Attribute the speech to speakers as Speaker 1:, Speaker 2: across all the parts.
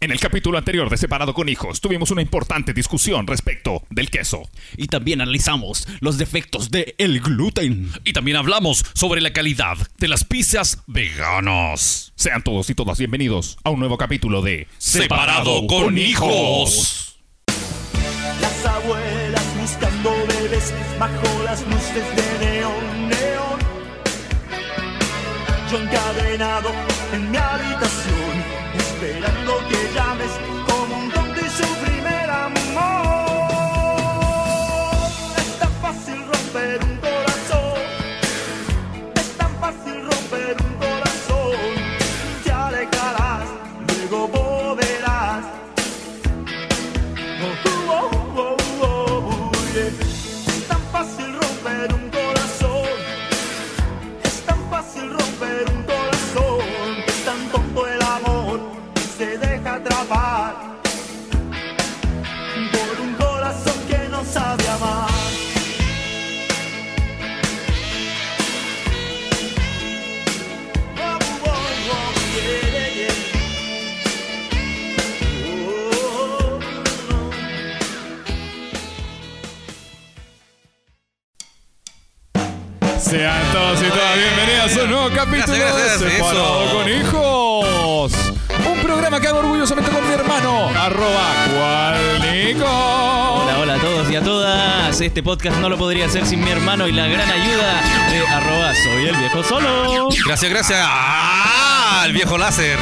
Speaker 1: En el capítulo anterior de Separado con Hijos tuvimos una importante discusión respecto del queso.
Speaker 2: Y también analizamos los defectos del el gluten.
Speaker 3: Y también hablamos sobre la calidad de las pizzas veganas.
Speaker 1: Sean todos y todas bienvenidos a un nuevo capítulo de
Speaker 3: Separado con hijos.
Speaker 4: Las abuelas buscando bebés bajo las luces de neón, neón. Yo encadenado en mi habitación, esperando que llames como un don y su primer amor. Es tan fácil romper un corazón, es tan fácil romper un corazón. Te alejarás, luego volverás. Oh, oh, oh, oh, oh, yeah. Es tan fácil romper un corazón. Es tan fácil romper un corazón. Es tan tonto el amor que se deja atrapar por un corazón que no sabe amar. Oh, oh, oh, yeah, yeah. Oh, oh, oh.
Speaker 1: Sean todos y todas bienvenidos a un nuevo capítulo
Speaker 5: Gracias, gracias,
Speaker 1: de Separado
Speaker 5: eso.
Speaker 1: con Hijos. Un programa que hago orgullosamente con mi hermano, arroba cualnico.
Speaker 2: Hola, hola a todos y a todas. Este podcast no lo podría hacer sin mi hermano y la gran ayuda de arroba soy el viejo solo.
Speaker 5: Gracias, gracias. ¡Ah! El viejo láser.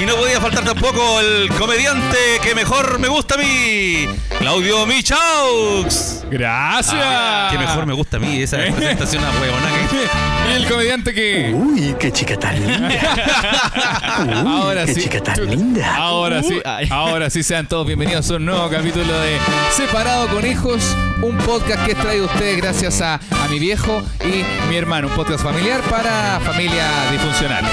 Speaker 5: Y no podía faltar tampoco el comediante que mejor me gusta a mí, Claudio Michaux.
Speaker 1: Gracias.
Speaker 5: Que Ah, mejor me gusta a mí esa
Speaker 1: ¿Eh?
Speaker 5: presentación a huevona que
Speaker 1: Y el comediante que...
Speaker 6: Uy, qué chica tan linda. Uy,
Speaker 1: Ahora
Speaker 6: qué
Speaker 1: sí.
Speaker 6: chica tan
Speaker 1: Chuta.
Speaker 6: linda.
Speaker 1: Ahora sí,
Speaker 2: Ay.
Speaker 1: ahora sí sean todos bienvenidos a un nuevo capítulo de Separado con Hijos, un podcast que trae a ustedes gracias a, a mi viejo y mi hermano, un podcast familiar para familias disfuncionales.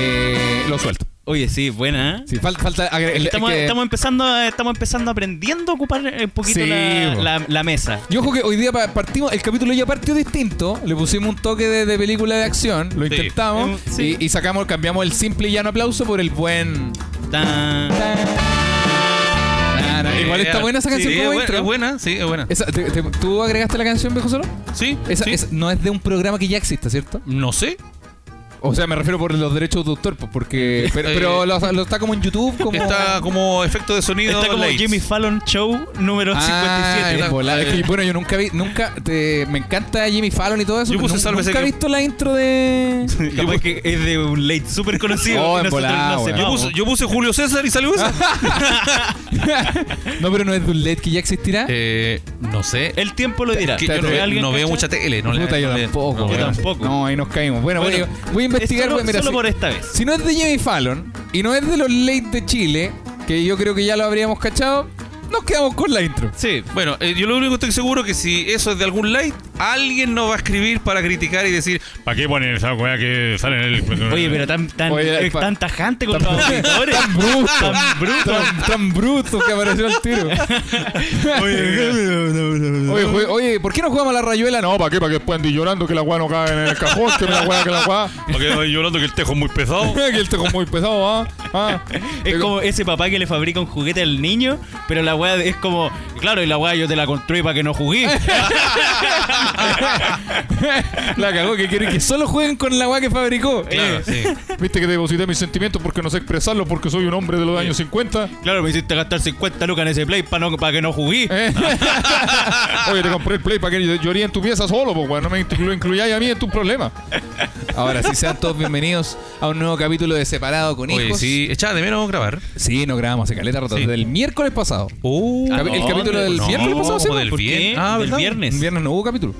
Speaker 1: Eh, lo suelto.
Speaker 2: Oye, sí, buena. ¿eh?
Speaker 1: Sí, fal- falta agre- el-
Speaker 2: Estamos,
Speaker 1: que-
Speaker 2: estamos empezando estamos empezando aprendiendo a ocupar eh, un poquito
Speaker 1: Sí,
Speaker 2: la,
Speaker 1: bo.
Speaker 2: la- la mesa.
Speaker 1: Y ojo que hoy día pa- partimos, el capítulo ya partió distinto, le pusimos un toque de, de película de acción, lo
Speaker 5: Sí.
Speaker 1: intentamos
Speaker 2: Em, sí.
Speaker 1: y, y sacamos, cambiamos el simple y llano aplauso por el buen...
Speaker 2: Tan.
Speaker 1: Na, na.
Speaker 5: es.
Speaker 1: Igual está buena esa canción
Speaker 5: Eh, Sí,
Speaker 1: como
Speaker 5: es buena,
Speaker 1: intro.
Speaker 5: es buena, sí, es buena.
Speaker 1: Esa- te- te- ¿Tú agregaste la canción, viejo solo?
Speaker 5: Sí,
Speaker 1: Esa,
Speaker 5: sí.
Speaker 1: esa- no es de un programa que ya exista, ¿cierto?
Speaker 5: No sé.
Speaker 1: O sea, me refiero por los derechos de autor, pues, porque. Pero,
Speaker 5: Eh,
Speaker 1: pero lo, lo está como en YouTube, como. Ah,
Speaker 5: Está como efecto de sonido.
Speaker 2: Está como
Speaker 5: late.
Speaker 2: Jimmy Fallon Show número
Speaker 1: Ah,
Speaker 2: 57.
Speaker 1: en volada. Es que, bueno, yo nunca vi, nunca, te- me encanta Jimmy Fallon y todo eso.
Speaker 5: Yo
Speaker 1: pero
Speaker 5: puse
Speaker 1: nun-
Speaker 5: sálvese
Speaker 1: nunca he
Speaker 5: que-
Speaker 1: visto la intro de.
Speaker 2: Capaz que es de un late súper conocido.
Speaker 1: Oh,
Speaker 2: y
Speaker 1: en
Speaker 2: nosotros
Speaker 1: volada,
Speaker 2: no
Speaker 1: weón.
Speaker 5: Yo
Speaker 2: sepamos.
Speaker 5: puse, yo puse Julio César y salió esa.
Speaker 1: no, pero no es de un LED que ya existirá.
Speaker 5: Eh, no sé.
Speaker 2: El tiempo lo dirá.
Speaker 5: Que yo no,
Speaker 1: Espérate,
Speaker 5: ve-
Speaker 2: ¿Alguien
Speaker 5: no veo
Speaker 2: cacha?
Speaker 5: mucha tele. No le-
Speaker 1: Puta, yo
Speaker 5: no le-
Speaker 1: tampoco.
Speaker 5: no
Speaker 1: weón.
Speaker 5: veo.
Speaker 2: tampoco.
Speaker 1: No, ahí nos caímos. Bueno,
Speaker 2: Bueno,
Speaker 1: bueno, yo voy a investigar.
Speaker 2: Es solo,
Speaker 1: pues, mira,
Speaker 2: solo
Speaker 1: si-
Speaker 2: por esta vez.
Speaker 1: Si no es de Jimmy Fallon y no es de los late de Chile, que yo creo que ya lo habríamos cachado, nos quedamos con la intro.
Speaker 2: Sí.
Speaker 5: Bueno, eh, yo lo único que estoy seguro es que si eso es de algún light, alguien nos va a escribir para criticar y decir, ¿para qué ponen esa weá que sale en el.
Speaker 2: Oye, pero tan, tan,
Speaker 1: Oye,
Speaker 2: eh,
Speaker 1: pa-
Speaker 2: tan tajante con
Speaker 1: tan-
Speaker 2: los auditores.
Speaker 1: Tan bruto.
Speaker 2: Tan bruto.
Speaker 1: Tan, tan bruto que apareció el tiro. Oye, jue- oye, ¿por qué no jugamos a la rayuela? No, ¿para qué? Para que después ande llorando que la weá no cae en el cajón, que la weá, que la weá.
Speaker 5: Porque estoy llorando que el tejo es muy pesado.
Speaker 1: que el tejo muy pesado, ¿ah? ah.
Speaker 2: Es como ese papá que le fabrica un juguete al niño, pero la weá es como, claro, y la weá yo te la construí para que no jugué.
Speaker 1: La cagó que quiere que solo jueguen con la weá que fabricó.
Speaker 5: Claro, sí.
Speaker 1: Viste que deposité mis sentimientos porque no sé expresarlo, porque soy un hombre de los años 50.
Speaker 2: Claro, me hiciste gastar 50 lucas en ese play para no, pa' que no jugué.
Speaker 1: Eh. Oye, te compré el play para que lloré en tu pieza solo, pues, weón. No me inclu- incluyáis a mí en tus problemas. Ahora sí, sean todos bienvenidos a un nuevo capítulo de Separado con
Speaker 5: Oye,
Speaker 1: Hijos.
Speaker 5: sí, echaba de menos grabar.
Speaker 1: Sí, no grabamos hace caleta rato.
Speaker 5: Sí.
Speaker 1: Desde el miércoles pasado.
Speaker 5: Uh,
Speaker 1: Capi- Ah, el capítulo del viernes pasado, sí,
Speaker 5: como del
Speaker 2: ¿Por qué?
Speaker 5: viernes. Ah,
Speaker 2: Del
Speaker 5: ¿verdad?
Speaker 2: viernes.
Speaker 1: Un viernes no hubo capítulo.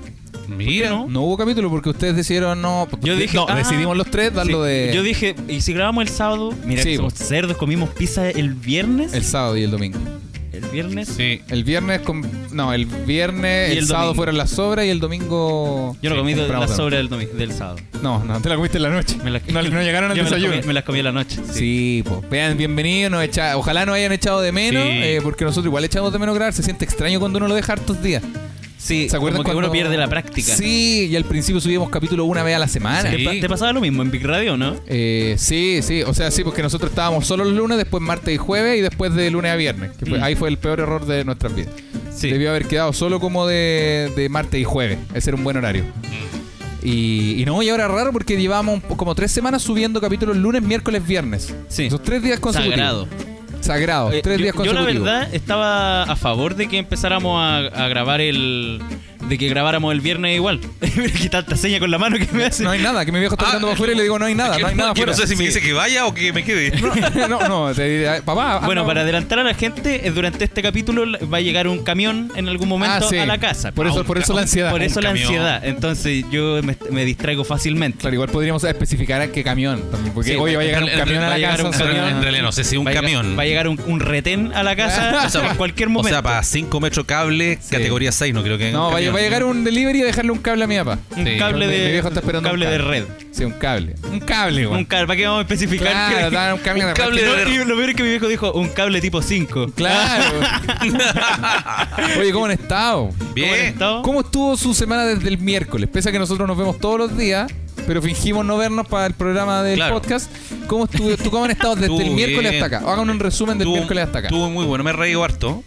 Speaker 5: Mira,
Speaker 2: no?
Speaker 1: No hubo capítulo porque ustedes decidieron no.
Speaker 2: Yo dije,
Speaker 1: no,
Speaker 2: ah.
Speaker 1: decidimos los tres darlo
Speaker 2: Sí.
Speaker 1: de.
Speaker 2: Yo dije, ¿y si grabamos el sábado? Mira,
Speaker 1: Sí,
Speaker 2: que somos cerdos, comimos pizza el viernes.
Speaker 1: el
Speaker 2: El,
Speaker 1: sábado y el domingo.
Speaker 2: viernes.
Speaker 5: Sí.
Speaker 1: El viernes con. No, el viernes,
Speaker 2: Y
Speaker 1: el,
Speaker 2: el
Speaker 1: sábado
Speaker 2: domingo.
Speaker 1: fueron las sobras y el domingo.
Speaker 2: Yo no
Speaker 1: Sí,
Speaker 2: comí de-
Speaker 1: compramos
Speaker 2: las
Speaker 1: también.
Speaker 2: sobras del, domi- del sábado.
Speaker 1: No, no, te la comiste en la noche.
Speaker 2: Me las-
Speaker 1: no, no llegaron al
Speaker 2: yo me las
Speaker 1: desayuno.
Speaker 2: comí- Me las comí en la noche. sí.
Speaker 1: Sí, pues vean, bienvenidos. nos echa- ojalá nos hayan echado de menos,
Speaker 5: Sí.
Speaker 1: eh, porque nosotros igual echamos de menos grabar. Se siente extraño cuando uno lo deja hartos días.
Speaker 2: Sí,
Speaker 1: ¿Se acuerdan
Speaker 2: como que uno
Speaker 1: cuando-
Speaker 2: pierde la práctica.
Speaker 1: Sí, y al principio subíamos capítulo una vez a la semana.
Speaker 2: ¿Te,
Speaker 1: Sí.
Speaker 2: pa- te pasaba lo mismo en Big Radio, no?
Speaker 1: Eh, sí, sí, o sea, sí, porque nosotros estábamos solo los lunes, después martes y jueves y después de lunes a viernes. que fue-
Speaker 2: Mm.
Speaker 1: Ahí fue el peor error de nuestras vidas.
Speaker 2: Sí.
Speaker 1: Debió haber quedado solo como de, de martes y jueves. Ese era un buen horario. Y, y no, y ahora es raro porque llevamos un po- como tres semanas subiendo capítulos lunes, miércoles, viernes.
Speaker 2: Sí.
Speaker 1: Esos tres días consecutivos.
Speaker 2: Sagrado.
Speaker 1: Sagrado,
Speaker 2: Eh,
Speaker 1: Oh, tres
Speaker 2: yo,
Speaker 1: días
Speaker 2: yo la
Speaker 1: consecutivos.
Speaker 2: verdad estaba a favor de que empezáramos a, a grabar el. de que grabáramos el viernes igual. Mira que tanta seña con la mano que me hace.
Speaker 1: No hay nada, que mi viejo está
Speaker 5: Ah,
Speaker 1: mirando para afuera y le digo, no hay nada, no hay nada
Speaker 5: que
Speaker 1: afuera.
Speaker 5: no sé si me dice que vaya o que me quede.
Speaker 1: no, no, te diré, papá.
Speaker 2: bueno,
Speaker 1: ah, no.
Speaker 2: para adelantar a la gente, eh, durante este capítulo la- va a llegar un camión en algún momento
Speaker 1: Ah, sí.
Speaker 2: a la casa.
Speaker 1: Por
Speaker 2: Ah,
Speaker 1: eso,
Speaker 2: un-
Speaker 1: por eso la ansiedad.
Speaker 2: por eso la
Speaker 5: camión.
Speaker 2: ansiedad. Entonces yo me, me distraigo fácilmente.
Speaker 1: Claro, igual podríamos especificar a qué camión también, porque
Speaker 2: Sí,
Speaker 1: hoy va a llegar un
Speaker 2: en- en-
Speaker 1: camión
Speaker 2: va
Speaker 1: a
Speaker 2: a
Speaker 1: la
Speaker 2: llegar
Speaker 1: casa.
Speaker 2: un
Speaker 1: o sea,
Speaker 2: camión.
Speaker 5: En realidad no sé si un
Speaker 2: va a llegar-
Speaker 5: camión.
Speaker 2: va a llegar un, un retén a la casa en cualquier momento.
Speaker 5: O sea, para 5 metros cable, categoría 6, no creo que.
Speaker 1: No, va a, va a llegar un delivery y dejarle un cable a mi papá.
Speaker 2: Un cable
Speaker 1: Mi-
Speaker 2: de-
Speaker 1: mi viejo está
Speaker 2: un
Speaker 1: esperando
Speaker 2: cable de red.
Speaker 1: Sí, un cable. Un cable, güey.
Speaker 2: un cable, ¿para qué vamos a especificar?
Speaker 1: Claro, da un cable,
Speaker 5: un
Speaker 1: de
Speaker 5: cable
Speaker 1: red.
Speaker 5: de-
Speaker 2: No, y lo peor es que mi viejo dijo un cable tipo 5.
Speaker 1: Claro. Oye, ¿cómo han estado?
Speaker 5: Bien.
Speaker 1: ¿Cómo estuvo su semana desde el miércoles? Pese a que nosotros nos vemos todos los días, pero fingimos no vernos para el programa del
Speaker 5: Claro.
Speaker 1: podcast. ¿Cómo estuvo? ¿Tú cómo han estado desde
Speaker 5: Estuvo
Speaker 1: el miércoles
Speaker 5: bien.
Speaker 1: hasta acá? Hagan un resumen del
Speaker 5: Estuvo-
Speaker 1: miércoles hasta acá.
Speaker 5: Estuvo muy bueno, me he reído harto.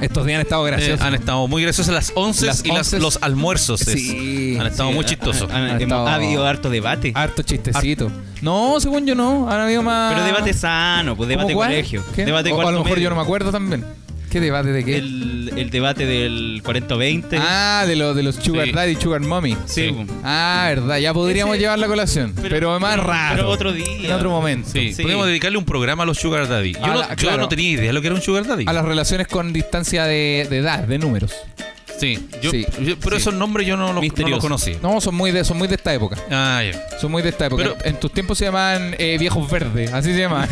Speaker 1: Estos días han estado
Speaker 5: Eh,
Speaker 1: graciosos.
Speaker 5: han estado muy graciosos las 11
Speaker 1: Las
Speaker 5: y las-
Speaker 1: 11.
Speaker 5: los almuerzos. es.
Speaker 1: Sí,
Speaker 5: han estado
Speaker 1: sí,
Speaker 5: muy Ah. chistosos.
Speaker 2: Ha, ha-
Speaker 1: Ha estado-
Speaker 2: Ah, ha habido harto debate.
Speaker 1: Harto chistecito. No, según yo no. Han habido más.
Speaker 2: Pero debate sano, pues debate
Speaker 1: ¿Cómo cuál?
Speaker 2: colegio.
Speaker 1: ¿Qué?
Speaker 2: Debate
Speaker 1: O- o a
Speaker 2: cuarto
Speaker 1: lo mejor
Speaker 2: medio.
Speaker 1: yo no me acuerdo también. ¿Qué debate de qué?
Speaker 2: El, el debate del 40-20.
Speaker 1: Ah, de, lo- de los Sugar
Speaker 5: Sí.
Speaker 1: Daddy y Sugar Mommy.
Speaker 2: sí.
Speaker 5: sí.
Speaker 2: pues.
Speaker 1: Ah, verdad. Ya podríamos
Speaker 2: Ese-
Speaker 1: llevar la colación. Pero, más
Speaker 2: pero-
Speaker 1: raro.
Speaker 2: Pero otro día.
Speaker 1: En otro momento.
Speaker 5: Sí,
Speaker 2: Sí.
Speaker 5: podemos dedicarle un programa a los Sugar Daddy. Yo,
Speaker 1: A
Speaker 5: no,
Speaker 1: la-
Speaker 5: yo
Speaker 1: claro.
Speaker 5: no tenía idea de lo que era un Sugar Daddy.
Speaker 1: A las relaciones con distancia de, de edad, de números.
Speaker 5: Sí, yo-
Speaker 1: Sí.
Speaker 5: yo- pero
Speaker 1: Sí.
Speaker 5: esos nombres yo no los, no
Speaker 2: Misterioso.
Speaker 5: los conocí.
Speaker 1: No, son muy de, son muy de esta época.
Speaker 5: Ah, ya.
Speaker 1: Son muy de esta época.
Speaker 5: Pero-
Speaker 1: en tus tiempos se llamaban eh, viejos verdes, así se llamaban.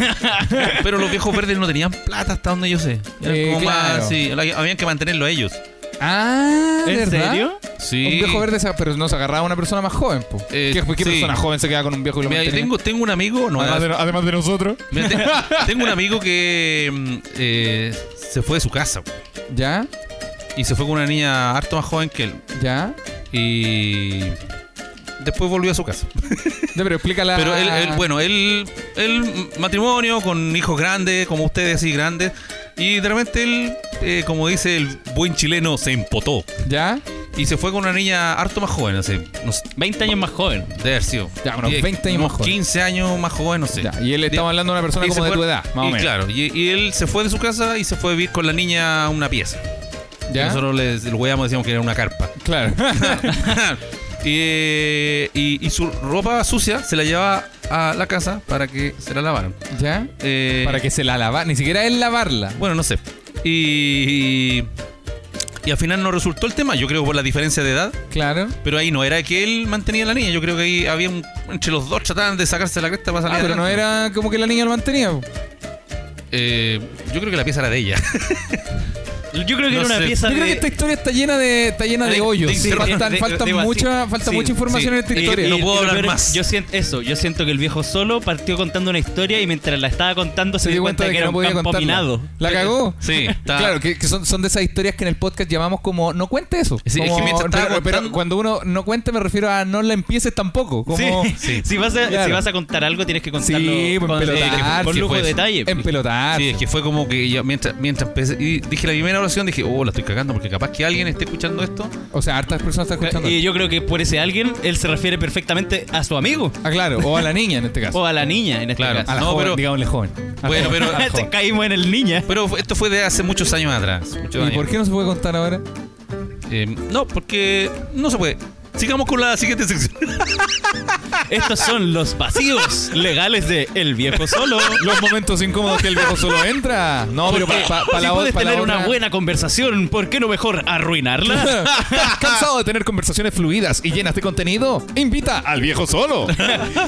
Speaker 5: Pero los viejos verdes no tenían plata hasta donde yo sé. Eran
Speaker 1: Eh,
Speaker 5: como más-
Speaker 1: claro.
Speaker 5: sí, la- habían que mantenerlo a ellos.
Speaker 1: ah,
Speaker 2: ¿En
Speaker 1: ¿verdad?
Speaker 2: serio?
Speaker 5: Sí.
Speaker 1: Un viejo verde, se- pero no se agarraba a una persona más joven, po.
Speaker 5: Eh,
Speaker 1: ¿Qué, qué
Speaker 5: sí.
Speaker 1: persona joven se queda con un viejo y lo
Speaker 5: Mira, yo
Speaker 1: mantiene?
Speaker 5: tengo, tengo un amigo, no,
Speaker 1: además, de, además de nosotros.
Speaker 5: Mira, te- tengo un amigo que mm, eh, se fue de su casa po,
Speaker 1: Ya,
Speaker 5: y se fue con una niña harto más joven que él.
Speaker 1: ya.
Speaker 5: Y después volvió a su casa.
Speaker 1: Ya, pero explícala.
Speaker 5: Pero él,
Speaker 1: Ah.
Speaker 5: él, bueno, él, él matrimonio con hijos grandes, como ustedes y grandes. Y de repente él, eh, como dice el buen chileno, se empotó.
Speaker 1: Ya,
Speaker 5: Y se fue con una niña harto más joven, así. No sé,
Speaker 2: 20 años más joven.
Speaker 5: debe haber sido.
Speaker 1: Ya, unos 20 años
Speaker 5: unos
Speaker 1: más joven.
Speaker 5: 15 años más joven, no sé.
Speaker 1: ya. Y él estaba hablando de una persona
Speaker 5: Y
Speaker 1: como
Speaker 5: se
Speaker 1: de tu
Speaker 5: fue-
Speaker 1: edad, más o
Speaker 5: y
Speaker 1: menos.
Speaker 5: Claro, y, y él se fue de su casa y se fue a vivir con la niña a una pieza.
Speaker 1: Ya,
Speaker 5: Nosotros les, lo weamos, decíamos que era una carpa.
Speaker 1: claro.
Speaker 5: y, eh, y- y su ropa sucia se la llevaba a la casa para que se la lavaran.
Speaker 1: ya.
Speaker 5: Eh,
Speaker 1: Para que se la lava, ni siquiera él lavarla.
Speaker 5: Bueno, no sé. Y, y, y al final no resultó el tema, yo creo por la diferencia de edad.
Speaker 1: Claro.
Speaker 5: Pero ahí no era que él mantenía a la niña, yo creo que ahí había un. Entre los dos trataban de sacarse la cresta para
Speaker 1: Ah,
Speaker 5: salir.
Speaker 1: pero no
Speaker 5: adelante.
Speaker 1: era como que la niña lo mantenía. po.
Speaker 5: Eh, yo creo que la pieza era de ella.
Speaker 2: Yo creo que
Speaker 5: No
Speaker 2: era una
Speaker 5: sé.
Speaker 2: pieza
Speaker 1: Yo creo
Speaker 2: de-
Speaker 1: que esta historia está llena de, está llena de,
Speaker 5: de-
Speaker 1: hoyos.
Speaker 5: de-
Speaker 1: Sí,
Speaker 5: de-
Speaker 1: faltan,
Speaker 2: de-
Speaker 1: faltan
Speaker 2: de- de-
Speaker 1: mucha,
Speaker 2: sí.
Speaker 1: falta
Speaker 2: Sí,
Speaker 1: mucha información
Speaker 5: sí.
Speaker 1: en esta
Speaker 5: Y-
Speaker 1: historia.
Speaker 5: y- No puedo
Speaker 2: lo
Speaker 5: hablar
Speaker 2: peor es-
Speaker 5: más.
Speaker 2: Yo siento eso, yo siento que el viejo solo partió contando una historia y mientras la estaba contando se, dio cuenta, de que, era
Speaker 1: no podía
Speaker 2: un campo
Speaker 1: contarla.
Speaker 2: minado.
Speaker 5: Eh,
Speaker 1: La cagó.
Speaker 5: Sí, está-
Speaker 1: Claro, que, que son, son de esas historias que en el podcast llamamos como no cuente eso.
Speaker 5: Sí, es
Speaker 1: Como-
Speaker 5: que mientras estaba
Speaker 1: pero,
Speaker 5: contando-
Speaker 1: pero cuando uno no cuente me refiero a no la empieces tampoco. Como
Speaker 2: Sí, Si, vas a,
Speaker 1: Claro.
Speaker 2: si vas a contar algo, tienes que contarlo
Speaker 1: Sí, pues,
Speaker 2: con,
Speaker 1: pelotar,
Speaker 2: con
Speaker 5: sí,
Speaker 2: lujo
Speaker 5: pues.
Speaker 2: de detalle. Eh,
Speaker 1: empelotar.
Speaker 5: Sí, es que fue como que yo, mientras, mientras empecé, y dije la primera oración, dije, oh, la estoy cagando porque capaz que alguien esté escuchando esto.
Speaker 1: O sea, hartas personas están escuchando.
Speaker 2: Y yo creo que por ese alguien, él se refiere perfectamente a su amigo
Speaker 1: Ah, claro, o a la niña en este caso.
Speaker 2: o a la niña en este
Speaker 5: Claro.
Speaker 1: A
Speaker 2: caso.
Speaker 1: la
Speaker 5: No,
Speaker 1: joven,
Speaker 5: pero-
Speaker 1: digámosle joven. A la
Speaker 5: Bueno,
Speaker 1: joven,
Speaker 5: pero-
Speaker 1: a la joven.
Speaker 2: este, Caímos en el niña.
Speaker 5: Pero esto fue de hace muchos años atrás. muchos
Speaker 1: ¿Y por
Speaker 5: años.
Speaker 1: qué no se puede contar ahora?
Speaker 5: Eh, no, porque no se puede. Sigamos con la siguiente sección.
Speaker 2: Estos son los vacíos legales de El Viejo Solo.
Speaker 1: Los momentos incómodos que el viejo solo entra. No, pero para
Speaker 2: si
Speaker 1: la
Speaker 2: puedes
Speaker 1: pa la
Speaker 2: tener
Speaker 1: otra-
Speaker 2: una buena conversación, ¿por qué no mejor arruinarla?
Speaker 1: ¿Estás cansado de tener conversaciones fluidas y llenas de contenido? Invita al viejo solo.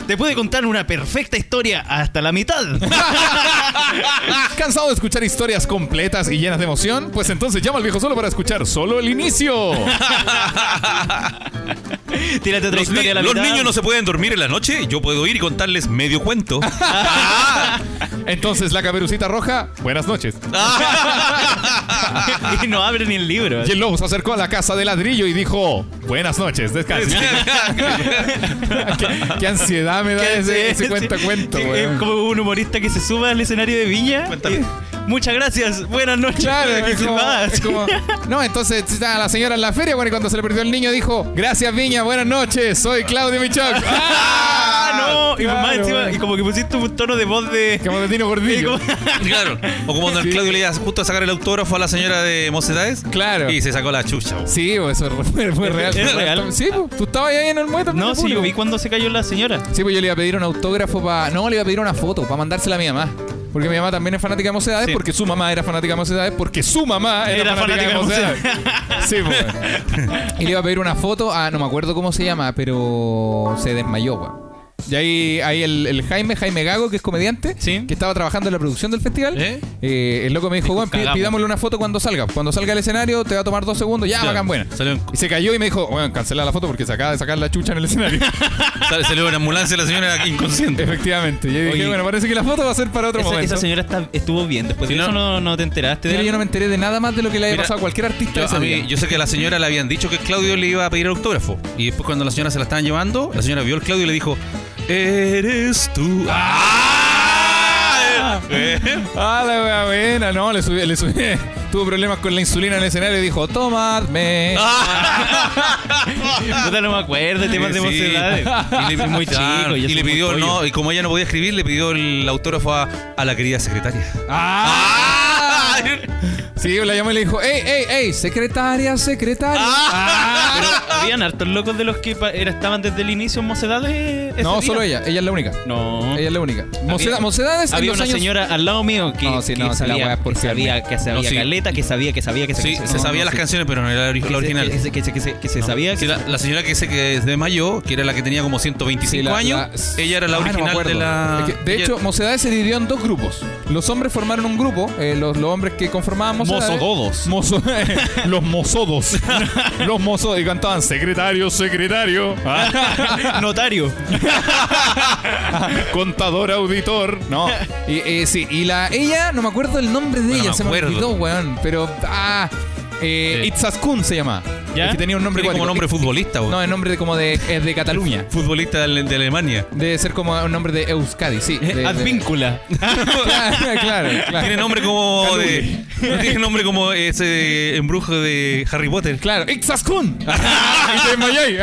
Speaker 2: Te puede contar una perfecta historia hasta la mitad.
Speaker 1: ¿Cansado de escuchar historias completas y llenas de emoción? Pues entonces llama al viejo solo para escuchar solo el inicio.
Speaker 2: Tírate otra
Speaker 5: Los, ni-
Speaker 2: historia a la
Speaker 5: los
Speaker 2: mitad.
Speaker 5: niños no se pueden dormir en la noche. Yo puedo ir y contarles medio cuento.
Speaker 1: Entonces, la caperucita roja, buenas noches.
Speaker 2: y no abren ni el libro.
Speaker 1: Y el lobo se acercó a la casa de ladrillo y dijo, buenas noches, descanse. qué, qué ansiedad me da ese, ese cuento cuento,
Speaker 2: Sí,
Speaker 1: weón.
Speaker 2: Es como un humorista que se suba al escenario de Viña.
Speaker 5: Cuéntame.
Speaker 2: Eh, Muchas gracias, buenas noches.
Speaker 1: Claro,
Speaker 2: Y
Speaker 1: es
Speaker 2: se
Speaker 1: como,
Speaker 2: va.
Speaker 1: es como- No, entonces está la señora en la feria, bueno, y cuando se le perdió el niño dijo, gracias Viña, buenas noches, soy Claudio Michoc.
Speaker 2: Ah, no. y, más
Speaker 1: Claro,
Speaker 2: encima,
Speaker 1: weón.
Speaker 2: y como que pusiste un tono de voz de.
Speaker 1: Como de Tino Gordillo.
Speaker 2: como-
Speaker 5: claro. O como don
Speaker 1: Sí.
Speaker 5: Claudio le iba justo a sacar el autógrafo a la señora de Mocedades.
Speaker 1: Claro.
Speaker 5: Y se sacó la chucha. bo.
Speaker 1: Sí, pues, eso fue, fue real.
Speaker 2: ¿Es real?
Speaker 1: Sí, pues, tú estabas ahí en el muerto.
Speaker 2: No, sí, yo vi cuando se cayó la señora.
Speaker 1: Sí, pues yo le iba a pedir un autógrafo para. No, le iba a pedir una foto para mandársela a mi mamá. Porque mi mamá también es fanática de mocedades,
Speaker 2: Sí.
Speaker 1: porque su mamá era fanática de mocedades, porque su mamá era,
Speaker 2: Era
Speaker 1: fanática,
Speaker 2: fanática
Speaker 1: de mocedades. sí, pues. Y le iba a pedir una foto a. No me acuerdo cómo se llama, pero se desmayó, weón. Y ahí, ahí el, el Jaime, Jaime Gago, que es comediante,
Speaker 2: Sí.
Speaker 1: que estaba trabajando en la producción del festival.
Speaker 5: ¿Eh?
Speaker 1: eh, el loco me dijo, weón, pi-
Speaker 5: cagamos".
Speaker 1: pidámosle una foto cuando salga. Cuando salga al escenario, te va a tomar dos segundos, ya, Ah, bacán, buena.
Speaker 5: Salió, en-
Speaker 1: Y se cayó y me dijo, weón, cancela la foto porque se acaba de sacar la chucha en el escenario.
Speaker 5: sal- salió en ambulancia la señora inconsciente.
Speaker 1: Efectivamente. Yo dije,
Speaker 2: Oye.
Speaker 1: bueno, parece que la foto va a ser para otro
Speaker 2: Esa,
Speaker 1: momento.
Speaker 2: esa señora está- estuvo bien. Después
Speaker 5: Si
Speaker 2: de
Speaker 5: no-
Speaker 2: eso no, no te enteraste de
Speaker 1: Mira, yo no
Speaker 2: algo.
Speaker 1: me enteré de nada más de lo que le había
Speaker 5: Mira,
Speaker 1: pasado a cualquier artista
Speaker 5: Yo,
Speaker 1: ese
Speaker 5: a mí-
Speaker 1: día.
Speaker 5: yo sé que a la señora le habían dicho que Claudio le iba a pedir autógrafo. Y después cuando la señora se la estaban llevando, la señora vio al Claudio y le dijo, eres tú. ¡Ah! Eh, eh.
Speaker 1: Ah, la wea buena, no, le subí, le subí. Tuvo problemas con la insulina en el escenario y dijo, tomadme.
Speaker 2: Ah. Puta, no me acuerdo, temas de
Speaker 5: Sí.
Speaker 2: mocedades.
Speaker 5: Y le,
Speaker 2: muy
Speaker 5: Claro,
Speaker 2: chico, yo
Speaker 5: y
Speaker 2: soy
Speaker 5: le
Speaker 2: muy
Speaker 5: pidió,
Speaker 2: pollo.
Speaker 5: no, y como ella no podía escribir, le pidió el autógrafo a, a la querida secretaria.
Speaker 1: ¡Ah! Sí, la llamó y le dijo, ey, ey, ey, secretaria, secretaria. Ah.
Speaker 2: Pero habían hartos locos de los que pa- era- estaban desde el inicio en mocedades. eh, ese
Speaker 1: no,
Speaker 2: día.
Speaker 1: solo ella, ella es la única.
Speaker 2: No.
Speaker 1: Ella es la única. Moceda- Mocedades en
Speaker 2: Había
Speaker 1: los
Speaker 2: una
Speaker 1: años-
Speaker 2: señora al lado mío que,
Speaker 1: No, sí,
Speaker 2: que
Speaker 1: no, sí, la
Speaker 2: sabía,
Speaker 1: weá,
Speaker 2: que
Speaker 1: por
Speaker 2: sabía
Speaker 1: firme.
Speaker 2: que sabía
Speaker 5: No, sí.
Speaker 2: caleta, que sabía que sabía que
Speaker 5: Sí,
Speaker 2: sabía.
Speaker 5: se sabía las canciones, pero no era la, ori- la original.
Speaker 2: Que, se- que se- que se- que se
Speaker 5: No.
Speaker 2: sabía
Speaker 5: Sí,
Speaker 2: que
Speaker 5: la, la señora que sé que es de mayo, que era la que tenía como 125
Speaker 1: Sí, la-
Speaker 5: años,
Speaker 1: la-
Speaker 5: ella era la
Speaker 1: Ah, no me
Speaker 5: original de
Speaker 1: acuerdo.
Speaker 5: la.
Speaker 1: Es que, de
Speaker 5: ella-
Speaker 1: hecho, Mocedades se dividió en dos grupos. Los hombres formaron un grupo, eh, los, los hombres que conformaban Mocedades.
Speaker 5: Mozododos.
Speaker 1: Mozo- eh, los mozodos. los mozodos. Y cantaban secretario, secretario. ah,
Speaker 2: Notario.
Speaker 1: contador, auditor. No. Y, eh, sí, y la, ella, no me acuerdo el nombre de
Speaker 5: Bueno,
Speaker 1: ella,
Speaker 5: me
Speaker 1: se me
Speaker 5: acuerdo.
Speaker 1: olvidó, weón. Pero, ah, eh,
Speaker 5: Sí.
Speaker 1: Itzaskun se llama.
Speaker 2: ¿Ya?
Speaker 1: Es que tenía un nombre
Speaker 5: Tiene como
Speaker 1: cuático.
Speaker 5: nombre futbolista, bo.
Speaker 1: No, el nombre de como de. Es de Cataluña.
Speaker 5: futbolista de, de Alemania.
Speaker 1: Debe ser como un nombre de Euskadi, sí. de- de-
Speaker 2: Advíncula.
Speaker 1: claro, claro, claro.
Speaker 5: Eh, Tiene nombre como
Speaker 1: Calule.
Speaker 5: de. no tiene nombre como ese embrujo de Harry Potter.
Speaker 1: Claro, Ixaskun. y te desmayáis.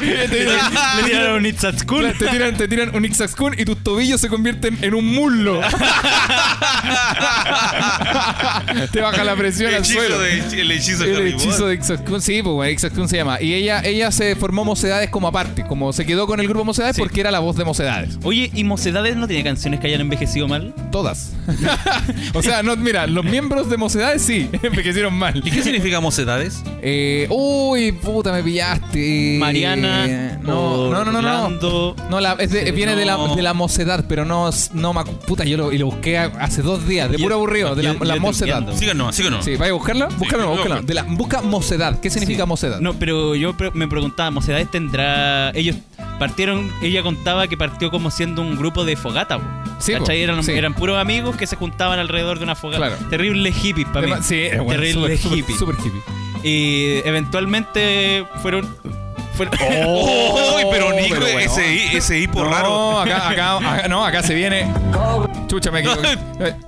Speaker 1: te, tiran-
Speaker 2: Le tiraron un It's at School.
Speaker 1: te tiran, te tiran un Ixaskun y tus tobillos se convierten en un muslo. te baja la presión
Speaker 5: El
Speaker 1: al
Speaker 5: hechizo
Speaker 1: suelo.
Speaker 5: de, el hechizo de
Speaker 1: El
Speaker 5: Harry
Speaker 1: hechizo
Speaker 5: Potter.
Speaker 1: de Ixaskun, sí, pues bueno, Ixaskun se llama. Y ella, ella se formó Mocedades como aparte, como se quedó con el grupo Mocedades porque era la voz de Mocedades.
Speaker 2: Oye, ¿y Mocedades no tiene canciones que hayan envejecido mal?
Speaker 1: Todas. o sea, no, mira, los miembros de Mocedades sí, envejecieron mal.
Speaker 5: ¿Y qué significa mocedades?
Speaker 1: Eh, uy, puta, me pillaste.
Speaker 2: Mariana.
Speaker 1: No, no, no, no. no.
Speaker 2: Orlando.
Speaker 1: No, la- es de-
Speaker 5: Sí,
Speaker 1: viene De, la,
Speaker 5: no.
Speaker 1: de la mocedad, pero no, es- no me acu- Puta, yo lo, y lo busqué a- hace dos días, de
Speaker 2: Yo-
Speaker 1: puro aburrido, de la,
Speaker 2: yo-
Speaker 1: la
Speaker 2: yo
Speaker 1: mocedad.
Speaker 2: truqueando.
Speaker 5: Síganos, síganos.
Speaker 1: Sí, ¿vaya a buscarla? Búscala, no,
Speaker 5: sí,
Speaker 1: búscala.
Speaker 5: loco.
Speaker 1: De la, busca mocedad. ¿Qué significa
Speaker 2: Sí.
Speaker 1: mocedad?
Speaker 2: No, pero yo pre- me preguntaba, Mocedades tendrá. Ellos partieron, ella contaba que partió como siendo un grupo de fogata, po.
Speaker 1: Sí,
Speaker 2: ¿Cachai?
Speaker 1: po,
Speaker 2: Eran,
Speaker 1: sí.
Speaker 2: eran puros amigos que se juntaban alrededor de una fogata.
Speaker 1: Claro.
Speaker 2: Terrible hippies para mí.
Speaker 1: Además- sí, eh, bueno,
Speaker 2: Terrible
Speaker 1: super, super-
Speaker 2: hippie.
Speaker 1: super hippie.
Speaker 2: Y eventualmente fueron. fueron
Speaker 5: ¡Oh! pero Nico,
Speaker 1: pero bueno.
Speaker 5: ese, hi- ese hipo
Speaker 1: no,
Speaker 5: raro.
Speaker 1: Acá, acá, acá- no, acá se viene. Chucha, me equivoqué. Eh,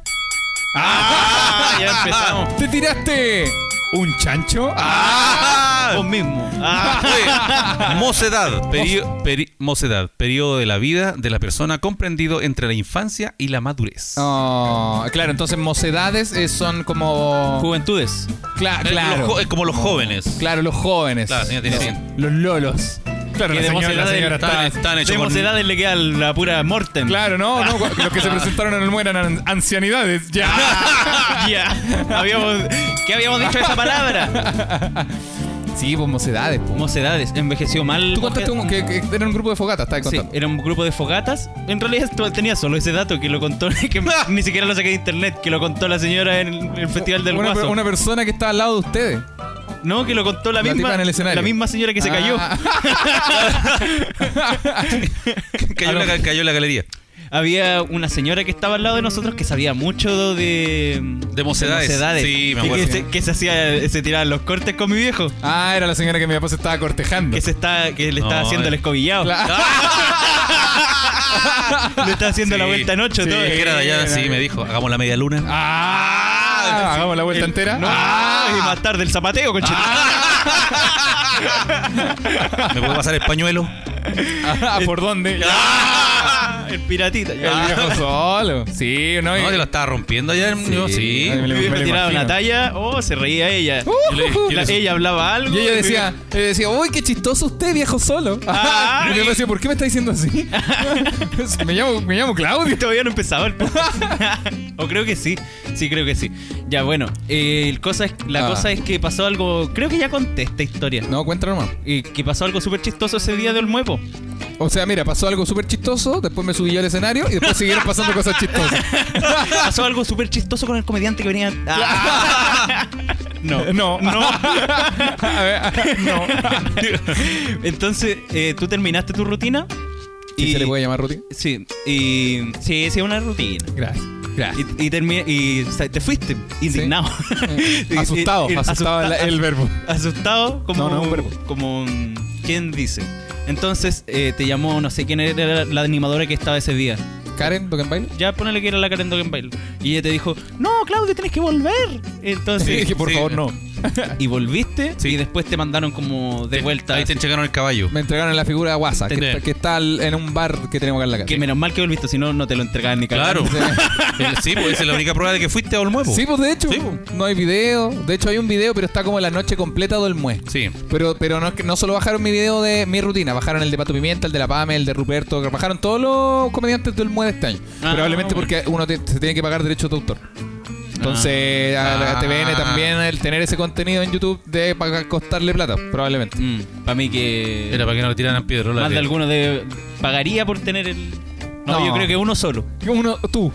Speaker 2: Ah, ya empezamos.
Speaker 1: ¿Te tiraste un chancho?
Speaker 5: ¡Ah!
Speaker 2: Vos mismo.
Speaker 5: Oye, mocedad, perio- peri- mocedad, periodo de la vida de la persona comprendido entre la infancia y la madurez.
Speaker 1: Oh, claro, entonces mocedades eh, son como.
Speaker 2: Juventudes.
Speaker 1: Cla-
Speaker 5: Eh, los
Speaker 1: claro.
Speaker 5: jo- es como los jóvenes.
Speaker 1: Claro, los jóvenes.
Speaker 5: Claro, la señora tiene
Speaker 1: Los-
Speaker 5: 100.
Speaker 1: Los lolos. Claro,
Speaker 2: Que de mocedades
Speaker 5: Están, están hechos
Speaker 2: De
Speaker 5: con-
Speaker 2: mocedades le queda la pura Mortem.
Speaker 1: Claro, no, no, cu- los que se presentaron en el muera eran an- ancianidades. Ya.
Speaker 2: Ah. Ya. Habíamos, ¿Qué habíamos dicho esa palabra?
Speaker 1: Sí, pues mocedades, po.
Speaker 2: Mocedades. Envejeció mal.
Speaker 1: Tú contaste
Speaker 2: Moje-
Speaker 1: un- que, que era un grupo de fogatas, estabas
Speaker 2: Sí,
Speaker 1: contando.
Speaker 2: era un grupo de fogatas. En realidad esto- tenía solo ese dato que lo contó, que ni siquiera lo saqué de internet, que lo contó la señora en el Festival del
Speaker 1: una,
Speaker 2: Guaso.
Speaker 1: una persona que estaba al lado de ustedes.
Speaker 2: No, que lo contó la,
Speaker 1: La tipa
Speaker 2: misma
Speaker 1: en el escenario.
Speaker 2: la misma señora que se cayó.
Speaker 1: Ah.
Speaker 5: Cayó, en la, cayó en la galería.
Speaker 2: Había una señora que estaba al lado de nosotros que sabía mucho de
Speaker 5: De mocedades. Sí, me
Speaker 2: Y
Speaker 5: acuerdo.
Speaker 2: que se, que se hacía se tiraban los cortes con mi viejo,
Speaker 1: Ah, era la señora que mi papá se estaba cortejando.
Speaker 2: que se está que le estaba
Speaker 5: No,
Speaker 2: haciendo el
Speaker 5: eh.
Speaker 2: escobillado.
Speaker 1: Claro.
Speaker 2: Le estaba haciendo la
Speaker 5: Sí,
Speaker 2: vuelta en ocho
Speaker 5: sí,
Speaker 2: todo.
Speaker 5: que era de allá, sí, me dijo, hagamos la media luna.
Speaker 1: Ah, hagamos la vuelta entera.
Speaker 2: No, Ah, y más tarde el zapateo, conchito.
Speaker 1: Ah,
Speaker 5: ¿Me puede pasar el pañuelo?
Speaker 1: Ah, ¿Por dónde?
Speaker 2: Ah, el piratita. ya.
Speaker 1: El viejo solo. Sí, no. y-
Speaker 5: No, te lo estaba rompiendo allá. Sí. Yo, sí.
Speaker 1: Ay, me lo-
Speaker 2: Mi viejo
Speaker 1: me lo
Speaker 2: tiraba
Speaker 1: imagino.
Speaker 2: una talla, oh, se reía ella.
Speaker 1: Uh, uh, uh.
Speaker 2: La- ella hablaba algo.
Speaker 1: Y ella
Speaker 2: mi
Speaker 1: decía, ella decía, uy, qué chistoso usted, viejo solo.
Speaker 2: Ah,
Speaker 1: y yo
Speaker 2: y-
Speaker 1: decía, ¿por qué me está diciendo así? me, llamo, me llamo Claudio.
Speaker 2: Todavía no he empezado el podcast. o creo que sí. Sí, creo que sí. Ya, bueno. eh, el cosa es, la
Speaker 1: Ah.
Speaker 2: cosa es que pasó algo. Creo que ya conté esta historia.
Speaker 1: No, cuéntalo nomás.
Speaker 2: Y que pasó algo súper chistoso ese día del muevo.
Speaker 1: O sea, mira, pasó algo súper chistoso, después me subí yo al escenario y después siguieron pasando cosas chistosas.
Speaker 2: Pasó algo súper chistoso con el comediante que venía. Ah. no.
Speaker 1: No.
Speaker 2: No.
Speaker 1: A ver, a- no.
Speaker 2: Entonces, eh, tú terminaste tu rutina.
Speaker 1: ¿Sí se le puede llamar rutina?
Speaker 2: Sí, y. Sí, sí, una rutina.
Speaker 1: Gracias. Gracias.
Speaker 2: Y, y, termi- y o sea, te fuiste indignado. Y- y-
Speaker 1: asustado,
Speaker 2: y-
Speaker 1: asustado
Speaker 2: asusta-
Speaker 1: el, el verbo.
Speaker 2: asustado como
Speaker 1: No, no, un verbo.
Speaker 2: como mm, quién dice entonces eh, te llamó no sé quién era la, la animadora que estaba ese día
Speaker 1: Karen, toquen baile.
Speaker 2: ya ponele que era la Karen Dogenbail y ella te dijo no Claudio tenés que volver
Speaker 1: Sí,
Speaker 2: entonces
Speaker 1: dije, por
Speaker 5: sí.
Speaker 1: favor, no.
Speaker 2: y volviste
Speaker 5: Sí.
Speaker 2: y después te mandaron como de
Speaker 5: Te-
Speaker 2: vuelta
Speaker 5: Ahí te enchecaron el caballo.
Speaker 1: Me entregaron la figura de Guasa, que,
Speaker 5: Entendé.
Speaker 1: está- que está al- en un bar que tenemos acá en la casa.
Speaker 2: que menos mal que volviste si no no te lo entregaban ni
Speaker 5: Claro.
Speaker 2: cagando.
Speaker 5: El- sí, pues esa es la única prueba de que fuiste a Olmuevo.
Speaker 1: Sí, pues de hecho,
Speaker 5: Sí.
Speaker 1: no hay video. De hecho, hay un video, pero está como la noche completa del mue.
Speaker 5: Sí.
Speaker 1: Pero, pero no, es que- no solo bajaron mi video de mi rutina, bajaron el de Pato Pimienta, el de La Pame, el de Ruperto, bajaron todos los comediantes del mue de este año.
Speaker 2: Ah,
Speaker 1: Probablemente
Speaker 2: bueno.
Speaker 1: porque uno te- se tiene que pagar derechos de autor. Entonces, a la
Speaker 5: Ah.
Speaker 1: TVN también el tener ese contenido en YouTube debe pagar- costarle plata, probablemente.
Speaker 2: para Mm. mí que
Speaker 5: Era para que no le tiraran piedra.
Speaker 2: más de alguno de pagaría por tener el no,
Speaker 1: No.
Speaker 2: yo creo que uno solo
Speaker 1: Uno, tú.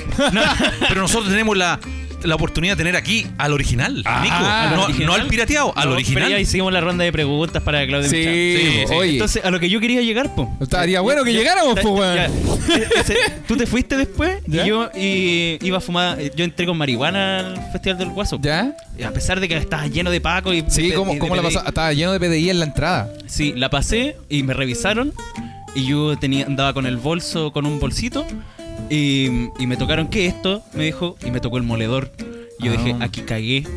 Speaker 5: Pero nosotros tenemos la, la oportunidad de tener aquí al original, Nico.
Speaker 1: al
Speaker 5: no,
Speaker 2: Ah, original.
Speaker 5: no al pirateado, Oh, al
Speaker 2: No,
Speaker 5: original.
Speaker 2: Pero ya hicimos la ronda de preguntas para Claudio
Speaker 1: Sí,
Speaker 2: Michal.
Speaker 5: Sí,
Speaker 1: po,
Speaker 5: sí.
Speaker 1: oye.
Speaker 2: Entonces, a lo que yo quería llegar, po.
Speaker 1: Estaría bueno que llegáramos, po, weón.
Speaker 2: ya. Ese- Tú te fuiste después
Speaker 1: ¿Ya?
Speaker 2: y yo y iba a fumar. eh, Yo entré con marihuana al Festival del Guaso.
Speaker 1: ¿Ya?
Speaker 2: Y A pesar de que estaba lleno de Paco y.
Speaker 1: Sí,
Speaker 2: de- y
Speaker 1: ¿cómo,
Speaker 2: de
Speaker 1: cómo la
Speaker 2: PDI.
Speaker 1: pasaba? Estaba lleno de PDI en la entrada.
Speaker 2: Sí, la pasé y me revisaron. Y yo tenía, andaba con el bolso, con un bolsito. Y, y me tocaron, ¿qué es esto? Me dijo, y me tocó el moledor. Y yo
Speaker 1: Ah.
Speaker 2: dije, aquí cagué.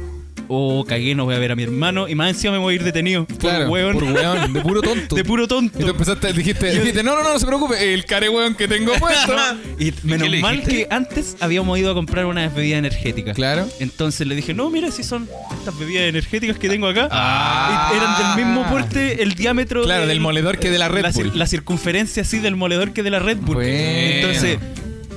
Speaker 2: Oh, cagué, no voy a ver a mi hermano. Y más encima me voy a ir detenido. por hueón.
Speaker 1: Por hueón, de puro tonto.
Speaker 2: De puro tonto.
Speaker 1: Y tú empezaste, dijiste, dijiste, no, no, no, no se preocupe, el care hueón que tengo puesto.
Speaker 2: Y menos
Speaker 5: le
Speaker 2: mal
Speaker 5: dijiste?
Speaker 2: que antes habíamos ido a comprar unas bebidas energéticas.
Speaker 1: claro.
Speaker 2: Entonces le dije, no, mira, si son estas bebidas energéticas que tengo acá.
Speaker 1: Ah.
Speaker 2: Y eran del mismo porte, el diámetro.
Speaker 1: Claro, del moledor que de la Red
Speaker 2: cir-
Speaker 1: Bull.
Speaker 2: La circunferencia, sí, del moledor que de la Red Bull.
Speaker 1: Bueno.
Speaker 2: Entonces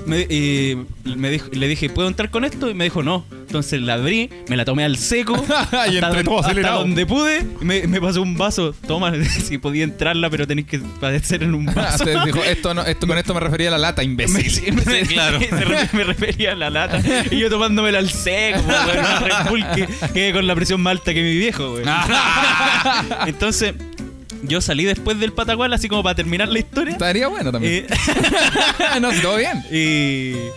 Speaker 2: me, eh, me dijo- le dije, ¿puedo entrar con esto? Y me dijo, no. Entonces la abrí, me la tomé al seco. hasta
Speaker 1: entré
Speaker 2: don-
Speaker 1: todo
Speaker 2: hasta
Speaker 1: acelerado.
Speaker 2: donde pude, y me, me pasó un vaso. Toma, si podía entrarla, pero tenéis que padecer en un vaso.
Speaker 1: Entonces Ah, dijo, esto, no, esto con esto me refería a la lata,
Speaker 2: Me,
Speaker 1: imbécil.
Speaker 2: me- me-
Speaker 5: claro.
Speaker 2: me re- me refería a la lata. Y yo tomándomela al seco, po, weón, una Red Bull que, que con la presión más alta que mi viejo, weón. Entonces, yo salí después del Patagual, así como para terminar la historia.
Speaker 1: Estaría bueno también. Ah,
Speaker 2: Eh,
Speaker 1: no, si todo bien.
Speaker 2: Y, Eh,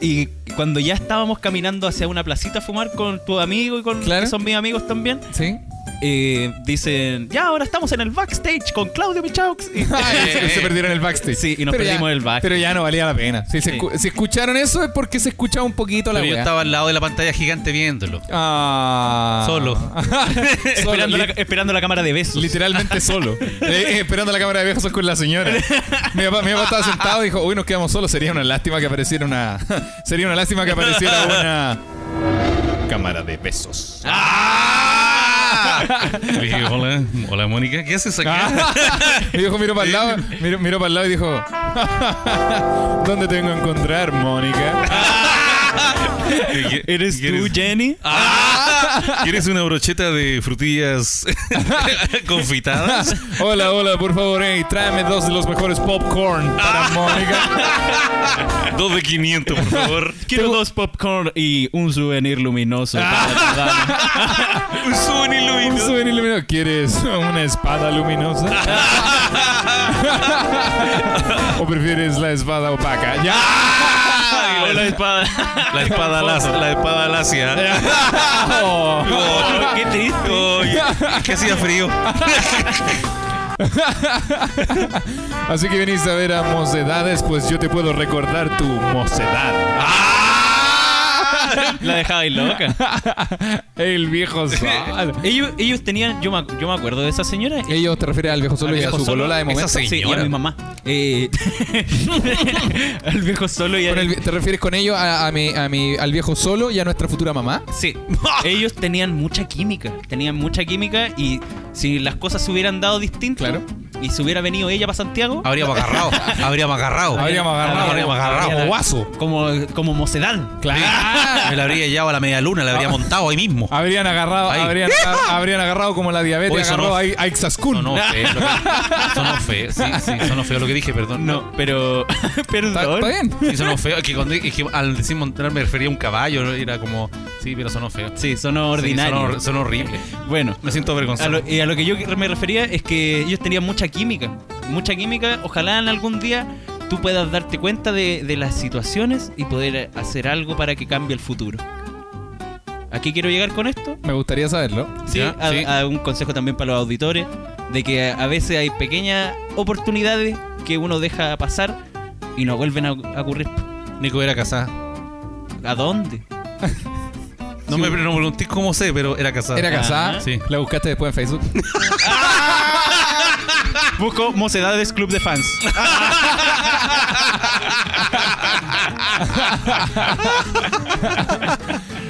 Speaker 2: y cuando ya estábamos caminando hacia una placita a fumar con tu amigo y con
Speaker 1: Claro.
Speaker 2: que son mis amigos también,
Speaker 1: Sí.
Speaker 2: eh, dicen, yaaux, ahora estamos en el backstage con Claudio Michaux. Y-
Speaker 1: Ah, se, se perdieron el backstage.
Speaker 2: Eh, Sí, y nos
Speaker 1: Pero ya-
Speaker 2: perdimos el backstage.
Speaker 1: Pero ya no valía la pena. Si, se
Speaker 2: Sí.
Speaker 1: escu- si escucharon eso es porque se escuchaba un poquito la
Speaker 5: Pero yo
Speaker 1: wea.
Speaker 5: estaba al lado de la pantalla gigante viéndolo.
Speaker 1: Ah.
Speaker 5: Solo.
Speaker 1: solo
Speaker 2: esperando, la,
Speaker 1: li-
Speaker 2: esperando la cámara de besos.
Speaker 1: Literalmente solo. Eh, eh, esperando la cámara de viejos con la señora. Mi papá, mi papá estaba sentado y dijo, uy, nos quedamos solos. Sería una lástima que apareciera una. Sería una lástima que apareciera una. Cámara de besos.
Speaker 2: Ah.
Speaker 5: Le dije, hola, hola Mónica, ¿qué haces acá?
Speaker 1: Mi viejo miró para el lado, miró, miró para el lado y dijo, ¿dónde tengo que encontrar, Mónica?
Speaker 5: Y dije,
Speaker 2: ¿Eres
Speaker 5: ¿quién
Speaker 2: tú,
Speaker 5: es?
Speaker 2: Jenny?
Speaker 5: ¡Ah! ¿Quieres una brocheta de frutillas confitadas?
Speaker 1: Hola, hola, por favor, hey, tráeme dos de los mejores popcorn para Mónica.
Speaker 5: Dos de 500, por favor.
Speaker 2: Quiero dos popcorn y un souvenir luminoso.
Speaker 5: Un souvenir
Speaker 1: Un
Speaker 5: luminoso.
Speaker 1: souvenir luminoso. ¿Quieres una espada luminosa? ¿O prefieres la espada opaca? ¡Ya!
Speaker 2: o la espada.
Speaker 5: La espada lacia. La espada lacia.
Speaker 1: Oh.
Speaker 5: Oh,
Speaker 2: qué triste.
Speaker 5: Oye, que hacía frío.
Speaker 1: Así que venís a ver a mocedades, pues yo te puedo recordar tu mocedad.
Speaker 2: La dejaba ir loca.
Speaker 1: El viejo sol.
Speaker 2: Ellos, ellos tenían, yo me, yo me acuerdo de esa señora.
Speaker 1: Ellos te refieres al viejo solo y a
Speaker 2: viejo
Speaker 1: su
Speaker 2: solo.
Speaker 1: bolola de momento.
Speaker 5: Esa
Speaker 2: Sí, y a
Speaker 5: señora.
Speaker 2: mi mamá. Eh, al viejo solo y a
Speaker 1: Con el- ¿Te refieres con ellos a, a mi, a mi- al viejo solo y a nuestra futura mamá?
Speaker 2: Sí, ellos tenían mucha química, tenían mucha química y si las cosas se hubieran dado distintas
Speaker 1: Claro.
Speaker 2: y se hubiera venido ella para Santiago,
Speaker 5: Habríamos agarrado. Habríamos agarrado.
Speaker 1: Habríamos agarrado.
Speaker 5: Habríamos agarrado.
Speaker 1: Como guaso.
Speaker 2: como, como mocedad.
Speaker 5: Ah, Me la habría llevado a la media luna, la habría montado ahí mismo.
Speaker 1: Habrían agarrado,
Speaker 5: Ahí.
Speaker 1: habrían, habrían agarrado como la diabetes
Speaker 5: Oye, eso
Speaker 1: agarró
Speaker 5: no-
Speaker 1: a, a Ixaskun.
Speaker 5: No, no, feo. lo que- Sonó feo. Sí, sí, sonó feo lo que dije, perdón.
Speaker 2: No, pero
Speaker 1: ¿Está,
Speaker 2: perdón.
Speaker 1: está bien?
Speaker 5: Sí, sonó feo. Es que, cuando- es que al decir montar me refería a un caballo. ¿no? Era como. Sí, pero sonó feo.
Speaker 2: Sí, sonó
Speaker 5: Sí,
Speaker 2: ordinario.
Speaker 5: sonó, sonó horrible.
Speaker 2: Bueno,
Speaker 5: Me siento
Speaker 2: a
Speaker 5: avergonzado.
Speaker 2: lo, y a lo que yo me refería es que ellos tenían mucha química, mucha química. Ojalá en algún día tú puedas darte cuenta de, de las situaciones y poder hacer algo para que cambie el futuro. ¿A qué quiero llegar con esto?
Speaker 1: Me gustaría saberlo.
Speaker 2: Sí,
Speaker 5: Ya,
Speaker 2: a,
Speaker 5: sí.
Speaker 2: a un consejo también para los auditores, de que a veces hay pequeñas oportunidades que uno deja pasar y no vuelven a, a ocurrir.
Speaker 5: Nico era casada.
Speaker 2: ¿A dónde?
Speaker 5: No me no me pregunté cómo sé, pero era casada.
Speaker 1: Era casada.
Speaker 2: Ajá.
Speaker 5: Sí.
Speaker 1: La buscaste después en Facebook.
Speaker 2: Busco Mocedades Club de Fans.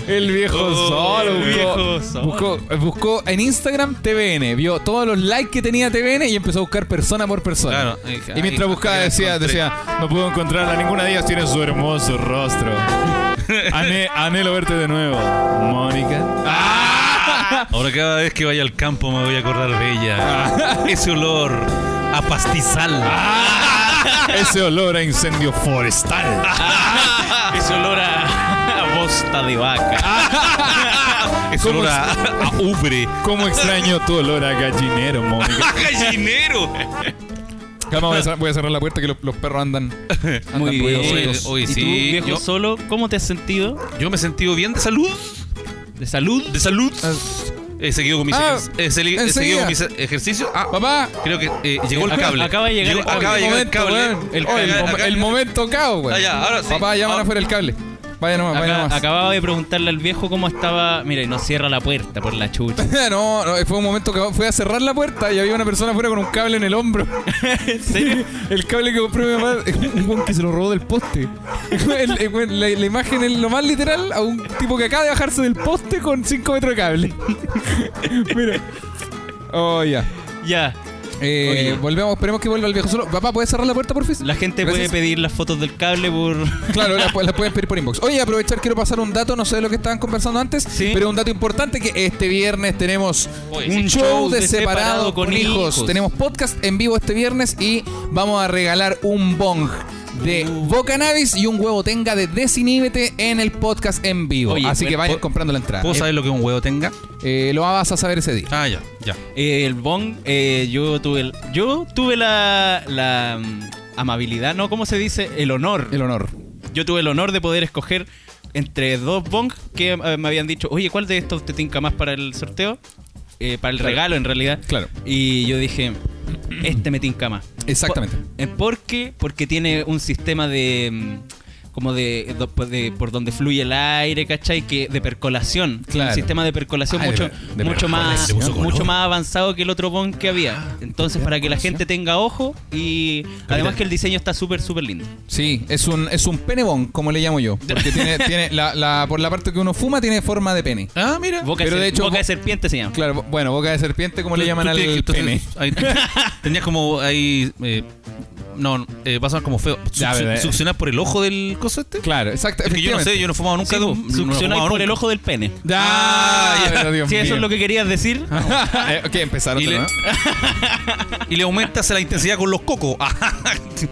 Speaker 1: El viejo
Speaker 5: Oh,
Speaker 1: solo.
Speaker 5: el
Speaker 1: Buscó,
Speaker 2: viejo sol.
Speaker 1: Buscó, buscó en Instagram TVN. Vio todos los likes que tenía TVN y empezó a buscar persona por persona.
Speaker 5: Claro, ahí-
Speaker 1: y
Speaker 5: ahí-
Speaker 1: mientras buscaba
Speaker 5: ahí la
Speaker 1: decía,
Speaker 5: encontré.
Speaker 1: decía, no puedo encontrarla. Ninguna de ellas tiene su hermoso rostro. Ane- anhelo verte de nuevo, Mónica.
Speaker 5: Ahora cada vez que vaya al campo me voy a acordar de ella. Ese olor a pastizal.
Speaker 1: Ese olor a incendio forestal.
Speaker 2: Ese olor a, a bosta de vaca.
Speaker 5: Ese olor
Speaker 1: ¿cómo
Speaker 5: a, a ubre.
Speaker 1: ¿Cómo extraño tu olor a gallinero, Mónica?
Speaker 5: ¡Gallinero!
Speaker 1: Calma, voy a cerrar, voy a cerrar la puerta que los, los perros andan. andan
Speaker 2: Muy bien.
Speaker 1: ruidosos.
Speaker 5: Oye,
Speaker 2: ¿Y tú,
Speaker 5: sí,
Speaker 2: viejo
Speaker 5: yo-
Speaker 2: solo, cómo te has sentido?
Speaker 5: Yo me he sentido bien de salud.
Speaker 2: ¿De salud?
Speaker 5: De salud.
Speaker 1: Ah.
Speaker 5: He seguido con mis,
Speaker 1: Ah,
Speaker 5: ejer- he seli- he
Speaker 1: enseguida.
Speaker 5: seguido con mis ejercicios. Ah,
Speaker 1: Papá,
Speaker 5: creo que eh, llegó el
Speaker 2: Acá-
Speaker 5: cable.
Speaker 2: acaba de llegar
Speaker 5: Ah, Llegó-
Speaker 2: el cable.
Speaker 5: acaba de
Speaker 1: el
Speaker 5: llegar el
Speaker 1: momento,
Speaker 5: cable.
Speaker 1: weón.
Speaker 5: El
Speaker 1: Oh, el
Speaker 5: cable,
Speaker 1: mom-
Speaker 5: acá-
Speaker 1: el momento cao, weón.
Speaker 5: Ah, ya, ahora sí.
Speaker 1: Papá, llaman
Speaker 5: Ah.
Speaker 1: afuera el cable. Vaya nomás, vaya
Speaker 2: Acá-
Speaker 1: nomás.
Speaker 2: acababa de preguntarle al viejo cómo estaba. Mira, y nos cierra la puerta por la chucha.
Speaker 1: No, no, fue un momento que fue a cerrar la puerta y había una persona afuera con un cable en el hombro.
Speaker 2: ¿En serio?
Speaker 1: El cable que compró mi mamá, un weón que se lo robó del poste. El- el weón, la, la imagen es lo más literal a un tipo que acaba de bajarse del poste con 5 metros de cable. Mira. Oh, ya.
Speaker 2: Ya.
Speaker 1: Eh,
Speaker 2: Oye.
Speaker 1: volvemos, esperemos que vuelva el viejo solo. Papá, ¿puedes cerrar la puerta, por favor?
Speaker 2: La gente
Speaker 1: Gracias.
Speaker 2: puede pedir las fotos del cable por.
Speaker 1: Claro, las la pueden pedir por inbox. Oye, aprovechar, quiero pasar un dato, no sé de lo que estaban conversando antes,
Speaker 2: Sí.
Speaker 1: pero un dato importante que este viernes tenemos
Speaker 5: Oye,
Speaker 1: un
Speaker 2: sí.
Speaker 1: show de separado con hijos. Tenemos podcast en vivo este viernes y vamos a regalar un bong de
Speaker 5: Uh.
Speaker 1: Bocanabis y un huevo tenga de Desiníbete en el podcast en vivo.
Speaker 2: Oye,
Speaker 1: Así que
Speaker 2: pero-
Speaker 1: vayan comprando la entrada.
Speaker 5: ¿Puedo saber lo que un huevo tenga?
Speaker 1: Eh, lo vas a saber ese día.
Speaker 5: Ah, ya, ya.
Speaker 2: Eh, el Bong, eh, yo tuve el- yo tuve la, la, mm, amabilidad, ¿no? ¿Cómo se dice? El honor.
Speaker 1: El honor.
Speaker 2: Yo tuve el honor de poder escoger entre dos Bong que eh, me habían dicho, oye, ¿cuál de estos te tinca más para el sorteo? Eh, para el regalo, en realidad.
Speaker 1: Claro.
Speaker 2: Y yo dije, este me tinca más.
Speaker 1: Exactamente.
Speaker 2: Eh, ¿Por qué? Porque tiene un sistema de. mm, como de, do- pues de- por donde fluye el aire, ¿cachai? Que de percolación. Tiene
Speaker 1: Claro.
Speaker 2: Un sistema de percolación
Speaker 1: Ah, de
Speaker 2: mucho,
Speaker 1: per- de
Speaker 2: mucho, más,
Speaker 1: percolación.
Speaker 2: mucho más avanzado que el otro bong que
Speaker 1: Ah,
Speaker 2: había. Entonces, para que la gente tenga ojo y además que el diseño está súper, súper lindo.
Speaker 1: Sí, es un, es un penebón, como le llamo yo. Porque tiene, tiene la, la- por la parte que uno fuma, tiene forma de pene.
Speaker 5: Ah, mira.
Speaker 2: Boca,
Speaker 1: Pero
Speaker 2: de,
Speaker 1: de
Speaker 2: ser-
Speaker 1: hecho,
Speaker 2: boca
Speaker 1: bo-
Speaker 2: de serpiente se llama.
Speaker 1: Claro, bo- bueno, boca de serpiente, como le
Speaker 5: Tú-
Speaker 1: llaman
Speaker 5: tú
Speaker 1: al
Speaker 5: tienes que-
Speaker 1: pene.
Speaker 5: entonces, ahí- tenías como ahí eh, No, no, eh, va a sonar como feo.
Speaker 1: Ya,
Speaker 5: Succion-
Speaker 1: a ver, eh.
Speaker 5: ¿Succionar por el ojo del coso este?
Speaker 1: Claro, exacto.
Speaker 5: Es que yo no sé, yo no he fumado nunca. no- no he
Speaker 2: mm, Succionáis
Speaker 5: fumado
Speaker 2: por el
Speaker 5: nunca.
Speaker 2: ojo del pene.
Speaker 1: Ya,
Speaker 5: Ah, ya.
Speaker 1: pero Dios
Speaker 2: Si eso
Speaker 1: mío.
Speaker 2: es lo que querías decir,
Speaker 1: Eh, ok, empezaron.
Speaker 5: Y le-
Speaker 1: ¿no?
Speaker 5: Y le aumentas la intensidad con los cocos. Ajá.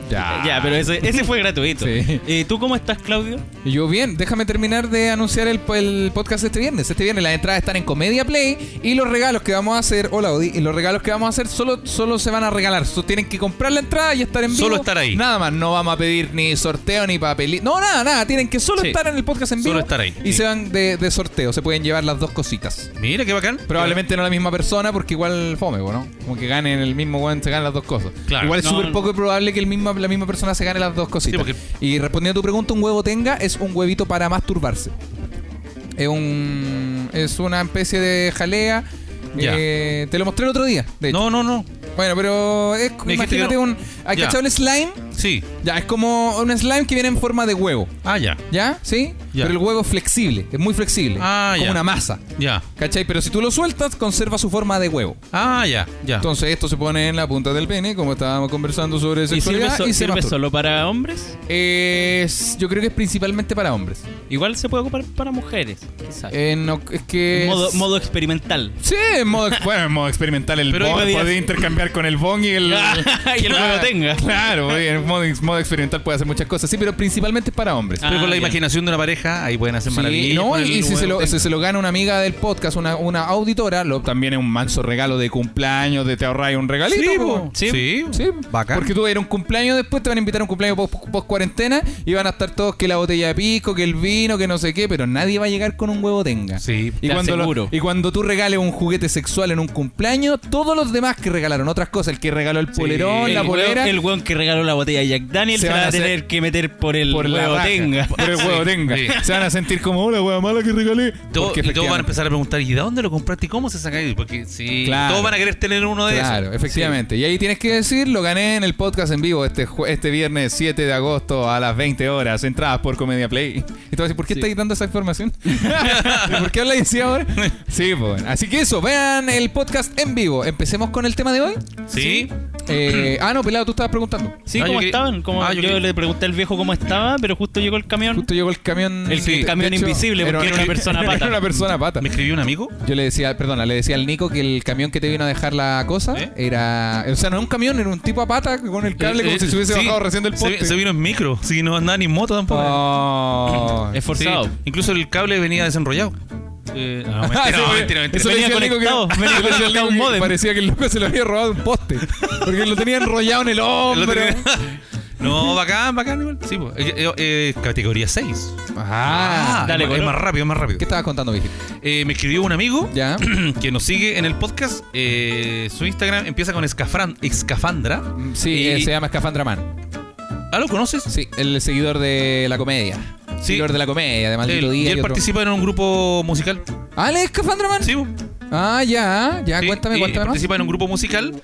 Speaker 1: Ya.
Speaker 2: Ah. ya, pero ese, ese fue gratuito.
Speaker 1: Sí.
Speaker 2: Eh, ¿Tú cómo estás, Claudio?
Speaker 1: Y Yo bien, déjame terminar de anunciar el, el podcast este viernes. Este viernes las entradas están en Comedia Play y los regalos que vamos a hacer, hola Odi, y los regalos que vamos a hacer solo, solo se van a regalar. So- tienen que comprar la entrada y estar en vivo.
Speaker 5: Solo estar ahí.
Speaker 1: Nada más, no vamos a pedir ni sorteo ni papelito. No, nada, nada. Tienen que solo
Speaker 5: Sí.
Speaker 1: estar en el podcast en vivo.
Speaker 5: Solo estar ahí,
Speaker 1: Y
Speaker 5: sí.
Speaker 1: se van de, de sorteo, se pueden llevar las dos cositas.
Speaker 5: Mira qué bacán.
Speaker 1: Probablemente no la misma persona, porque igual fome, po, ¿no? Como que ganen el mismo weón, se ganan las dos cosas.
Speaker 5: Claro.
Speaker 1: igual es
Speaker 2: No,
Speaker 1: súper
Speaker 2: no.
Speaker 1: poco probable que el misma, la misma persona se gane las dos cositas.
Speaker 5: Sí,
Speaker 1: Y respondiendo a tu pregunta, un huevo tenga es un huevito para masturbarse. Es un. Es una especie de jalea.
Speaker 5: Ya.
Speaker 1: Eh, te lo mostré el otro día, de hecho.
Speaker 5: No, no, no.
Speaker 1: Bueno, pero es,
Speaker 5: Me dijiste
Speaker 1: imagínate
Speaker 5: que no.
Speaker 1: un. ¿Has
Speaker 5: Ya.
Speaker 1: cachado el slime?
Speaker 5: Sí.
Speaker 1: Ya, es como un slime que viene en forma de huevo.
Speaker 5: Ah, ya.
Speaker 1: ¿Ya? ¿Sí?
Speaker 5: Ya.
Speaker 1: Pero el huevo es flexible, es muy flexible.
Speaker 5: Ah,
Speaker 1: como
Speaker 5: ya.
Speaker 1: una masa.
Speaker 5: Ya.
Speaker 1: ¿Cachai? Pero si tú lo sueltas, conserva su forma de huevo.
Speaker 5: Ah, ya. Ya.
Speaker 1: Entonces esto se pone en la punta del pene, como estábamos conversando sobre
Speaker 2: ¿Y sirve,
Speaker 1: sexualidad.
Speaker 2: so-
Speaker 1: Y se
Speaker 2: sirve
Speaker 1: masturba.
Speaker 2: solo para hombres?
Speaker 1: Es- yo creo que es principalmente para hombres.
Speaker 2: Igual se puede ocupar para mujeres, quizás.
Speaker 1: Eh, no, es que...
Speaker 2: modo, modo experimental.
Speaker 1: Sí, en modo, bueno, en modo experimental el
Speaker 2: Pero
Speaker 1: bong.
Speaker 2: ahí podía-
Speaker 1: Podéis intercambiar con el bong y el...
Speaker 2: y el huevo tenga.
Speaker 1: Claro, oye, en modo, modo experimental puede hacer muchas cosas. Sí, pero principalmente es para hombres.
Speaker 5: Pero
Speaker 2: Ah,
Speaker 5: con la
Speaker 2: ya.
Speaker 5: imaginación de una pareja, ahí pueden hacer
Speaker 1: Sí,
Speaker 5: maravillas.
Speaker 1: no,
Speaker 5: con
Speaker 1: y si
Speaker 5: el
Speaker 1: se,
Speaker 5: huevo
Speaker 1: lo,
Speaker 5: tenga.
Speaker 1: si se lo gana una amiga del podcast, una, una auditora, lo, también es un manso regalo de cumpleaños, de te ahorráis un regalito.
Speaker 5: Sí,
Speaker 1: po.
Speaker 5: po. sí.
Speaker 1: Sí,
Speaker 5: Bacán.
Speaker 1: porque tú vas a ir a un cumpleaños después, te van a invitar a un cumpleaños post cuarentena y van a estar todos que la botella de pisco, que el vino, que no sé qué, pero nadie va a llegar con un huevo tenga.
Speaker 5: Sí,
Speaker 1: y
Speaker 2: te
Speaker 1: cuando lo-
Speaker 2: aseguro.
Speaker 1: y cuando tú regales un juguete sexual en un cumpleaños, todos los demás que regalaron otras cosas, el que regaló el polerón,
Speaker 2: el
Speaker 1: la
Speaker 2: huevo-
Speaker 1: polera,
Speaker 2: el hueón que regaló la botella de Jack Daniel
Speaker 1: Se
Speaker 2: se,
Speaker 1: van
Speaker 2: va
Speaker 1: a
Speaker 2: a
Speaker 1: hacer-
Speaker 2: tener que meter por el
Speaker 1: por la
Speaker 2: huevo
Speaker 1: raja,
Speaker 2: tenga.
Speaker 1: por el huevo tenga.
Speaker 5: sí.
Speaker 1: Se van a sentir como, hola, hueá mala que regalé.
Speaker 5: Todo,
Speaker 1: Porque
Speaker 5: y todos van a
Speaker 1: efectivamente-
Speaker 5: empezar a preguntar, ¿y de dónde lo compraste? ¿Y cómo se saca ahí? Porque sí,
Speaker 1: Claro.
Speaker 5: todos van a querer tener uno de esos.
Speaker 1: Claro, efectivamente. Y ahí tienes que decir, lo gané en el podcast en vivo este, jue- este viernes 7 de agosto a las 20 horas, entradas por Comedia Play. Y tú vas a decir, ¿por qué estáis dando esa información? ¿Y ¿Por qué habláis así ahora? Sí, pues. Así que eso, vean el podcast en vivo. Empecemos con el tema de hoy.
Speaker 5: Sí.
Speaker 1: Eh, ah, no, Pelado, tú estabas preguntando.
Speaker 2: Sí,
Speaker 5: Ah, yo
Speaker 2: ¿cómo
Speaker 5: quería-
Speaker 2: estaban? Como
Speaker 5: ah, yo
Speaker 2: yo
Speaker 5: quería-
Speaker 2: le pregunté al viejo cómo estaba, pero justo llegó el camión.
Speaker 1: Justo llegó el camión...
Speaker 2: El
Speaker 1: de-
Speaker 2: camión
Speaker 1: de hecho,
Speaker 2: invisible, porque era una persona
Speaker 1: Era
Speaker 2: pata.
Speaker 1: una persona pata.
Speaker 5: Me escribió un amigo.
Speaker 1: Yo le decía, perdona, le decía al Nico que el camión que te vino a dejar la cosa
Speaker 5: ¿Eh?
Speaker 1: era. O sea, no era un camión, era un tipo a pata con el cable como
Speaker 5: Eh,
Speaker 1: si se hubiese
Speaker 5: sí,
Speaker 1: bajado recién del
Speaker 5: se-
Speaker 1: poste.
Speaker 5: Se, vino en micro, sí, no andaba ni en moto tampoco.
Speaker 1: Oh.
Speaker 5: Sí,
Speaker 2: Esforzado.
Speaker 5: Incluso el cable venía desenrollado. Eh, no, mentira,
Speaker 1: Ah, sí,
Speaker 5: no,
Speaker 1: porque
Speaker 5: mentira, mentira.
Speaker 1: Eso le
Speaker 2: Venía
Speaker 1: dije al Nico que-
Speaker 2: conectado, venía
Speaker 1: yo le dije al
Speaker 2: conectado a un
Speaker 1: Nico que
Speaker 2: módem.
Speaker 1: Parecía que el loco se lo había robado de un poste. Porque lo tenía enrollado en el
Speaker 5: El otro
Speaker 1: hombro.
Speaker 5: día- No, bacán, bacán igual. Sí, pues. Eh, eh, eh, categoría 6.
Speaker 1: Ah.
Speaker 2: dale,
Speaker 5: es, más- es
Speaker 2: color.
Speaker 5: más rápido, es más rápido.
Speaker 1: ¿Qué estabas contando, Vigil?
Speaker 5: Eh, me escribió un amigo
Speaker 1: Ya.
Speaker 5: que nos sigue en el podcast. Eh, su Instagram empieza con escafran, escafandra.
Speaker 1: Sí,
Speaker 5: Y-
Speaker 1: eh, se llama Escafandra Man.
Speaker 5: ¿Ah, lo conoces?
Speaker 1: Sí, el seguidor de la comedia.
Speaker 5: Sí.
Speaker 1: Seguidor de la comedia, de Maldito
Speaker 5: Él-
Speaker 1: Día.
Speaker 5: y él
Speaker 1: otro-
Speaker 5: participa en un grupo musical.
Speaker 1: Ah, ¿él es Escafandra Man?
Speaker 5: Sí,
Speaker 1: Ah, ya. Ya,
Speaker 5: sí,
Speaker 1: cuéntame,
Speaker 5: y
Speaker 1: cuéntame más.
Speaker 5: Participa en un grupo musical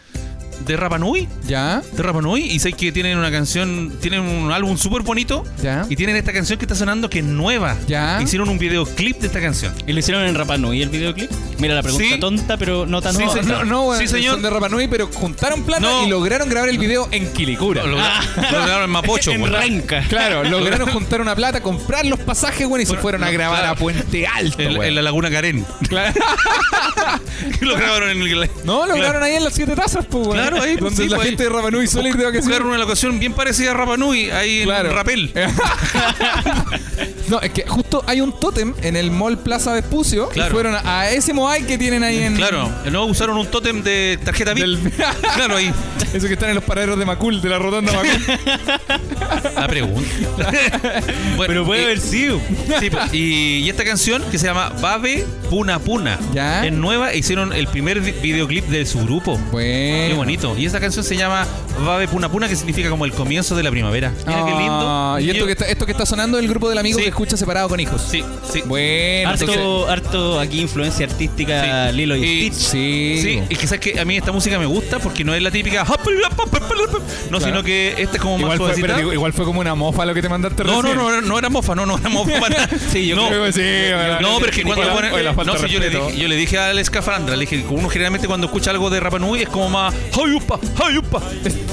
Speaker 5: de Rapa Nui.
Speaker 1: Ya,
Speaker 5: De Rapa Nui. Y sé que tienen una canción, tienen un álbum súper bonito.
Speaker 1: ya.
Speaker 5: Y tienen esta canción que está sonando que es nueva.
Speaker 1: Ya.
Speaker 5: Hicieron un videoclip de esta canción.
Speaker 2: Y lo hicieron en Rapano. ¿Y el videoclip? Mira, la pregunta
Speaker 5: Sí.
Speaker 2: tonta, pero no tan
Speaker 5: Sí,
Speaker 2: tonta.
Speaker 5: sí,
Speaker 1: No, no, weón,
Speaker 5: Sí, señor.
Speaker 1: son de Rapa Nui, pero juntaron plata
Speaker 5: No.
Speaker 1: y lograron grabar el video en Quilicura.
Speaker 5: Lo, lo- lo grabaron en Mapocho.
Speaker 2: en
Speaker 5: weón.
Speaker 2: Renca.
Speaker 1: Claro, lograron juntar una plata, comprar los pasajes, weón, y se fueron a grabar
Speaker 5: claro.
Speaker 1: a Puente Alto,
Speaker 5: En,
Speaker 1: weón.
Speaker 5: en la Laguna Karen.
Speaker 1: Claro.
Speaker 5: Que lo grabaron en el.
Speaker 1: No, lograron ahí en las siete tazas, pues, weón.
Speaker 5: Claro, ahí,
Speaker 1: Donde
Speaker 5: sí,
Speaker 1: la
Speaker 5: pues,
Speaker 1: gente de Rapa Nui suele ir de vacaciones.
Speaker 5: Buscaron una locación bien parecida a Rapa Nui, ahí
Speaker 1: Claro. Eh,
Speaker 5: en Rapel.
Speaker 1: No, es que justo hay un tótem en el Mall Plaza Vespucio y
Speaker 5: Claro.
Speaker 1: fueron a, a ese Moai que tienen ahí en...
Speaker 5: Claro, no usaron un tótem de tarjeta VIP.
Speaker 1: Del-
Speaker 5: Claro, ahí.
Speaker 1: Eso que están en los paraderos de Macul, de la rotonda Macul.
Speaker 5: La pregunta. Bueno,
Speaker 2: Pero puede
Speaker 5: eh,
Speaker 2: haber sido.
Speaker 5: sí, pues, y, y esta canción que se llama Babe Puna Puna.
Speaker 1: Ya.
Speaker 5: Es nueva e hicieron el primer vi- videoclip de su grupo. Qué
Speaker 1: Bueno.
Speaker 5: bonito. Y esta canción se llama Babe Puna Puna, que significa como el comienzo de la primavera. Mira qué lindo.
Speaker 1: Ah, Y esto
Speaker 5: Yo-
Speaker 1: que, está, esto que está sonando es el grupo del amigo
Speaker 5: Sí,
Speaker 1: que escucha separado con hijos.
Speaker 5: Sí, sí.
Speaker 1: Bueno, entonces-
Speaker 2: Harto, harto aquí influencia artística Lilo y,
Speaker 5: Y-
Speaker 2: Stitch.
Speaker 1: sí.
Speaker 5: Sí, y quizás que a mí esta música me gusta porque no es la típica. No, sino que esta es como más
Speaker 1: Igual fue,
Speaker 5: suavecita.
Speaker 1: pero igual fue como una mofa lo que te mandaste
Speaker 5: No, no,
Speaker 1: recién.
Speaker 5: no, no era mofa, no, no era mofa. para nada.
Speaker 2: Sí, yo
Speaker 5: no,
Speaker 1: creo que sí, bueno.
Speaker 5: No, pero es que cuando
Speaker 1: Oye,
Speaker 5: ponen.
Speaker 1: oye, la falta
Speaker 5: no, sí,
Speaker 1: de
Speaker 5: yo, le
Speaker 1: respeto.
Speaker 5: dije, yo le dije al escafandra, le dije, uno generalmente cuando escucha algo de Rapa Nui es como más. ¡Hayupa! ¡Hayupa!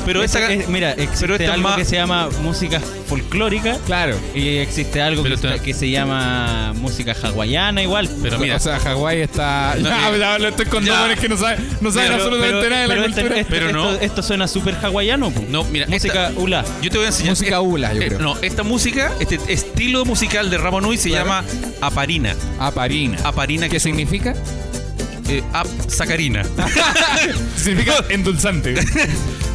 Speaker 5: Pero
Speaker 2: Eso
Speaker 5: esta.
Speaker 2: es- mira,
Speaker 5: pero
Speaker 2: existe
Speaker 5: esta es
Speaker 2: algo
Speaker 5: más-
Speaker 2: que se llama música folclórica
Speaker 1: Claro.
Speaker 2: y existe algo que,
Speaker 5: Pero esta-
Speaker 2: que se llama música hawaiana igual.
Speaker 5: Pero mira.
Speaker 1: O sea, Hawái está.
Speaker 5: No,
Speaker 1: Ya,
Speaker 5: eh,
Speaker 1: ya, lo estoy con
Speaker 5: ya.
Speaker 1: números que no saben no saben
Speaker 5: Pero- este
Speaker 1: absolutamente nada de la
Speaker 2: pero
Speaker 1: cultura.
Speaker 2: Esto, esto-
Speaker 5: Pero no.
Speaker 2: esto- esto suena súper hawaiano. po.
Speaker 5: No, mira,
Speaker 2: música
Speaker 5: esta-
Speaker 2: hula.
Speaker 5: Yo te voy a enseñar.
Speaker 1: Música
Speaker 5: eh,
Speaker 1: hula, yo
Speaker 5: eh,
Speaker 1: creo.
Speaker 5: No, esta música, este estilo musical de Rapa Nui se
Speaker 1: Claro.
Speaker 5: llama aparina.
Speaker 1: Aparina.
Speaker 5: Aparina
Speaker 1: Ah,
Speaker 5: que
Speaker 1: ¿Qué
Speaker 5: es
Speaker 1: significa?
Speaker 5: eh, ap- sacarina.
Speaker 1: Significa endulzante.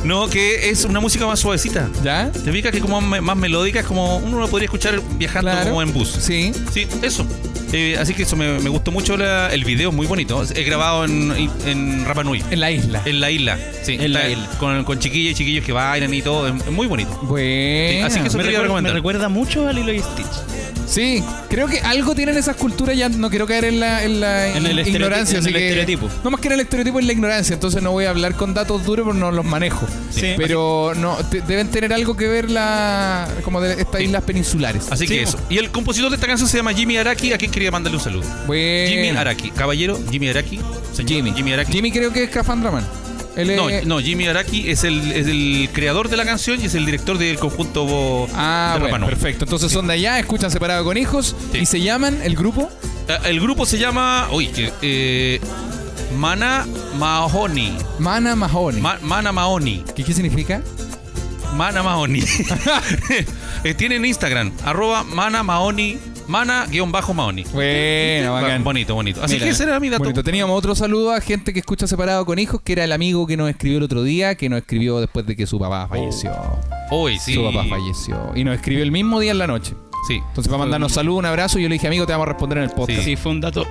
Speaker 5: no, que es una música más suavecita.
Speaker 1: ¿Ya?
Speaker 5: Te fijas que es como me- más melódica, es como uno lo podría escuchar viajando
Speaker 1: Claro.
Speaker 5: como en bus.
Speaker 1: Sí.
Speaker 5: Sí, eso. Eh, así que eso me, me gustó mucho la- el video, es muy bonito. He grabado en, en Rapa Nui,
Speaker 1: En la isla.
Speaker 5: en la isla. Sí,
Speaker 2: En la
Speaker 5: está-
Speaker 2: isla.
Speaker 5: Con, con chiquillos y chiquillos que bailan y todo. Es, es muy bonito.
Speaker 1: Bueno.
Speaker 5: Eh, así que eso
Speaker 2: me, recuerda,
Speaker 5: quería
Speaker 2: me
Speaker 5: recomendar.
Speaker 2: recuerda mucho a Lilo y Stitch.
Speaker 1: Sí, creo que algo tienen esas culturas, ya no quiero caer en la, en la
Speaker 2: En el
Speaker 1: in-
Speaker 2: estereotipo-
Speaker 1: ignorancia.
Speaker 2: en
Speaker 1: así
Speaker 2: el
Speaker 1: que-
Speaker 2: estereotipo.
Speaker 1: No más que en el estereotipo, en la ignorancia. Entonces no voy a hablar con datos duros porque no los manejo.
Speaker 2: Sí.
Speaker 1: Pero no, te- deben tener algo que ver la como de estas islas peninsulares.
Speaker 5: Así que eso.
Speaker 1: pues.
Speaker 5: Y el compositor de esta canción se llama Jimmy Araki. A quien quería mandarle un saludo.
Speaker 1: Bueno.
Speaker 5: Jimmy Araki. Caballero, Jimmy Araki. Señor,
Speaker 1: Eh, Jimmy.
Speaker 5: Jimmy Araki.
Speaker 1: Jimmy creo que es Cafandraman. Él es-
Speaker 5: No, no, Jimmy Araki es el, es el creador de la canción y es el director del conjunto Bo-
Speaker 1: Ah,
Speaker 5: de Rapa
Speaker 1: bueno,
Speaker 5: Nui.
Speaker 1: perfecto. Entonces son de allá, escuchan separado con hijos
Speaker 5: Sí.
Speaker 1: y se llaman el grupo.
Speaker 5: Eh, El grupo se llama. Uy, que. eh, Mana Mahoney.
Speaker 1: Mana Mahoney.
Speaker 5: Ma- Mana Mahoney.
Speaker 1: ¿Qué, qué significa?
Speaker 5: Mana Mahoney. Eh, Tienen Instagram, arroba Mana Mahoney, Mana-Mahoney.
Speaker 1: Bueno, bacán.
Speaker 5: Bonito, bonito. Así
Speaker 1: Mira,
Speaker 5: que ese era mi dato.
Speaker 1: Bonito. Teníamos otro saludo a gente que escucha separado con hijos, que era el amigo que nos escribió el otro día, que nos escribió después de que su papá falleció.
Speaker 5: Hoy Oh, sí.
Speaker 1: Su papá falleció. Y nos escribió el mismo día en la noche.
Speaker 5: Sí.
Speaker 1: Entonces, para mandarnos saludos, un abrazo, yo le dije, amigo, te vamos a responder en el podcast.
Speaker 2: Sí, fue un dato.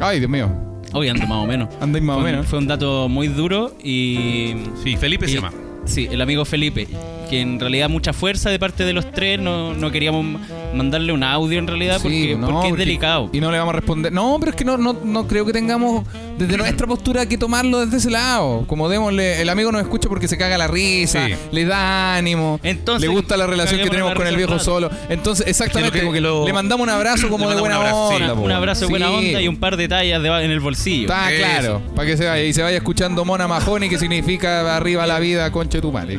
Speaker 1: Ay, Dios mío.
Speaker 2: Hoy ando más o menos.
Speaker 1: Andáis más o
Speaker 2: Fue-
Speaker 1: menos.
Speaker 2: Fue un dato muy duro y.
Speaker 5: Sí, Felipe
Speaker 2: y-
Speaker 5: se llama.
Speaker 2: Sí, el amigo Felipe. Que en realidad mucha fuerza de parte de los tres. No, no queríamos mandarle un audio en realidad
Speaker 1: Sí,
Speaker 2: porque,
Speaker 1: no,
Speaker 2: porque es
Speaker 1: porque-
Speaker 2: delicado.
Speaker 1: Y no le vamos a responder. No, pero es que no, no, no creo que tengamos desde nuestra postura que tomarlo desde ese lado. Como démosle, el amigo nos escucha porque se caga la risa,
Speaker 5: Sí.
Speaker 1: le da ánimo, le
Speaker 2: Entonces,
Speaker 1: gusta la relación que tenemos
Speaker 2: caguémonos la
Speaker 1: con el
Speaker 2: risa
Speaker 1: viejo
Speaker 2: al rato.
Speaker 1: solo. Entonces, exactamente,
Speaker 5: Es que lo que-
Speaker 1: como que
Speaker 5: lo-
Speaker 1: le mandamos un abrazo como
Speaker 5: le
Speaker 1: de buena
Speaker 5: mandamos un abrazo, sí.
Speaker 1: onda. po.
Speaker 2: Un abrazo, de buena
Speaker 1: Sí.
Speaker 2: onda y un par de tallas de- en el bolsillo.
Speaker 1: Está
Speaker 5: Eso.
Speaker 1: claro, para que se vaya y se vaya escuchando Mona Majoni, que significa arriba la vida, conche tu madre.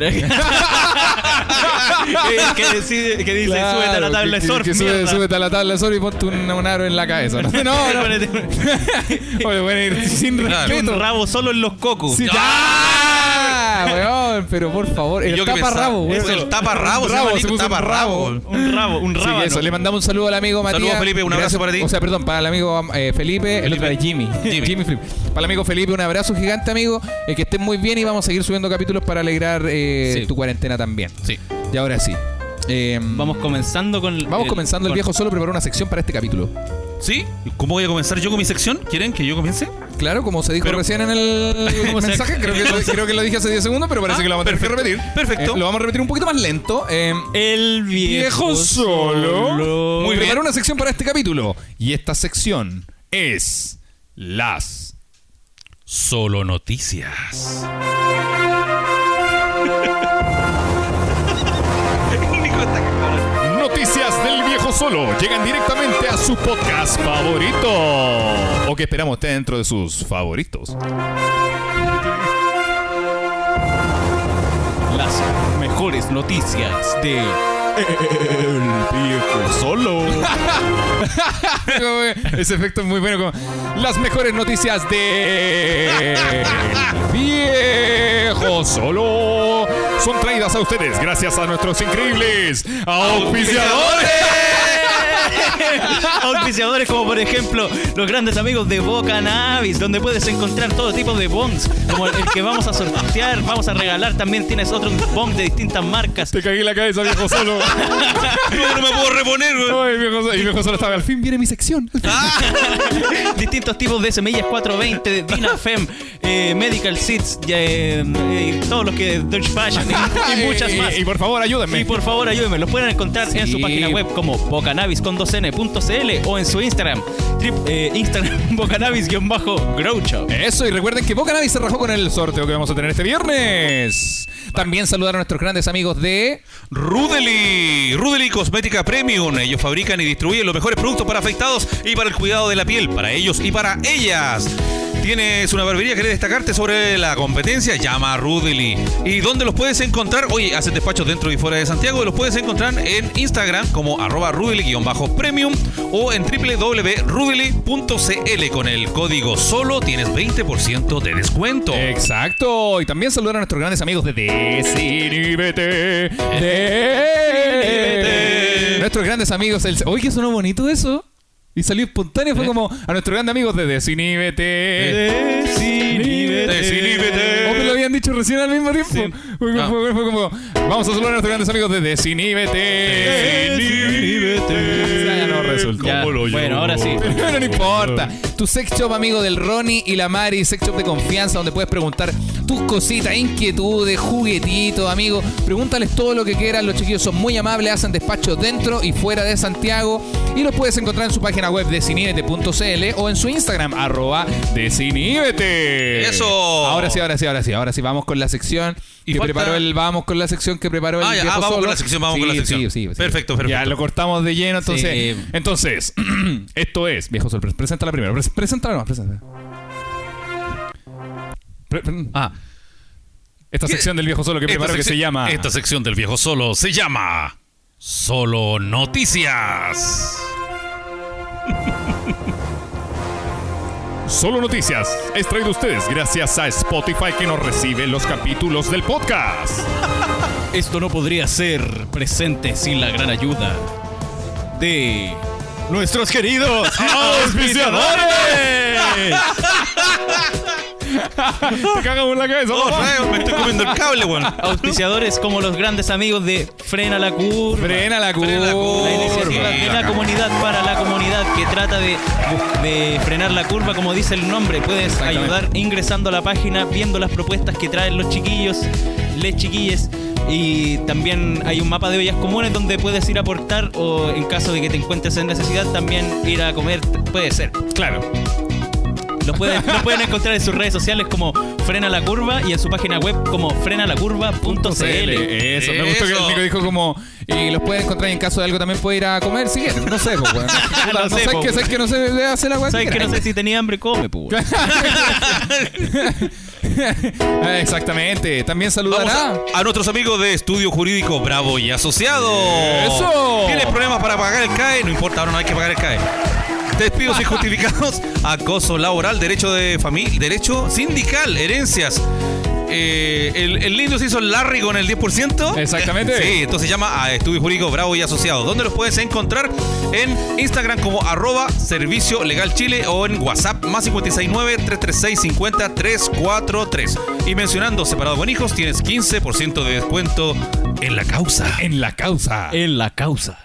Speaker 2: Eh, que, decide- que dice,
Speaker 1: Claro,
Speaker 2: súbete a la tabla
Speaker 1: que-
Speaker 2: de surf,
Speaker 1: que sube-
Speaker 2: mierda".
Speaker 1: súbete a la tabla de surf y ponte un, un aro en la cabeza. No, no, no. Oye, bueno, ir sin
Speaker 5: Claro.
Speaker 1: respeto.
Speaker 2: este- Un rabo solo en los cocos.
Speaker 1: Sí, ya, weón, pero por favor, el
Speaker 5: Yo que
Speaker 1: taparrabo,
Speaker 5: pensaba-
Speaker 1: weón.
Speaker 5: eso, el taparrabo, se llama,
Speaker 1: se
Speaker 5: Nico,
Speaker 1: puso un
Speaker 5: taparrabo.
Speaker 1: rabo.
Speaker 2: Un rabo, un
Speaker 1: Así que
Speaker 2: rabo.
Speaker 1: eso, le mandamos un saludo al amigo Matías.
Speaker 5: Saludos, Felipe, un abrazo para ti.
Speaker 1: O sea, perdón, para el amigo eh, Felipe, el otro
Speaker 5: Felipe.
Speaker 1: es Jimmy. Jimmy.
Speaker 5: Jimmy.
Speaker 1: Felipe. Para el amigo Felipe, un abrazo gigante, amigo. Eh, que estén muy bien y vamos a seguir subiendo capítulos para alegrar eh,
Speaker 5: Sí.
Speaker 1: tu cuarentena también.
Speaker 5: Sí.
Speaker 1: Y ahora sí. eh,
Speaker 2: Vamos comenzando con.
Speaker 5: eh,
Speaker 1: vamos comenzando. El
Speaker 2: con-
Speaker 1: viejo solo preparó una sección para este capítulo.
Speaker 5: ¿Sí? ¿Cómo voy a comenzar yo con mi sección? ¿Quieren que yo comience?
Speaker 1: Claro, como se dijo
Speaker 5: Pero-
Speaker 1: recién en el
Speaker 2: ¿Cómo se-
Speaker 1: mensaje, creo que, lo, creo que lo dije hace 10 segundos, pero parece
Speaker 5: Ah,
Speaker 1: que lo vamos a tener
Speaker 5: perfecto,
Speaker 1: que repetir.
Speaker 5: perfecto.
Speaker 1: Eh, lo vamos a repetir un poquito más lento. eh,
Speaker 2: El viejo,
Speaker 1: Viejo solo.
Speaker 5: Muy bien.
Speaker 1: preparó una sección para este capítulo. Y esta sección es las.
Speaker 3: Solo noticias.
Speaker 1: Noticias del viejo solo llegan directamente a su podcast favorito. O que esperamos esté dentro de sus favoritos.
Speaker 2: Las mejores noticias de.
Speaker 1: Ese efecto es muy bueno. Como, las mejores noticias de viejo solo son traídas a ustedes gracias a nuestros increíbles auspiciadores.
Speaker 2: Auspiciadores como por ejemplo los grandes amigos de Boca Navis, donde puedes encontrar todo tipo de bonds, como el que vamos a sortear, vamos a regalar. También tienes otros bonds de distintas marcas.
Speaker 1: Te cagué la cabeza, viejo solo.
Speaker 5: No, no me puedo reponer, güey.
Speaker 1: Ay, viejo solo. Y viejo solo estaba. Al fin viene mi sección.
Speaker 2: Distintos tipos de semillas 420 de Dinafem, eh, Medical Seats, y, eh, eh, todos los que Dutch Fashion y, y muchas más.
Speaker 1: Y, por favor, ayúdenme.
Speaker 2: Y por favor ayúdenme, los pueden encontrar en su
Speaker 1: Sí.
Speaker 2: página web como bocanabis con 2n.cl o en su Instagram, trip- eh, Instagram bocanabis-groucho.
Speaker 1: Eso, y recuerden que Boca Navi se rajó con el sorteo que vamos a tener este viernes. También saludar a nuestros grandes amigos de.
Speaker 5: Rudely, Rudely Cosmética Premium. Ellos fabrican y distribuyen los mejores productos para afectados y para el cuidado de la piel, para ellos y para ellas. ¿Tienes una barbería? ¿Querés destacarte sobre la competencia? Llama a Rudely. ¿Y dónde los puedes encontrar? Oye, hacen despachos dentro y fuera de Santiago. Los puedes encontrar en Instagram como arroba rudely-premium o en www.rudely.cl. Con el código SOLO tienes 20% de descuento.
Speaker 1: Eh, Exacto. Y también saludar a nuestros grandes amigos de Desinhibete. De... Nuestros grandes amigos. El... Oye, que sonó bonito eso. Y salió espontáneo. Fue como a nuestros grandes amigos de Desinhibete.
Speaker 5: Desinhíbete.
Speaker 1: O me lo habían dicho recién al mismo tiempo. Fue, como-
Speaker 5: Ah.
Speaker 1: fue- fue como, vamos a saludar a nuestros grandes amigos de Desinhibete. Ya, ya no resultó.
Speaker 2: Ya, bueno, ahora sí.
Speaker 1: Pero no importa. Tu sex shop amigo del Ronnie y la Mari, sex shop de confianza donde puedes preguntar tus cositas, inquietudes, juguetitos, amigo. Pregúntales todo lo que quieras. Los chiquillos son muy amables, hacen despachos dentro y fuera de Santiago. Y los puedes encontrar en su página web desinhibete.cl o en su Instagram, arroba desinhibete.
Speaker 5: Eso.
Speaker 1: Ahora sí, ahora sí, ahora sí. Ahora sí, vamos con la sección
Speaker 5: Y
Speaker 1: que
Speaker 5: falta-
Speaker 1: preparó el... Vamos con la sección que preparó el
Speaker 5: Ah, ya,
Speaker 1: viejo
Speaker 5: ah, vamos
Speaker 1: solo.
Speaker 5: con la sección, vamos con la
Speaker 1: Sí,
Speaker 5: sección.
Speaker 1: sí, sí, sí.
Speaker 5: Perfecto, perfecto.
Speaker 1: Ya, lo cortamos de lleno, entonces.
Speaker 2: Sí.
Speaker 1: Entonces, esto es, viejo sol, pres- preséntala primero. pres- Preséntala nomás, preséntala. Pre- pre-
Speaker 3: Ah.
Speaker 1: esta
Speaker 5: ¿Qué?
Speaker 1: sección del viejo solo que preparó que
Speaker 5: sección-
Speaker 1: se llama.
Speaker 3: Esta sección del viejo solo se llama Solo Noticias.
Speaker 1: Solo Noticias es traído a ustedes gracias a Spotify que nos recibe los capítulos del podcast.
Speaker 2: Esto no podría ser presente sin la gran ayuda de nuestros queridos auspiciadores.
Speaker 1: Te cagamos en la cabeza,
Speaker 5: Oh,
Speaker 1: papá.
Speaker 5: rayos, me estoy comiendo el cable, weón.
Speaker 2: auspiciadores como los grandes amigos de Frena la Curva.
Speaker 1: Frena la curva.
Speaker 5: Frena la curva.
Speaker 2: La iniciativa de la comunidad para la comunidad que trata de, de frenar la curva, como dice el nombre. Puedes
Speaker 1: Exactamente.
Speaker 2: ayudar ingresando a la página, viendo las propuestas que traen los chiquillos, les chiquilles. Y también hay un mapa de ollas comunes donde puedes ir a aportar o en caso de que te encuentres en necesidad también ir a comer, puede ser.
Speaker 1: Claro.
Speaker 2: Los pueden, los pueden encontrar en sus redes sociales como Frena la Curva y en su página web como frenalacurva.cl.
Speaker 1: Eso, me gustó que el
Speaker 5: Eso.
Speaker 1: Nico dijo como. Y los pueden encontrar y en caso de algo también puede ir a comer si quieren. No sé, pues, weón.
Speaker 2: No
Speaker 1: no
Speaker 2: sé,
Speaker 1: sé,
Speaker 2: po,
Speaker 1: que, sabes que no se le hace la weá.
Speaker 2: ¿Sabes que no sé si tenía hambre? Come, pues. weón.
Speaker 1: Ah, Exactamente. También
Speaker 5: Vamos
Speaker 1: saludará.
Speaker 5: a, a nuestros amigos de Estudio Jurídico Bravo y Asociados.
Speaker 1: Eso.
Speaker 5: ¿Tienes problemas para pagar el CAE? No importa, ahora no hay que pagar el CAE. Despidos injustificados, acoso laboral, derecho de familia, derecho sindical, herencias. Eh, el, el lindo se hizo Larry con el 10%.
Speaker 1: Exactamente.
Speaker 5: Sí, entonces llama a Estudio Jurídico Bravo y Asociados. ¿Dónde los puedes encontrar? En Instagram como arroba Servicio Legal Chile o en WhatsApp más 569-336-50-343. Y mencionando separado con hijos, tienes 15% de descuento en la causa.
Speaker 1: En la causa. Ah.
Speaker 2: En la causa.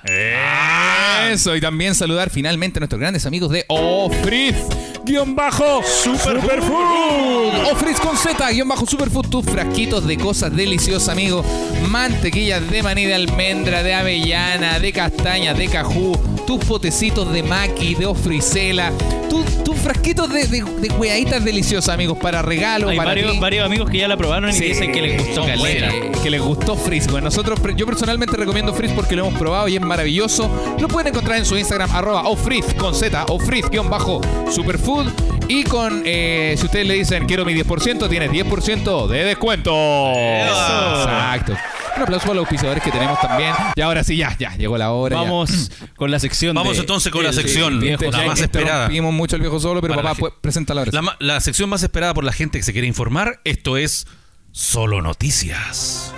Speaker 1: Eso. Y también saludar finalmente a nuestros grandes amigos de Ofriz. Guión bajo Superfood. Ofriz con Z, guión bajo Superfood. Tus frasquitos de cosas deliciosas, amigos. Mantequillas de maní, de almendra, de avellana, de castaña, de cajú. Tus potecitos de maqui, de ofricela. Tus tus frasquitos de, de, de hueaditas deliciosas, amigos. Para regalo,
Speaker 2: Hay
Speaker 1: para
Speaker 2: varios,
Speaker 1: ti.
Speaker 2: varios amigos que ya la probaron y
Speaker 1: Sí,
Speaker 2: dicen que les gustó
Speaker 1: son
Speaker 2: calera.
Speaker 1: buenas, Que les gustó Frizz. Bueno, nosotros, yo personalmente recomiendo Frizz porque lo hemos probado y es maravilloso. Lo pueden encontrar en su Instagram, arroba ofrizz con Z, ofrizz guión bajo superfood. Y con, eh, si ustedes le dicen quiero mi 10%, tienes 10% de descuento. Exacto. Un aplauso para los auspiciadores que tenemos también. Y ahora sí, ya, ya, llegó la hora. ya.
Speaker 2: Vamos con la sección.
Speaker 5: Vamos
Speaker 2: de-
Speaker 5: entonces con la
Speaker 2: el-
Speaker 5: sección,
Speaker 2: el viejo
Speaker 5: la
Speaker 2: solo.
Speaker 5: más esperada.
Speaker 1: Interrumpimos mucho el viejo solo, pero
Speaker 5: Para la
Speaker 1: papá,
Speaker 5: gente.
Speaker 1: pues, presenta la hora.
Speaker 5: La, ma- la sección más esperada por la gente que se quiere informar, esto es Solo Noticias.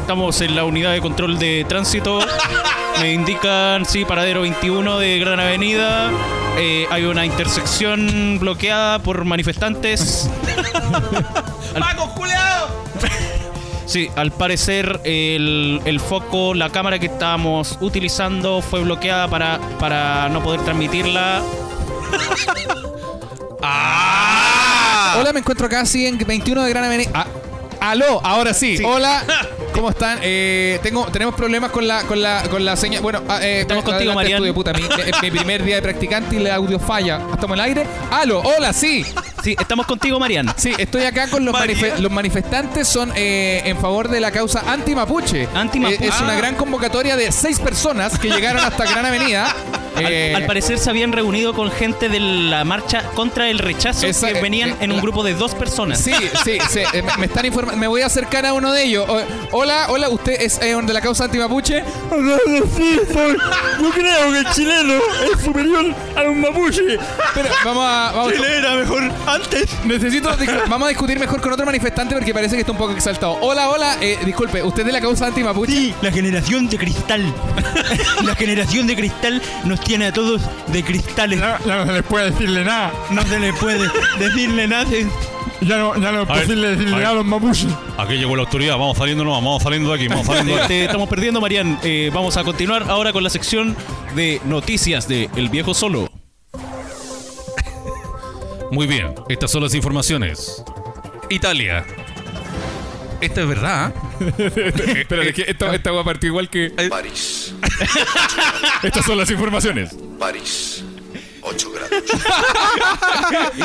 Speaker 2: Estamos en la unidad de control de tránsito. Me indican, sí, paradero 21 de Gran Avenida. Eh, hay una intersección bloqueada por manifestantes.
Speaker 5: ¡Paco, culeado!
Speaker 2: Sí, al parecer el, el foco, la cámara que estábamos utilizando fue bloqueada para, para no poder transmitirla.
Speaker 5: ¡Ah!
Speaker 1: Hola, me encuentro acá, sí, en 21 de Gran Avenida. Ah, aló, ahora sí. Hola, ¿cómo están? Eh, tengo, tenemos problemas con la, con la, con la señal. Bueno, ah, eh,
Speaker 2: Estamos contigo,
Speaker 1: adelante,
Speaker 2: Marian.
Speaker 1: estudio, puta, mi, es mi primer día de practicante y el audio falla. ¿Estamos al aire? Aló, hola, sí.
Speaker 2: Sí, estamos contigo, Marian.
Speaker 1: Sí, estoy acá con los,
Speaker 5: María.
Speaker 1: manife- los manifestantes, son eh, en favor de la causa anti-mapuche.
Speaker 2: Anti-mapuche.
Speaker 1: Eh, es una
Speaker 5: Ah.
Speaker 1: gran convocatoria de seis personas que llegaron hasta Gran Avenida. Eh,
Speaker 2: Al parecer se habían reunido con gente de la marcha contra el rechazo
Speaker 1: Esa-
Speaker 2: que
Speaker 1: eh,
Speaker 2: venían en un
Speaker 1: la-
Speaker 2: grupo de dos personas.
Speaker 1: Sí, sí, sí. eh, me- Me están informando. Me voy a acercar a uno de ellos. O- Hola, hola, ¿usted es eh, de la causa antimapuche?
Speaker 7: Yo creo que el chileno es superior a un mapuche.
Speaker 1: Pero vamos a. Vamos,
Speaker 7: Era mejor antes.
Speaker 1: necesito. dis- Vamos a discutir mejor con otro manifestante porque parece que está un poco exaltado. Hola, hola, eh, disculpe, ¿usted es de la causa antimapuche?
Speaker 7: Sí, la generación de cristal. la generación de cristal nos tiene a todos de cristales.
Speaker 8: Ya, ya no se les puede decirle nada.
Speaker 7: No se le puede decirle nada.
Speaker 8: Ya no, ya no es
Speaker 1: pues
Speaker 5: A ver,
Speaker 8: posible decirle
Speaker 5: a ver.
Speaker 8: nada a los mapuches.
Speaker 5: Aquí llegó la autoridad. Vamos saliendo, no, vamos saliendo de aquí, vamos saliendo de aquí.
Speaker 2: Te estamos perdiendo, Marian. Eh, vamos a continuar ahora con la sección de noticias de El Viejo Solo.
Speaker 3: Muy bien, estas son las informaciones. Italia.
Speaker 5: Esto es verdad. ¿eh?
Speaker 1: Pero es que esta, esta va a partir igual que.
Speaker 9: París,
Speaker 3: Estas son las informaciones.
Speaker 9: París, 8 grados.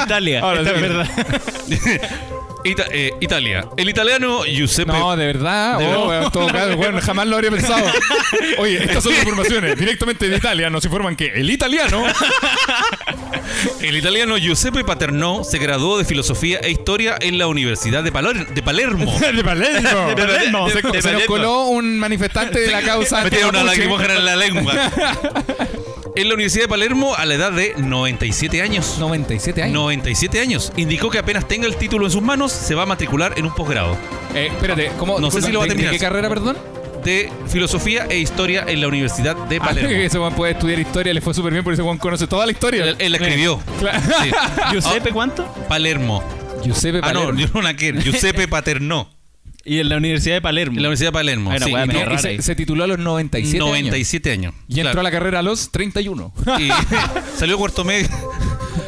Speaker 2: Italia,
Speaker 1: Ahora sí.
Speaker 2: esta es verdad.
Speaker 5: Ita- eh, Italia. El italiano Giuseppe.
Speaker 1: No, de verdad.
Speaker 5: De
Speaker 1: oh,
Speaker 5: verdad.
Speaker 1: weón, todo claro, weón, jamás lo habría pensado.
Speaker 3: Oye, estas son las informaciones. Directamente de Italia nos informan que el italiano
Speaker 5: El italiano Giuseppe Paternò se graduó de Filosofía e Historia en la Universidad de, Palor- de Palermo.
Speaker 8: De Palermo.
Speaker 5: De Palermo.
Speaker 1: Se,
Speaker 5: De
Speaker 1: se nos
Speaker 5: Palermo.
Speaker 1: coló un manifestante de la causa
Speaker 5: Me tiene una
Speaker 1: antimapuche.
Speaker 5: lacrimógena en la lengua. En la Universidad de Palermo, a la edad de 97 años.
Speaker 1: 97 años.
Speaker 5: 97 años. Indicó que apenas tenga el título en sus manos, se va a matricular en un posgrado
Speaker 1: Eh, espérate, ¿cómo?
Speaker 5: No sé si lo va a
Speaker 1: ¿de- de
Speaker 5: terminar.
Speaker 1: ¿Qué carrera, perdón?
Speaker 5: de Filosofía e Historia en la Universidad de
Speaker 1: Ah, que
Speaker 5: Palermo.
Speaker 1: ese Juan puede estudiar historia, le fue súper bien, por eso Juan conoce toda la historia.
Speaker 5: Él, él la escribió. Sí.
Speaker 2: ¿Giuseppe cuánto?
Speaker 5: Palermo.
Speaker 1: Giuseppe
Speaker 5: Ah, no,
Speaker 1: Palermo.
Speaker 5: yo no la quiero. Giuseppe Paternò.
Speaker 2: Y en la Universidad de Palermo.
Speaker 5: En la Universidad de Palermo.
Speaker 2: Era
Speaker 5: sí.
Speaker 2: weá,
Speaker 5: Y
Speaker 2: me
Speaker 5: no-
Speaker 1: Y
Speaker 2: raro
Speaker 1: se,
Speaker 2: ahí.
Speaker 1: se tituló a los 97 años.
Speaker 5: 97 años.
Speaker 1: Y entró
Speaker 5: Claro.
Speaker 1: a la carrera a los 31.
Speaker 5: Y salió cuarto medio.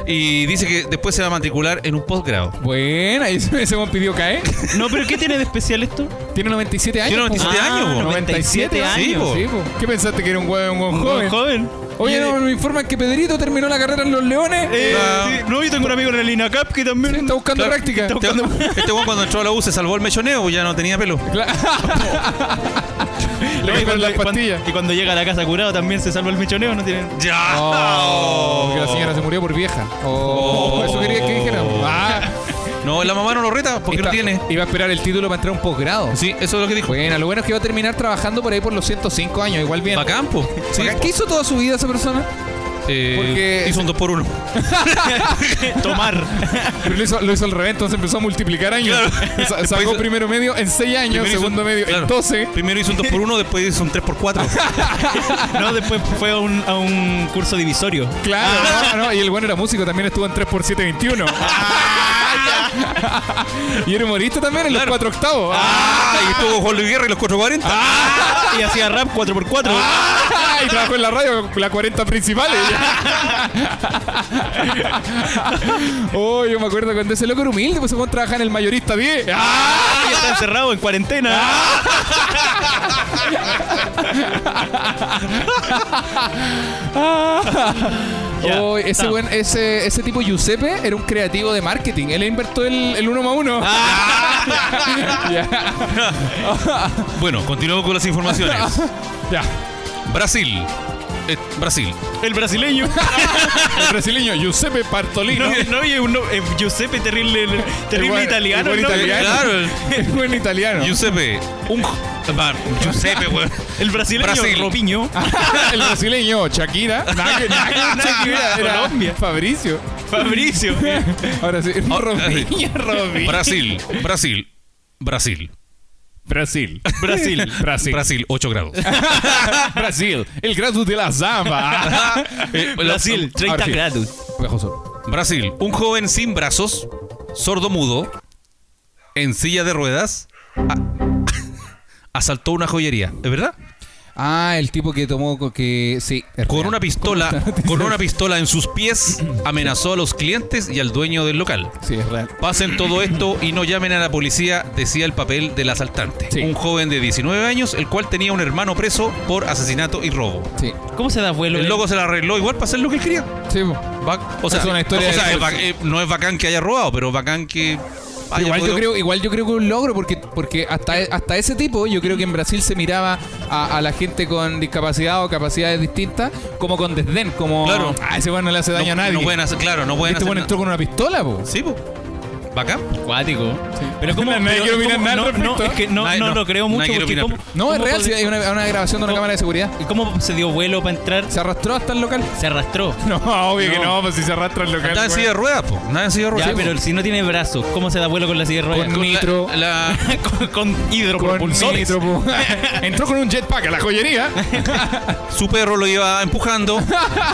Speaker 5: Y dice que después se va a matricular en un posgrado.
Speaker 1: Bueno, ahí ese ese Juan pidió caer.
Speaker 2: No, pero ¿qué tiene de especial esto?
Speaker 1: Tiene 97 años.
Speaker 5: Tiene 97
Speaker 2: Ah,
Speaker 1: po.
Speaker 5: años, po.
Speaker 1: 97
Speaker 5: Sí,
Speaker 1: años.
Speaker 5: po.
Speaker 1: Sí, po. ¿Qué pensaste que era un hueón un hueón
Speaker 2: Un
Speaker 1: joven?
Speaker 2: joven.
Speaker 1: Oye, no, me informan que Pedrito terminó la carrera en Los Leones.
Speaker 2: Eh,
Speaker 5: Ah.
Speaker 2: sí, no, yo tengo un amigo en el INACAP que también.
Speaker 1: Sí, está buscando
Speaker 5: claro.
Speaker 1: práctica.
Speaker 5: Este este weón cuando entró a la U se salvó el mechoneo, pues ya no tenía pelo.
Speaker 1: Claro. Le
Speaker 2: No, y,
Speaker 1: quitaron
Speaker 2: cuando,
Speaker 1: las pastillas.
Speaker 2: cuando- y cuando llega a la casa curado también se salva el mechoneo, ¿no tienen?
Speaker 5: ¡Ya!
Speaker 1: Oh, porque la señora se murió por vieja. Oh,
Speaker 5: Oh.
Speaker 1: eso quería que dijera. Ah,
Speaker 5: No, la mamá no lo reta porque
Speaker 1: iba-
Speaker 5: no tiene.
Speaker 1: Iba a esperar el título para entrar a un posgrado.
Speaker 5: Sí, eso es lo que dijo.
Speaker 1: Bueno, lo bueno es que va a terminar trabajando por ahí por los 105 años, igual bien.
Speaker 5: Va a campo. Sí.
Speaker 1: Bacán. ¿Qué hizo toda su vida esa persona?
Speaker 5: Eh,
Speaker 1: Porque-
Speaker 5: Hizo un 2 por 1
Speaker 2: Tomar.
Speaker 1: Pero lo hizo, lo hizo al revés, entonces empezó a multiplicar años. Sa- sacó
Speaker 5: Después hizo-
Speaker 1: primero medio en 6 años, segundo medio en 12.
Speaker 5: Primero hizo un 2 por 1 después hizo un 3 por 4
Speaker 2: No, después fue a un, a un curso divisorio.
Speaker 1: Claro, Ah, no, no, y el bueno era músico, también estuvo en 3x721. y era humorista también en los 4 octavos.
Speaker 5: ¡Ah! Y estuvo Juan Luis Guerra y los 440.
Speaker 2: Y hacía rap 4x4.
Speaker 1: Ah, y trabajó en la radio con las 40 principales. oh, yo me acuerdo cuando ese loco era humilde, pues se fue a trabajar en el mayorista 10.
Speaker 2: Ah, y está encerrado en cuarentena. Ya.
Speaker 1: Oh, ese,
Speaker 2: No.
Speaker 1: buen, ese, ese tipo Giuseppe era un creativo de marketing. Él inventó el, el uno más uno. Ya.
Speaker 5: Bueno, continuamos con las informaciones.
Speaker 1: Ya.
Speaker 5: Brasil. Eh, Brasil.
Speaker 2: El brasileño.
Speaker 1: El brasileño Giuseppe Partolino.
Speaker 2: No, no, y es un no- es Giuseppe terrible, terrible
Speaker 1: Igual-
Speaker 2: italiano.
Speaker 1: igual
Speaker 2: ¿no?
Speaker 1: italiano.
Speaker 5: Claro, el-
Speaker 1: Es buen italiano.
Speaker 5: Giuseppe. Un. va, Giuseppe, weón.
Speaker 2: El brasileño
Speaker 5: Brasil.
Speaker 2: Robinho.
Speaker 1: Ah. el brasileño Shakira. Nada que- nada que- Shakira era
Speaker 2: Colombia.
Speaker 1: Fabricio.
Speaker 2: Fabricio.
Speaker 1: Ahora sí.
Speaker 5: Oh,
Speaker 1: Robinho, Robinho.
Speaker 5: Brasil. Brasil. Brasil.
Speaker 1: Brasil.
Speaker 2: Brasil.
Speaker 1: Brasil.
Speaker 5: Brasil, 8 grados.
Speaker 1: Brasil. El grado de la zamba.
Speaker 5: Eh, la-
Speaker 2: Brasil, 30
Speaker 1: Ahora sí.
Speaker 2: grados.
Speaker 1: Bajo sol.
Speaker 5: Brasil. Un joven sin brazos, sordo mudo, en silla de ruedas, a- asaltó una joyería. ¿Es verdad?
Speaker 1: Ah, el tipo que tomó co- que sí, es
Speaker 5: Con
Speaker 1: real.
Speaker 5: una pistola,
Speaker 1: ¿Cómo está?
Speaker 5: con una pistola en sus pies, amenazó a los clientes y al dueño del local.
Speaker 1: Sí, es real.
Speaker 5: Pasen todo esto y no llamen a la policía, decía el papel del asaltante.
Speaker 1: Sí.
Speaker 5: Un joven de 19 años, el cual tenía un hermano preso por asesinato y robo.
Speaker 1: Sí.
Speaker 2: ¿Cómo se da vuelo?
Speaker 5: El
Speaker 2: él?
Speaker 5: loco se la arregló igual para hacer lo que él quería.
Speaker 1: Sí. po.
Speaker 5: Va- o sea,
Speaker 1: Es una historia
Speaker 5: o sea,
Speaker 1: de-
Speaker 5: es ba- eh, no es bacán que haya robado, pero bacán que haya
Speaker 1: Igual yo,
Speaker 5: podido-
Speaker 1: creo, igual yo creo que un logro, porque, porque hasta, hasta ese tipo, yo creo que en Brasil se miraba a, a la gente con discapacidad o capacidades distintas como con desdén, como
Speaker 5: Claro.
Speaker 1: ah, ese bueno no le hace daño
Speaker 5: no,
Speaker 1: a nadie.
Speaker 5: no pueden hacer, claro, no pueden
Speaker 1: este
Speaker 5: hacer
Speaker 1: bueno entró
Speaker 5: nada.
Speaker 1: con una pistola, po.
Speaker 5: Sí, po. Bacán.
Speaker 2: Acuático. Pero como.
Speaker 8: Nadie quiere opinar nada al
Speaker 2: no, no,
Speaker 8: respecto.
Speaker 2: es que no,
Speaker 5: Nadie-
Speaker 2: no
Speaker 5: no,
Speaker 2: lo creo mucho
Speaker 5: nadie
Speaker 2: porque
Speaker 5: quiere opinar,
Speaker 2: cómo-
Speaker 1: No,
Speaker 2: cómo
Speaker 1: es real,
Speaker 2: podri-
Speaker 1: si hay una, una grabación de una
Speaker 2: ¿Cómo?
Speaker 1: cámara de seguridad.
Speaker 2: ¿Y cómo se dio vuelo para entrar?
Speaker 1: Se arrastró hasta el local.
Speaker 2: Se arrastró.
Speaker 8: No, obvio que no, pues si se arrastra el local.
Speaker 5: Nada en
Speaker 8: weón.
Speaker 5: silla de ruedas, po. Nada en silla de ruedas.
Speaker 2: Ya, pero si no tiene brazos, ¿cómo se da vuelo con la silla de ruedas?
Speaker 1: Con nitro.
Speaker 5: pues. La- la-
Speaker 2: con, con hidropropulsores.
Speaker 1: nitro, po.
Speaker 8: Entró con un jetpack a la joyería.
Speaker 5: su perro lo iba empujando.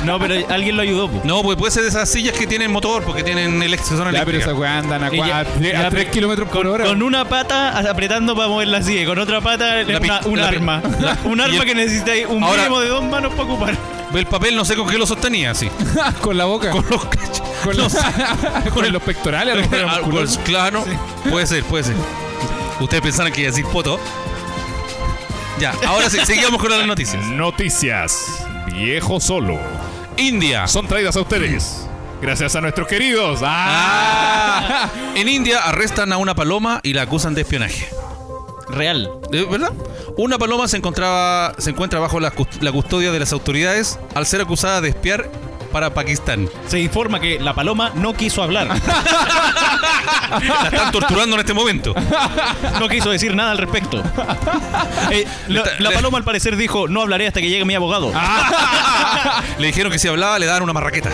Speaker 2: No, pero alguien lo ayudó. po.
Speaker 5: No, pues puede ser de esas sillas que tienen motor, porque tienen elect- son
Speaker 1: Ya, pero
Speaker 5: eléctricas.
Speaker 1: esa weá andan a,
Speaker 2: Y ya-
Speaker 1: cuatro-
Speaker 2: ya,
Speaker 1: a 3
Speaker 2: pero-
Speaker 1: kilómetros por hora.
Speaker 2: Con una pata a- apretando para mover la silla, con otra pata
Speaker 5: La
Speaker 2: una-
Speaker 5: pi-
Speaker 2: un
Speaker 5: la pi-
Speaker 2: arma. un
Speaker 5: y
Speaker 2: arma
Speaker 5: el-
Speaker 2: que necesitáis un
Speaker 5: Ahora-
Speaker 2: mínimo de dos manos para ocupar.
Speaker 5: El papel no sé con qué lo sostenía, así.
Speaker 1: con la boca.
Speaker 5: Con los cachos.
Speaker 1: Con,
Speaker 5: No
Speaker 1: los-
Speaker 5: sé.
Speaker 1: con los pectorales. a
Speaker 8: Eh,
Speaker 1: lo mejor era
Speaker 5: Ah,
Speaker 1: musculoso.
Speaker 5: pues, claro, puede ser, puede ser. Ustedes pensaron que iba a decir foto. Ya, ahora sí, seguimos con las noticias.
Speaker 8: Noticias. Viejo solo.
Speaker 5: India.
Speaker 8: Son traídas a ustedes. Gracias a nuestros queridos. ¡Ah!
Speaker 5: Ah. En India arrestan a una paloma y la acusan de espionaje.
Speaker 2: Real.
Speaker 5: ¿De ¿Eh, ¿Verdad? Una paloma se encontraba se encuentra bajo la, cust- la custodia de las autoridades al ser acusada de espiar para Pakistán.
Speaker 2: Se informa que la paloma no quiso hablar,
Speaker 5: La están torturando en este momento.
Speaker 2: no quiso decir nada al respecto. Eh, la, la paloma al parecer dijo, no hablaré hasta que llegue mi abogado.
Speaker 1: Ah.
Speaker 8: Ah.
Speaker 5: Le dijeron que si hablaba le daban una marraqueta.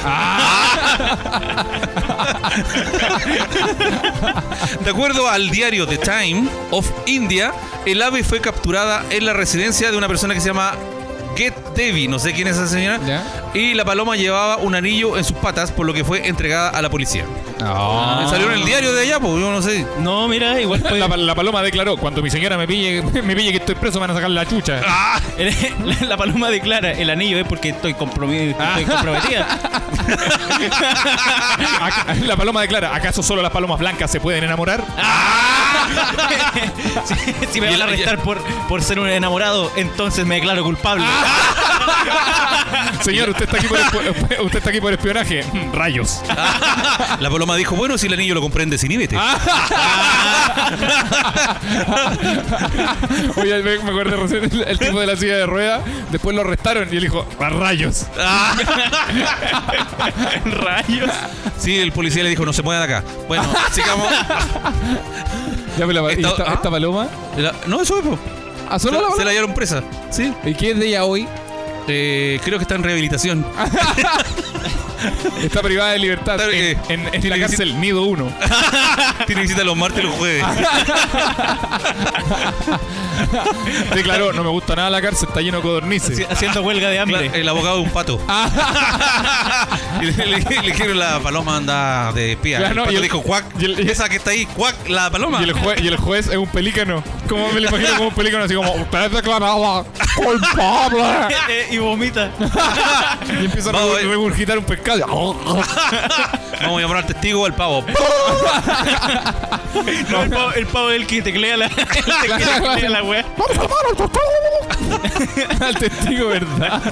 Speaker 5: De acuerdo al diario The Time of India, el ave fue capturada en la residencia de una persona que se llama Get Devi, no sé quién es esa señora,
Speaker 1: Ya.
Speaker 5: y la paloma llevaba un anillo en sus patas, por lo que fue entregada a la policía.
Speaker 1: Ah.
Speaker 5: Salió en el diario de allá, pues yo no sé.
Speaker 2: No, mira, igual fue...
Speaker 8: La, pal- la paloma declaró, cuando mi señora me pille, me pille que estoy preso, me van a sacar la chucha.
Speaker 1: Ah.
Speaker 2: La, la paloma declara, el anillo es porque estoy, compromi- estoy comprometida.
Speaker 8: Acá- la paloma declara, ¿acaso solo las palomas blancas se pueden enamorar?
Speaker 1: Ah.
Speaker 2: si, si me
Speaker 5: Y
Speaker 2: van
Speaker 5: el-
Speaker 2: a arrestar por, por ser un enamorado, entonces me declaro culpable.
Speaker 8: Señor, usted está aquí por, esp- usted está aquí por espionaje. Mm, Rayos.
Speaker 5: La paloma dijo, bueno, si el anillo lo comprende, sin inhibite.
Speaker 8: Oye, me, me acuerdo recién el, el tipo de la silla de rueda, después lo arrestaron y él dijo, "A rayos.
Speaker 2: Rayos.
Speaker 5: Sí, el policía le dijo, no se mueva de acá. Bueno, sigamos.
Speaker 1: Ya, pero la- y
Speaker 5: Esta-
Speaker 1: esta,
Speaker 5: ¿Ah?
Speaker 1: esta paloma.
Speaker 5: La- no, eso es, po.
Speaker 1: ¿Ah,
Speaker 5: Se,
Speaker 1: solo la
Speaker 5: se la
Speaker 1: paloma?
Speaker 5: llevaron presa. Sí.
Speaker 1: ¿Y qué es de ella hoy?
Speaker 5: Eh, creo que está en rehabilitación.
Speaker 8: Está privada de libertad
Speaker 5: Está-
Speaker 8: en,
Speaker 5: eh,
Speaker 8: en- en
Speaker 5: tiene
Speaker 8: la
Speaker 5: que-
Speaker 8: cárcel Nido 1.
Speaker 5: Tiene visita los martes y los jueves.
Speaker 8: Declaró, no me gusta nada la cárcel, está lleno de codornices. Ah,
Speaker 2: Haci- Haciendo huelga de hambre.
Speaker 5: El abogado de un pato. y le, le, le dijeron la paloma anda de espía.
Speaker 8: Claro,
Speaker 5: el
Speaker 8: no,
Speaker 5: pato
Speaker 8: y el-
Speaker 5: dijo, cuac.
Speaker 8: y el- y-
Speaker 5: esa que está ahí, cuac, la paloma.
Speaker 8: Y el, jue- y el juez es un pelícano. ¿Cómo me lo imagino como un pelícano? Así como, usted es declarada culpable.
Speaker 2: Eh, y vomita.
Speaker 8: Y empieza a
Speaker 5: Vamos,
Speaker 8: regur-
Speaker 5: eh.
Speaker 8: regurgitar un pescado.
Speaker 5: Vamos a llamar al testigo, al pavo.
Speaker 2: No, el, pavo, el pavo del que teclea la, el que teclea la wea.
Speaker 1: Al testigo, ¿verdad?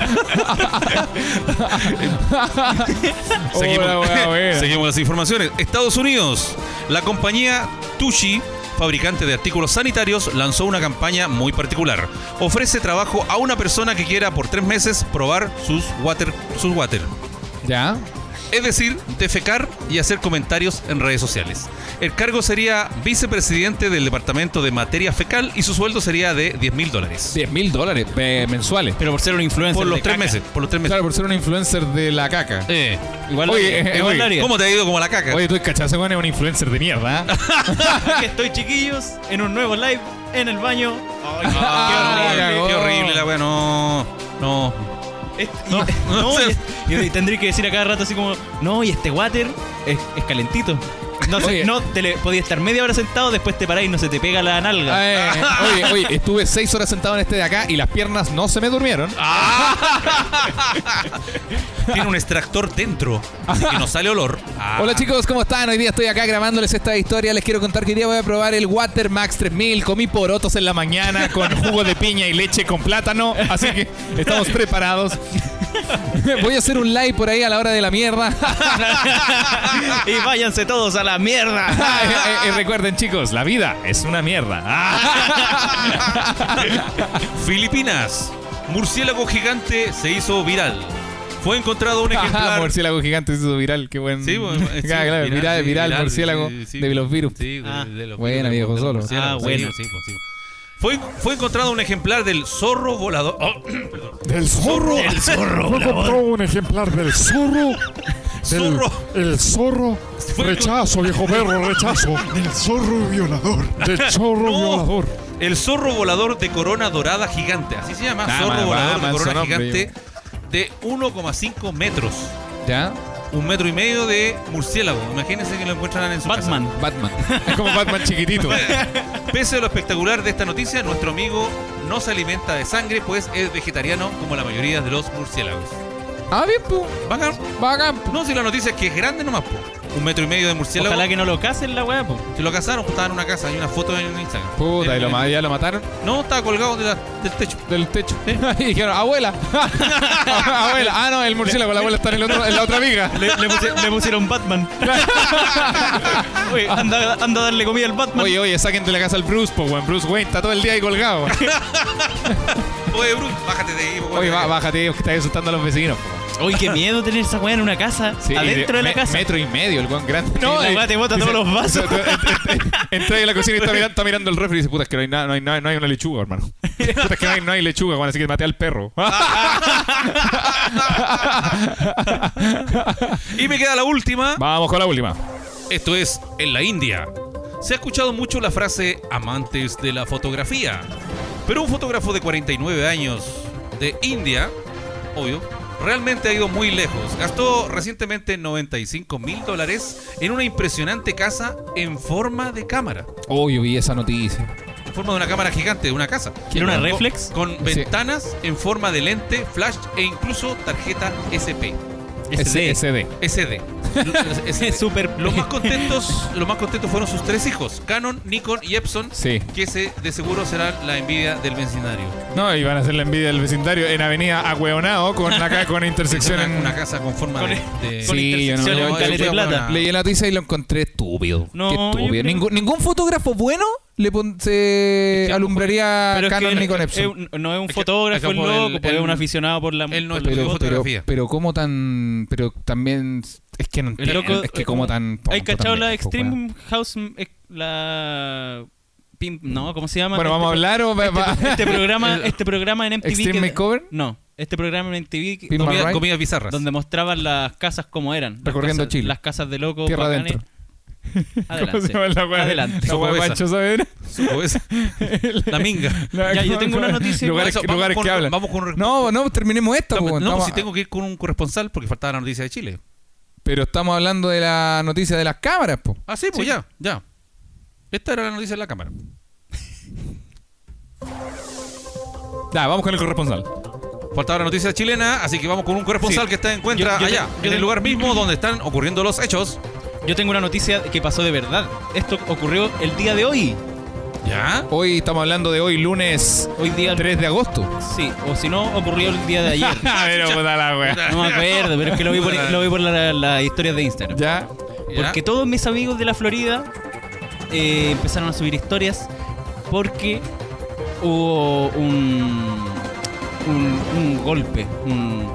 Speaker 2: Oh,
Speaker 5: Seguimos,
Speaker 8: Hola, buena, buena.
Speaker 5: Seguimos las informaciones. Estados Unidos. La compañía Tucci, fabricante de artículos sanitarios, lanzó una campaña muy particular. Ofrece trabajo a una persona que quiera por tres meses probar sus water. Sus water.
Speaker 1: Ya.
Speaker 5: Es decir, defecar y hacer comentarios en redes sociales. El cargo sería vicepresidente del departamento de materia fecal y su sueldo sería de 10 mil dólares.
Speaker 1: 10 mil dólares eh, mensuales.
Speaker 2: Pero por ser un influencer.
Speaker 5: Por los
Speaker 2: de
Speaker 5: tres
Speaker 2: caca.
Speaker 5: meses. Por los tres meses.
Speaker 1: Claro, por ser una influencer de la caca.
Speaker 5: Eh,
Speaker 2: Igual
Speaker 8: Oye,
Speaker 2: oye,
Speaker 8: eh, oye,
Speaker 5: ¿Cómo te ha ido como la caca?
Speaker 8: Oye, tú el cachazo, weón, es un influencer de mierda. ¿eh?
Speaker 2: que estoy chiquillos en un nuevo live en el baño. Ay, qué
Speaker 5: Ah,
Speaker 2: horrible.
Speaker 1: cagó.
Speaker 5: qué horrible la wea, no. No.
Speaker 2: Este-
Speaker 5: No,
Speaker 2: y-
Speaker 5: no
Speaker 2: no,
Speaker 5: sé.
Speaker 2: y- y tendría que decir a cada rato así como, no, y este water es, es calentito. No, sé,
Speaker 1: Oye.
Speaker 2: no te le, podías estar media hora sentado, después te parás y no se te pega la nalga.
Speaker 1: Eh, oye, oye, estuve seis horas sentado en este de acá y las piernas no se me durmieron.
Speaker 5: Tiene un extractor dentro. Así que no sale olor. Ah.
Speaker 1: Hola chicos, ¿cómo están? Hoy día estoy acá grabándoles esta historia. Les quiero contar que hoy día voy a probar el Water Max 3000. Comí porotos en la mañana con jugo de piña y leche con plátano. Así que estamos preparados. Voy a hacer un live por ahí a la hora de la mierda.
Speaker 2: y váyanse todos a la mierda.
Speaker 1: Ah, eh, eh, eh, recuerden chicos, la vida es una mierda.
Speaker 5: Filipinas. Murciélago gigante se hizo viral. Fue encontrado un
Speaker 1: Ah,
Speaker 5: ejemplar.
Speaker 1: murciélago gigante se hizo viral, qué buen.
Speaker 5: Sí, bueno, eh, sí,
Speaker 1: Ah, claro, viral, viral,
Speaker 5: sí,
Speaker 1: murciélago
Speaker 5: sí, sí.
Speaker 1: de los virus.
Speaker 5: Sí, de- de los
Speaker 1: Buena,
Speaker 5: virus,
Speaker 1: viejo
Speaker 5: de los
Speaker 1: solo.
Speaker 5: murciélagos,
Speaker 2: Ah,
Speaker 5: sí,
Speaker 2: bueno.
Speaker 5: sí, pues, sí. Fue, fue encontrado un ejemplar del zorro volador. oh, perdón.
Speaker 8: Del zorro. El zorro. Fue compró un ejemplar del zorro. Del-
Speaker 5: Zorro.
Speaker 8: El zorro.
Speaker 5: Fue-
Speaker 8: Rechazo, viejo perro, rechazo. Del zorro violador. Del zorro
Speaker 5: No.
Speaker 8: violador.
Speaker 5: Oh, El zorro volador de corona dorada gigante. Así se llama.
Speaker 1: Ah,
Speaker 5: zorro
Speaker 1: man-
Speaker 5: volador
Speaker 1: ah,
Speaker 5: de
Speaker 1: manso
Speaker 5: corona
Speaker 1: nombre,
Speaker 5: gigante de 1,5 metros.
Speaker 1: ¿Ya?
Speaker 5: Un metro y medio de murciélago. Imagínense que lo encuentran en su casa.
Speaker 2: Batman.
Speaker 1: Batman. Es como Batman chiquitito.
Speaker 5: Pese a lo espectacular de esta noticia, nuestro amigo no se alimenta de sangre, pues es vegetariano como la mayoría de los murciélagos.
Speaker 1: Ah, bien, pu.
Speaker 5: Bacán.
Speaker 1: Bacán, pu.
Speaker 5: No, si la noticia es que es grande nomás, po. Un metro y medio de murciélago.
Speaker 2: Ojalá que no lo casen la weá, po.
Speaker 5: Se lo cazaron, pues, estaba en una casa, hay una foto en Instagram.
Speaker 1: Puta,
Speaker 5: Del-
Speaker 1: y lo, ma- ya lo mataron
Speaker 5: No, estaba colgado de la- del techo.
Speaker 1: del techo. y dijeron, abuela. abuela. Ah, no, el murciélago, la abuela está en, el otro- en la otra viga.
Speaker 2: Le, le puse- le pusieron Batman. Oye, anda, anda a darle comida al Batman.
Speaker 1: Oye, oye, saquen de la casa al Bruce, po, weón. Bruce Wayne está todo el día ahí colgado.
Speaker 5: Oye, Bruce, bájate de ahí, po,
Speaker 1: Oye,
Speaker 5: bájate.
Speaker 1: ba- bájate, que estás asustando a los vecinos, po.
Speaker 2: Oye, qué miedo tener esa weá en una casa.
Speaker 1: Sí,
Speaker 2: adentro de la
Speaker 1: me-
Speaker 2: casa.
Speaker 1: Metro y medio, el weón grande.
Speaker 2: la
Speaker 1: eh,
Speaker 2: weá te bota
Speaker 1: dice-
Speaker 2: todos los vasos.
Speaker 1: Entra ahí a la cocina y está mirando, está mirando el refri y dice, puta, es que no hay, nada, no, hay, nada, no hay una lechuga, hermano. Puta, es que no hay, no hay lechuga, weón, así que maté al perro.
Speaker 5: Y me queda la última.
Speaker 1: Vamos con la última.
Speaker 5: Esto es en la India. Se ha escuchado mucho la frase amantes de la fotografía, pero un fotógrafo de 49 años de India, obvio, realmente ha ido muy lejos. Gastó recientemente 95 mil dólares en una impresionante casa en forma de cámara.
Speaker 1: Oh, yo vi esa noticia.
Speaker 5: En forma de una cámara gigante, de una casa.
Speaker 2: ¿Era una
Speaker 5: Con-
Speaker 2: reflex?
Speaker 5: Con, ventanas en forma de lente, flash e incluso tarjeta SP.
Speaker 1: SD.
Speaker 5: SD.
Speaker 2: Es súper.
Speaker 5: Los más contentos, los más contentos fueron sus tres hijos, Canon, Nikon y Epson,
Speaker 1: Sí.
Speaker 5: que se, de seguro serán la envidia del vecindario.
Speaker 1: No, iban a hacer la envidia del vecindario en Avenida Agüeonao con acá con intersección
Speaker 5: Una,
Speaker 1: en
Speaker 5: una casa con forma
Speaker 2: Con-
Speaker 5: de, de-
Speaker 2: con
Speaker 1: Sí, yo no,
Speaker 2: intersección
Speaker 1: yo-
Speaker 2: en
Speaker 1: yo-
Speaker 2: Caleta de
Speaker 5: yo-
Speaker 2: Plata.
Speaker 5: Ah.
Speaker 1: Leí la noticia y lo encontré estúpido.
Speaker 2: No,
Speaker 1: Qué
Speaker 2: yo
Speaker 1: estúpido.
Speaker 2: creo-
Speaker 1: Ningún, ningún fotógrafo bueno le pon- se alumbraría
Speaker 2: Pero es
Speaker 1: Canon
Speaker 2: que
Speaker 1: ni con
Speaker 2: es-
Speaker 1: Epson.
Speaker 2: es un- no es un
Speaker 5: Es que-
Speaker 2: fotógrafo,
Speaker 5: acá
Speaker 2: el
Speaker 5: por el-
Speaker 2: loco, pues,
Speaker 5: el-
Speaker 2: es un aficionado por la.
Speaker 5: él no
Speaker 2: por
Speaker 5: es
Speaker 2: la-
Speaker 1: pero,
Speaker 5: de
Speaker 1: pero,
Speaker 5: fotografía.
Speaker 1: pero cómo tan... Pero también... Es que no entiendo.
Speaker 2: loco-
Speaker 1: es que como tan...
Speaker 2: ¿Hay
Speaker 1: tonto
Speaker 2: cachado la
Speaker 1: también, po, weón.
Speaker 2: Extreme House? mm, ex- La. pim- no, ¿cómo se llama?
Speaker 1: Bueno, ¿vamos a hablar o va- va-
Speaker 2: Este, este programa, este programa en MTV.
Speaker 1: ¿Extreme
Speaker 2: que-
Speaker 1: Makeover?
Speaker 2: No, este programa en MTV. que-
Speaker 1: Pim
Speaker 2: donde-
Speaker 1: Alright.
Speaker 5: Comida- comidas bizarras.
Speaker 2: donde mostraban las casas como eran. Las
Speaker 1: Recorriendo
Speaker 2: casas-
Speaker 1: Chile.
Speaker 2: Las casas de locos.
Speaker 1: Tierra
Speaker 2: bacanes.
Speaker 1: adentro.
Speaker 2: Adelante.
Speaker 1: ¿Cómo se llama la weá?
Speaker 2: este Adelante.
Speaker 1: La weá de Pancho Saavedra.
Speaker 5: Supongo esa. la minga.
Speaker 2: Ya, yo tengo una noticia igual.
Speaker 1: Lugares,
Speaker 5: Eso, vamos
Speaker 1: lugares
Speaker 5: con-
Speaker 1: que hablan.
Speaker 5: vamos con-
Speaker 1: no, no, terminemos esta. po,
Speaker 5: No, pues
Speaker 2: pues,
Speaker 1: weón. Estamos-
Speaker 5: si tengo que ir con un corresponsal porque faltaba la noticia de Chile.
Speaker 1: Pero estamos hablando de la noticia de las cámaras, po.
Speaker 5: Ah, sí, pues ya, ya. Esta era la noticia de la cámara.
Speaker 1: Ya, vamos con el corresponsal.
Speaker 5: Faltaba la noticia chilena, así que vamos con un corresponsal
Speaker 2: Sí.
Speaker 5: que está encuentra
Speaker 2: Yo- yo te-
Speaker 5: allá,
Speaker 2: yo
Speaker 5: en
Speaker 2: te-
Speaker 5: el lugar mismo donde están ocurriendo los hechos.
Speaker 2: Yo tengo una noticia que pasó de verdad. Esto ocurrió el día de hoy.
Speaker 5: Ya.
Speaker 1: Hoy estamos hablando de hoy, lunes
Speaker 2: Hoy día.
Speaker 1: 3 de agosto.
Speaker 2: Sí, o si no, ocurrió el día de ayer.
Speaker 1: A ver, puta la wea.
Speaker 2: No me acuerdo, pero es que lo vi por, lo vi por la- las historias de Instagram.
Speaker 1: Ya.
Speaker 5: ya.
Speaker 2: Porque todos mis amigos de la Florida eh, empezaron a subir historias porque hubo un, un, un golpe, un,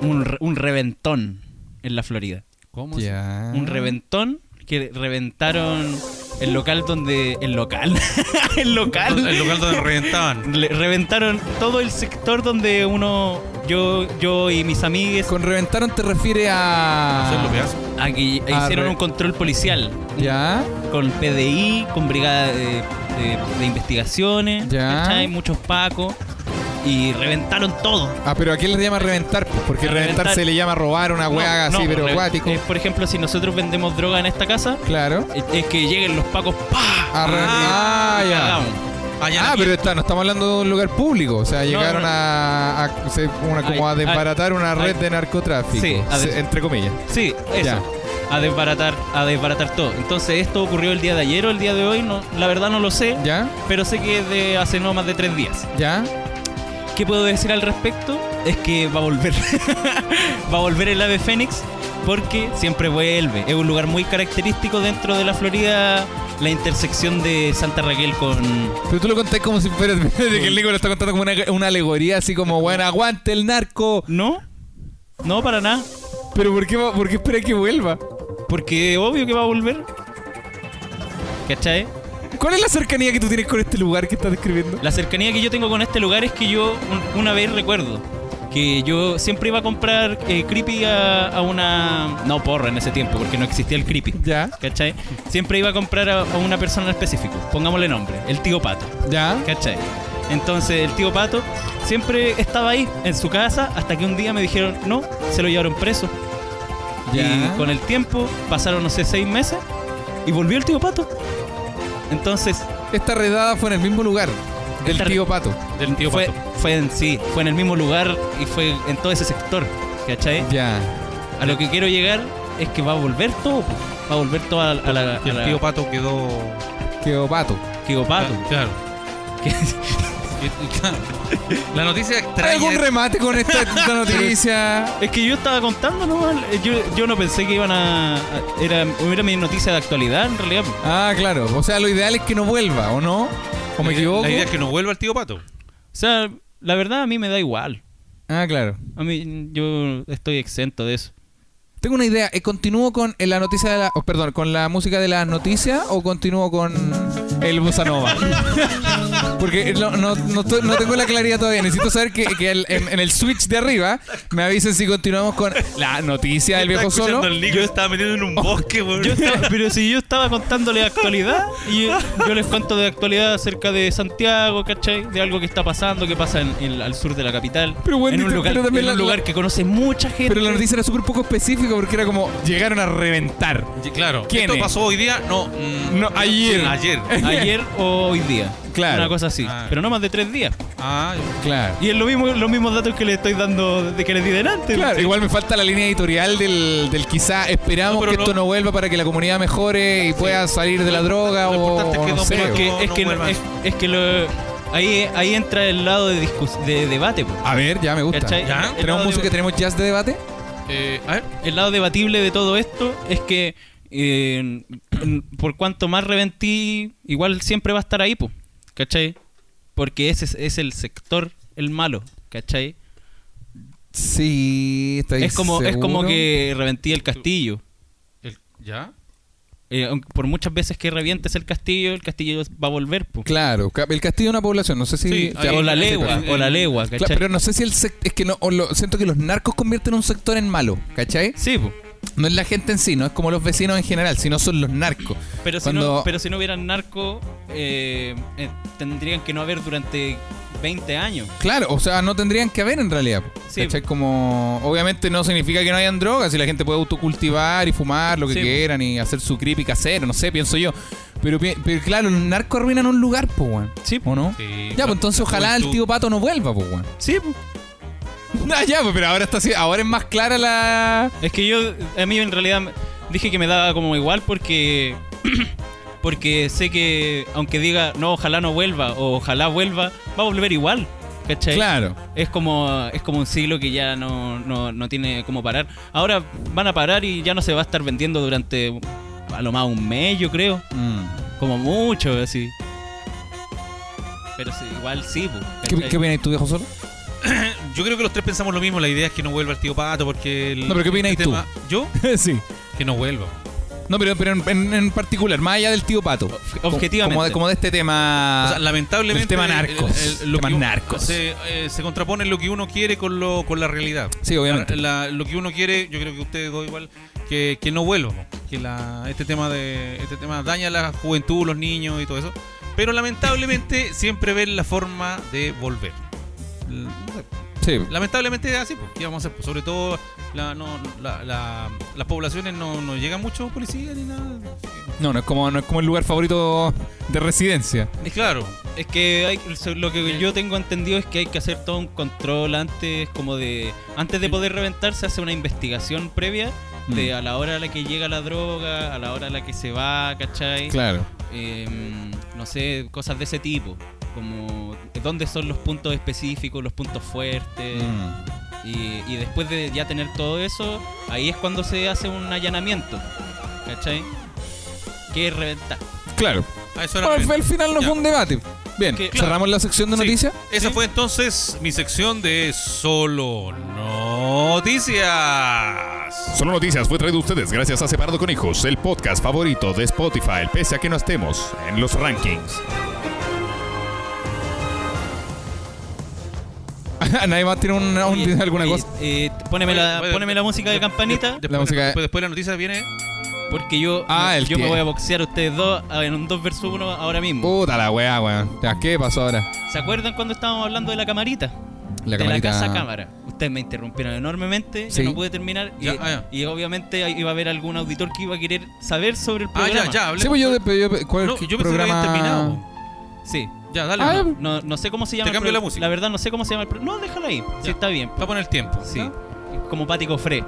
Speaker 2: un, re- un reventón en la Florida.
Speaker 5: ¿Cómo se-
Speaker 1: Ya.
Speaker 2: Un reventón que reventaron el local donde... El local. el local.
Speaker 5: El local donde reventaban.
Speaker 2: Le- reventaron todo el sector donde uno, yo, yo y mis amigues
Speaker 1: Con reventaron te refiere
Speaker 5: Hacerlo
Speaker 1: a.
Speaker 5: pedazo.
Speaker 2: aquí
Speaker 1: Ah,
Speaker 2: hicieron
Speaker 1: re-
Speaker 2: un control policial.
Speaker 1: Ya.
Speaker 2: con PDI, con brigada de, de- de investigaciones,
Speaker 1: Ya.
Speaker 2: ¿cachai? muchos pacos.
Speaker 7: y reventaron todo.
Speaker 1: Ah, pero ¿a qué le llama reventar? pues, Porque
Speaker 7: A
Speaker 1: reventar,
Speaker 7: reventar.
Speaker 1: se le llama robar una hueá
Speaker 2: No,
Speaker 1: así,
Speaker 2: no,
Speaker 1: pero
Speaker 2: re-
Speaker 1: acuático.
Speaker 2: eh, por ejemplo, si nosotros vendemos droga en esta casa,
Speaker 1: Claro.
Speaker 2: eh, es que lleguen los pacos, ¡pah!
Speaker 1: A re- ah, ya.
Speaker 2: Cagamos.
Speaker 1: Ah, pero está, no estamos hablando de un lugar público. O sea, llegaron
Speaker 2: no.
Speaker 1: a, a- se- una- como
Speaker 2: Ay,
Speaker 1: a desbaratar una
Speaker 2: ay.
Speaker 1: red de narcotráfico.
Speaker 2: Sí, a
Speaker 1: se-
Speaker 2: des-
Speaker 1: entre comillas.
Speaker 2: Sí, eso.
Speaker 1: Ya.
Speaker 2: A desbaratar, a desbaratar todo. Entonces, esto ocurrió el día de ayer o el día de hoy, no, la verdad no lo sé,
Speaker 1: ¿Ya?
Speaker 2: pero sé que es de hace no más de tres días.
Speaker 1: ¿Ya?
Speaker 2: ¿Qué puedo decir al respecto? Es que va a volver. va a volver el ave Fénix porque siempre vuelve. Es un lugar muy característico dentro de la Florida, la intersección de Santa Raquel con...
Speaker 1: Pero tú lo conté como si fuera de que el Nico lo está contando como una, una alegoría, así como, bueno, aguante el narco.
Speaker 2: ¿No? No, para nada.
Speaker 1: Pero ¿por qué, va- por qué espera que vuelva?
Speaker 2: Porque obvio que va a volver. ¿Cachai?
Speaker 1: ¿Cuál es la cercanía que tú tienes con este lugar que estás describiendo?
Speaker 2: La cercanía que yo tengo con este lugar es que yo un- una vez recuerdo que yo siempre iba a comprar eh, creepy a, a una... No, porra en ese tiempo, porque no existía el creepy.
Speaker 1: ¿Ya?
Speaker 2: ¿Cachai? Siempre iba a comprar a, a una persona en específico. Pongámosle nombre, el tío Pato.
Speaker 1: ¿Ya?
Speaker 2: ¿Cachai? Entonces el tío Pato siempre estaba ahí en su casa hasta que un día me dijeron, no, se lo llevaron preso.
Speaker 1: Ya.
Speaker 2: Y con el tiempo pasaron, no sé, seis meses y volvió el tío Pato. Entonces
Speaker 1: Esta redada fue en el mismo lugar del
Speaker 2: Esta re-
Speaker 1: tío Pato.
Speaker 2: Del tío fue, Fue en sí, fue en el mismo lugar y fue en todo ese sector, ¿cachai?
Speaker 1: Ya.
Speaker 2: A lo que quiero llegar es que va a volver todo, po. va a volver todo a, a la...
Speaker 5: Y
Speaker 2: a
Speaker 5: el
Speaker 2: la-
Speaker 5: tío Pato quedó.
Speaker 1: Tío Pato.
Speaker 2: tío Pato.
Speaker 5: Claro.
Speaker 2: Que-
Speaker 5: La noticia extraña.
Speaker 1: ¿Hay algún remate con esta, esta noticia?
Speaker 2: es que yo estaba contando, ¿no? Yo, yo no pensé que iban a... a- Era, era mi noticia de actualidad, en realidad. po.
Speaker 1: Ah, claro. O sea, lo ideal es que no vuelva, ¿o no? ¿O me equivoco?
Speaker 5: Eh, La idea es que no vuelva el tío Pato.
Speaker 2: O sea, la verdad a mí me da igual.
Speaker 1: Ah, claro.
Speaker 2: A mí yo estoy exento de eso.
Speaker 1: Tengo una idea. Eh, ¿Continúo con eh, la noticia de la... oh, perdón, con la música de las noticias o continúo con el bossa nova? Porque eh, no, no- no estoy- no tengo la claridad todavía. Necesito saber que, que el- en, en el switch de arriba me avisen si continuamos con la noticia del viejo solo.
Speaker 5: El Nico estaba metido en un bosque, weón.
Speaker 2: Yo estaba- pero si yo estaba contándole actualidad, y yo, yo les cuento de actualidad acerca de Santiago, ¿cachai? De algo que está pasando, que pasa en, en- al sur de la capital.
Speaker 1: Pero, bueno,
Speaker 2: en un
Speaker 1: pero
Speaker 2: lugar,
Speaker 1: también
Speaker 2: en
Speaker 1: la-
Speaker 2: un lugar que conoce mucha gente.
Speaker 1: Pero la noticia era súper poco específica porque era como llegaron a reventar.
Speaker 5: Y Claro.
Speaker 1: ¿Quién
Speaker 5: ¿Esto
Speaker 1: es?
Speaker 5: pasó hoy día? No. mm,
Speaker 1: No, ayer.
Speaker 5: sí, Ayer.
Speaker 2: Ayer o hoy día.
Speaker 1: Claro.
Speaker 2: Una cosa así.
Speaker 5: Ah.
Speaker 2: Pero no más de tres días.
Speaker 5: Ah,
Speaker 1: Claro.
Speaker 2: Y es lo mismo, los mismos datos que le estoy dando de que les di delante.
Speaker 1: Claro, igual me falta la línea editorial del, del quizá
Speaker 5: No,
Speaker 1: esperamos
Speaker 5: pero
Speaker 1: que
Speaker 5: no-
Speaker 1: esto no vuelva para que la comunidad mejore y pueda salir de la droga
Speaker 5: lo
Speaker 1: o,
Speaker 5: importante es
Speaker 1: o
Speaker 5: que
Speaker 1: no
Speaker 5: no
Speaker 1: sé.
Speaker 5: vuelva.
Speaker 2: Que
Speaker 5: No,
Speaker 2: es
Speaker 5: no
Speaker 2: que no-
Speaker 5: vuelvan.
Speaker 2: es, es que lo- Ahí, ahí entra el lado de, discus- de debate. po,
Speaker 1: A ver, ya me gusta.
Speaker 2: ¿cachai?
Speaker 5: Ya.
Speaker 2: El lado
Speaker 1: Tenemos
Speaker 2: de-
Speaker 1: música, tenemos jazz de debate.
Speaker 5: eh, a ver.
Speaker 2: el lado debatible de todo esto es que eh, en- por cuanto más reventí, igual siempre va a estar ahí, po, ¿cachai? Porque ese es, es el sector el malo, ¿cachai?
Speaker 1: Sí, estoy
Speaker 2: Es como, es como
Speaker 1: seguro.
Speaker 2: que reventí el castillo.
Speaker 5: el- ¿Ya?
Speaker 2: Eh, aunque por muchas veces que revientes el castillo, el castillo va a volver, po.
Speaker 1: Claro, ca- el castillo es una población, no sé si...
Speaker 5: Sí,
Speaker 1: ya-
Speaker 2: o la
Speaker 5: ahí-
Speaker 2: legua,
Speaker 5: ahí-
Speaker 2: o la legua,
Speaker 1: Claro,
Speaker 2: ¿cachai?
Speaker 1: pero no sé si el sect- es que no o lo- siento que los narcos convierten un sector en malo, ¿cachai?
Speaker 2: Sí, po.
Speaker 1: No es la gente en sí, no es como los vecinos en general, sino son los narcos.
Speaker 2: Pero si,
Speaker 1: Cuando-
Speaker 2: no, pero si no hubieran narco, eh, eh, tendrían que no haber durante 20 años.
Speaker 1: Claro, o sea, no tendrían que haber en realidad.
Speaker 2: Sí.
Speaker 1: ¿Cachai? Como, obviamente no significa que no hayan drogas y la gente puede autocultivar y fumar lo que
Speaker 2: Sí.
Speaker 1: quieran y hacer su creepy casero, no sé, pienso yo. Pero, pi- pero claro, los narcos arruinan un lugar, pues, weón.
Speaker 2: Sí,
Speaker 1: ¿O no?
Speaker 5: Sí,
Speaker 1: ya,
Speaker 5: la-
Speaker 1: pues entonces
Speaker 5: la
Speaker 1: ojalá el
Speaker 5: juventud.
Speaker 1: tío Pato no vuelva, pues, weón.
Speaker 2: Sí, po.
Speaker 1: Ah, ya, pues, pero ahora está así, ahora es más clara la...
Speaker 2: Es que yo, a mí en realidad me- dije que me daba como igual porque. Porque sé que, aunque diga, no, ojalá no vuelva o ojalá vuelva, va a volver igual. ¿Cachai?
Speaker 1: Claro.
Speaker 2: Es como, es como un siglo que ya no, no, no tiene cómo parar. Ahora van a parar y ya no se va a estar vendiendo durante a lo más un mes, yo creo.
Speaker 1: Mm.
Speaker 2: Como mucho, así. Pero sí, igual sí, po,
Speaker 1: ¿Qué,
Speaker 2: ¿cachai?
Speaker 1: ¿Qué opinas tú, viejo solo?
Speaker 5: Yo creo que los tres pensamos lo mismo. La idea es que no vuelva el tío Pato porque. El,
Speaker 1: No, pero ¿qué opinas
Speaker 5: este
Speaker 1: tú?
Speaker 5: tema- ¿Yo?
Speaker 1: sí.
Speaker 5: Que no vuelva.
Speaker 1: No, pero, pero en, en- en particular, más allá del tío Pato. Como-
Speaker 2: objetivamente.
Speaker 1: Como de, como de este tema...
Speaker 5: O sea, lamentablemente.
Speaker 1: el tema
Speaker 5: el-
Speaker 1: narcos, temas
Speaker 5: que uno-
Speaker 1: narcos.
Speaker 5: Se, eh, se contrapone lo que uno quiere con, lo, con la realidad.
Speaker 1: sí, obviamente.
Speaker 5: La- la- lo que uno quiere, yo creo que ustedes dos igual, que, que no vuelva. po. Que la, este tema de este tema daña a la juventud, los niños y todo eso. Pero lamentablemente siempre ven la forma de volver.
Speaker 1: Sí.
Speaker 5: Lamentablemente es así, pues, ¿qué vamos a hacer? Pues, sobre todo la- no- la- la- las poblaciones no, no llegan mucho policía ni nada.
Speaker 1: No, no es como, no es como el lugar favorito de residencia.
Speaker 5: Y claro,
Speaker 2: Es que hay, lo que yo tengo entendido es que hay que hacer todo un control antes, como de antes de poder reventar se hace una investigación previa de a la hora a la que llega la droga, a la hora a la que se va, ¿cachai?
Speaker 1: Claro.
Speaker 2: Em, no sé, cosas de ese tipo, como eh, dónde son los puntos específicos, los puntos fuertes.
Speaker 1: Mm.
Speaker 5: Mm.
Speaker 2: Y, y después de ya tener todo eso, ahí es cuando se hace un allanamiento, ¿cachai? Que es reventar.
Speaker 1: Claro.
Speaker 5: a eso era.
Speaker 1: Al, al final no
Speaker 5: Ya.
Speaker 1: fue un debate. Bien,
Speaker 2: Que-
Speaker 1: cerramos la sección de
Speaker 5: Sí,
Speaker 1: noticias.
Speaker 5: Esa fue entonces mi sección de solo noticias.
Speaker 8: Solo Noticias fue traído a ustedes gracias a Separado con Hijos, el podcast favorito de Spotify, pese a que no estemos en los rankings.
Speaker 1: Nadie más tiene una- un-
Speaker 2: Oye,
Speaker 1: alguna
Speaker 2: oye,
Speaker 1: cosa.
Speaker 2: eh, póneme, la,
Speaker 5: Oye, oye,
Speaker 2: póneme la música de campanita,
Speaker 5: Después,
Speaker 1: La música-
Speaker 5: después, Pues después de la noticia viene.
Speaker 2: porque yo,
Speaker 1: Ah, el
Speaker 2: yo me
Speaker 1: que- Oh.
Speaker 2: voy a boxear a ustedes dos ah, en un 2 vs 1 ahora mismo.
Speaker 1: Puta la weá, weón. Ya, ¿qué pasó ahora?
Speaker 2: ¿Se acuerdan cuando estábamos hablando de la camarita? de
Speaker 1: camarita-
Speaker 2: la casa cámara. Ustedes me interrumpieron enormemente,
Speaker 1: Sí.
Speaker 2: yo no pude terminar y,
Speaker 5: Ya, ah,
Speaker 2: y obviamente ahí iba a haber algún auditor que iba a querer saber sobre el
Speaker 5: Ah,
Speaker 2: programa.
Speaker 5: ya, ya, hablé.
Speaker 1: Sí, pues yo, yo, ¿cuál
Speaker 5: No, yo pensé que
Speaker 1: programa?
Speaker 5: habías terminado.
Speaker 2: Sí.
Speaker 5: Ya, dale. pues.
Speaker 1: Ah,
Speaker 5: no.
Speaker 2: No, no sé cómo se llama.
Speaker 5: Te
Speaker 2: el
Speaker 5: cambio
Speaker 2: pro-
Speaker 5: la música.
Speaker 2: La verdad no sé cómo se llama el pro- No, déjalo ahí. Sí,
Speaker 5: Ya.
Speaker 2: está bien.
Speaker 5: Va a poner el tiempo.
Speaker 2: Sí.
Speaker 5: ¿no?
Speaker 2: Como Pático Fre.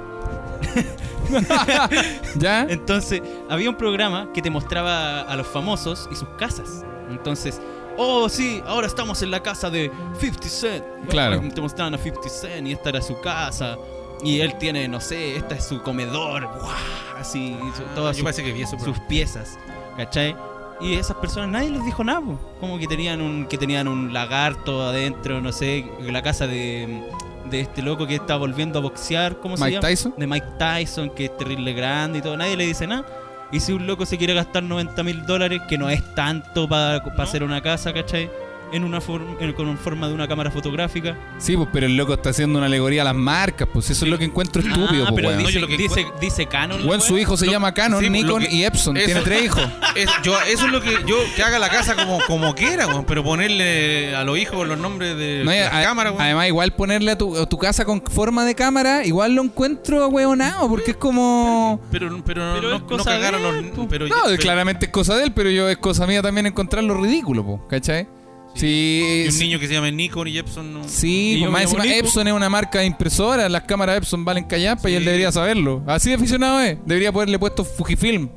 Speaker 1: ¿Ya?
Speaker 2: Entonces, había un programa que te mostraba a los famosos y sus casas. Entonces, oh, sí, ahora estamos en la casa de 50 Cent.
Speaker 1: Claro.
Speaker 2: Y Te mostraban a 50 Cent y esta era su casa. Y él tiene, no sé, esta es su comedor. ¡guau! Así, y su- todas
Speaker 5: Yo
Speaker 2: sus,
Speaker 5: parece que vi eso. pero-
Speaker 2: sus piezas. ¿Cachai? Y esas personas nadie les dijo nada, po. como que tenían un que tenían un lagarto adentro, no sé, la casa de, de este loco que está volviendo a boxear, ¿cómo se
Speaker 1: ¿Mike
Speaker 2: llama?
Speaker 1: Tyson?
Speaker 2: de Mike Tyson, que es terrible grande y todo, nadie le dice nada. Y si un loco se quiere gastar 90 mil dólares, que no es tanto para hacer una casa, ¿cachai? En una forma, con una forma de una cámara fotográfica.
Speaker 1: Sí, pues, pero el loco está haciendo una alegoría a las marcas, pues eso es lo que encuentro estúpido,
Speaker 2: Ah,
Speaker 1: pues,
Speaker 2: pero
Speaker 1: weón.
Speaker 2: dice,
Speaker 5: No, yo lo que
Speaker 2: dice, dice Canon. la
Speaker 1: Weón, su
Speaker 2: wea.
Speaker 1: hijo se
Speaker 5: lo-
Speaker 1: llama Canon,
Speaker 5: sí, pues, lo
Speaker 1: Nikon
Speaker 5: que-
Speaker 1: y Epson,
Speaker 5: eso-
Speaker 1: tiene tres hijos.
Speaker 5: Es- yo- eso es lo que yo que haga la casa como, como quiera, weón, pero ponerle a los hijos los nombres de
Speaker 1: No, y
Speaker 5: las
Speaker 1: a-
Speaker 5: cámaras, weón.
Speaker 1: además, igual ponerle a tu, a tu casa con forma de cámara, igual lo encuentro weonado, porque es como.
Speaker 5: pero, pero,
Speaker 2: Pero
Speaker 5: no,
Speaker 2: es
Speaker 5: no
Speaker 2: cosa
Speaker 5: cagaron
Speaker 2: de
Speaker 5: los
Speaker 2: él, pues. po.
Speaker 5: pero
Speaker 1: No,
Speaker 5: pero-
Speaker 1: claramente es cosa de él, pero yo es cosa mía también encontrarlo ridículo, po, ¿cachai?
Speaker 5: y
Speaker 1: Sí,
Speaker 5: un
Speaker 1: sí,
Speaker 5: niño que se llama Nikon y Jepson no.
Speaker 1: sí,
Speaker 5: Y
Speaker 1: pues
Speaker 5: yo
Speaker 1: más
Speaker 5: me llamo
Speaker 1: encima
Speaker 5: Nico.
Speaker 1: Epson es una marca de impresora, las cámaras Epson valen callampa y
Speaker 5: Sí.
Speaker 1: él debería saberlo. Así de aficionado es, debería haberle puesto Fujifilm,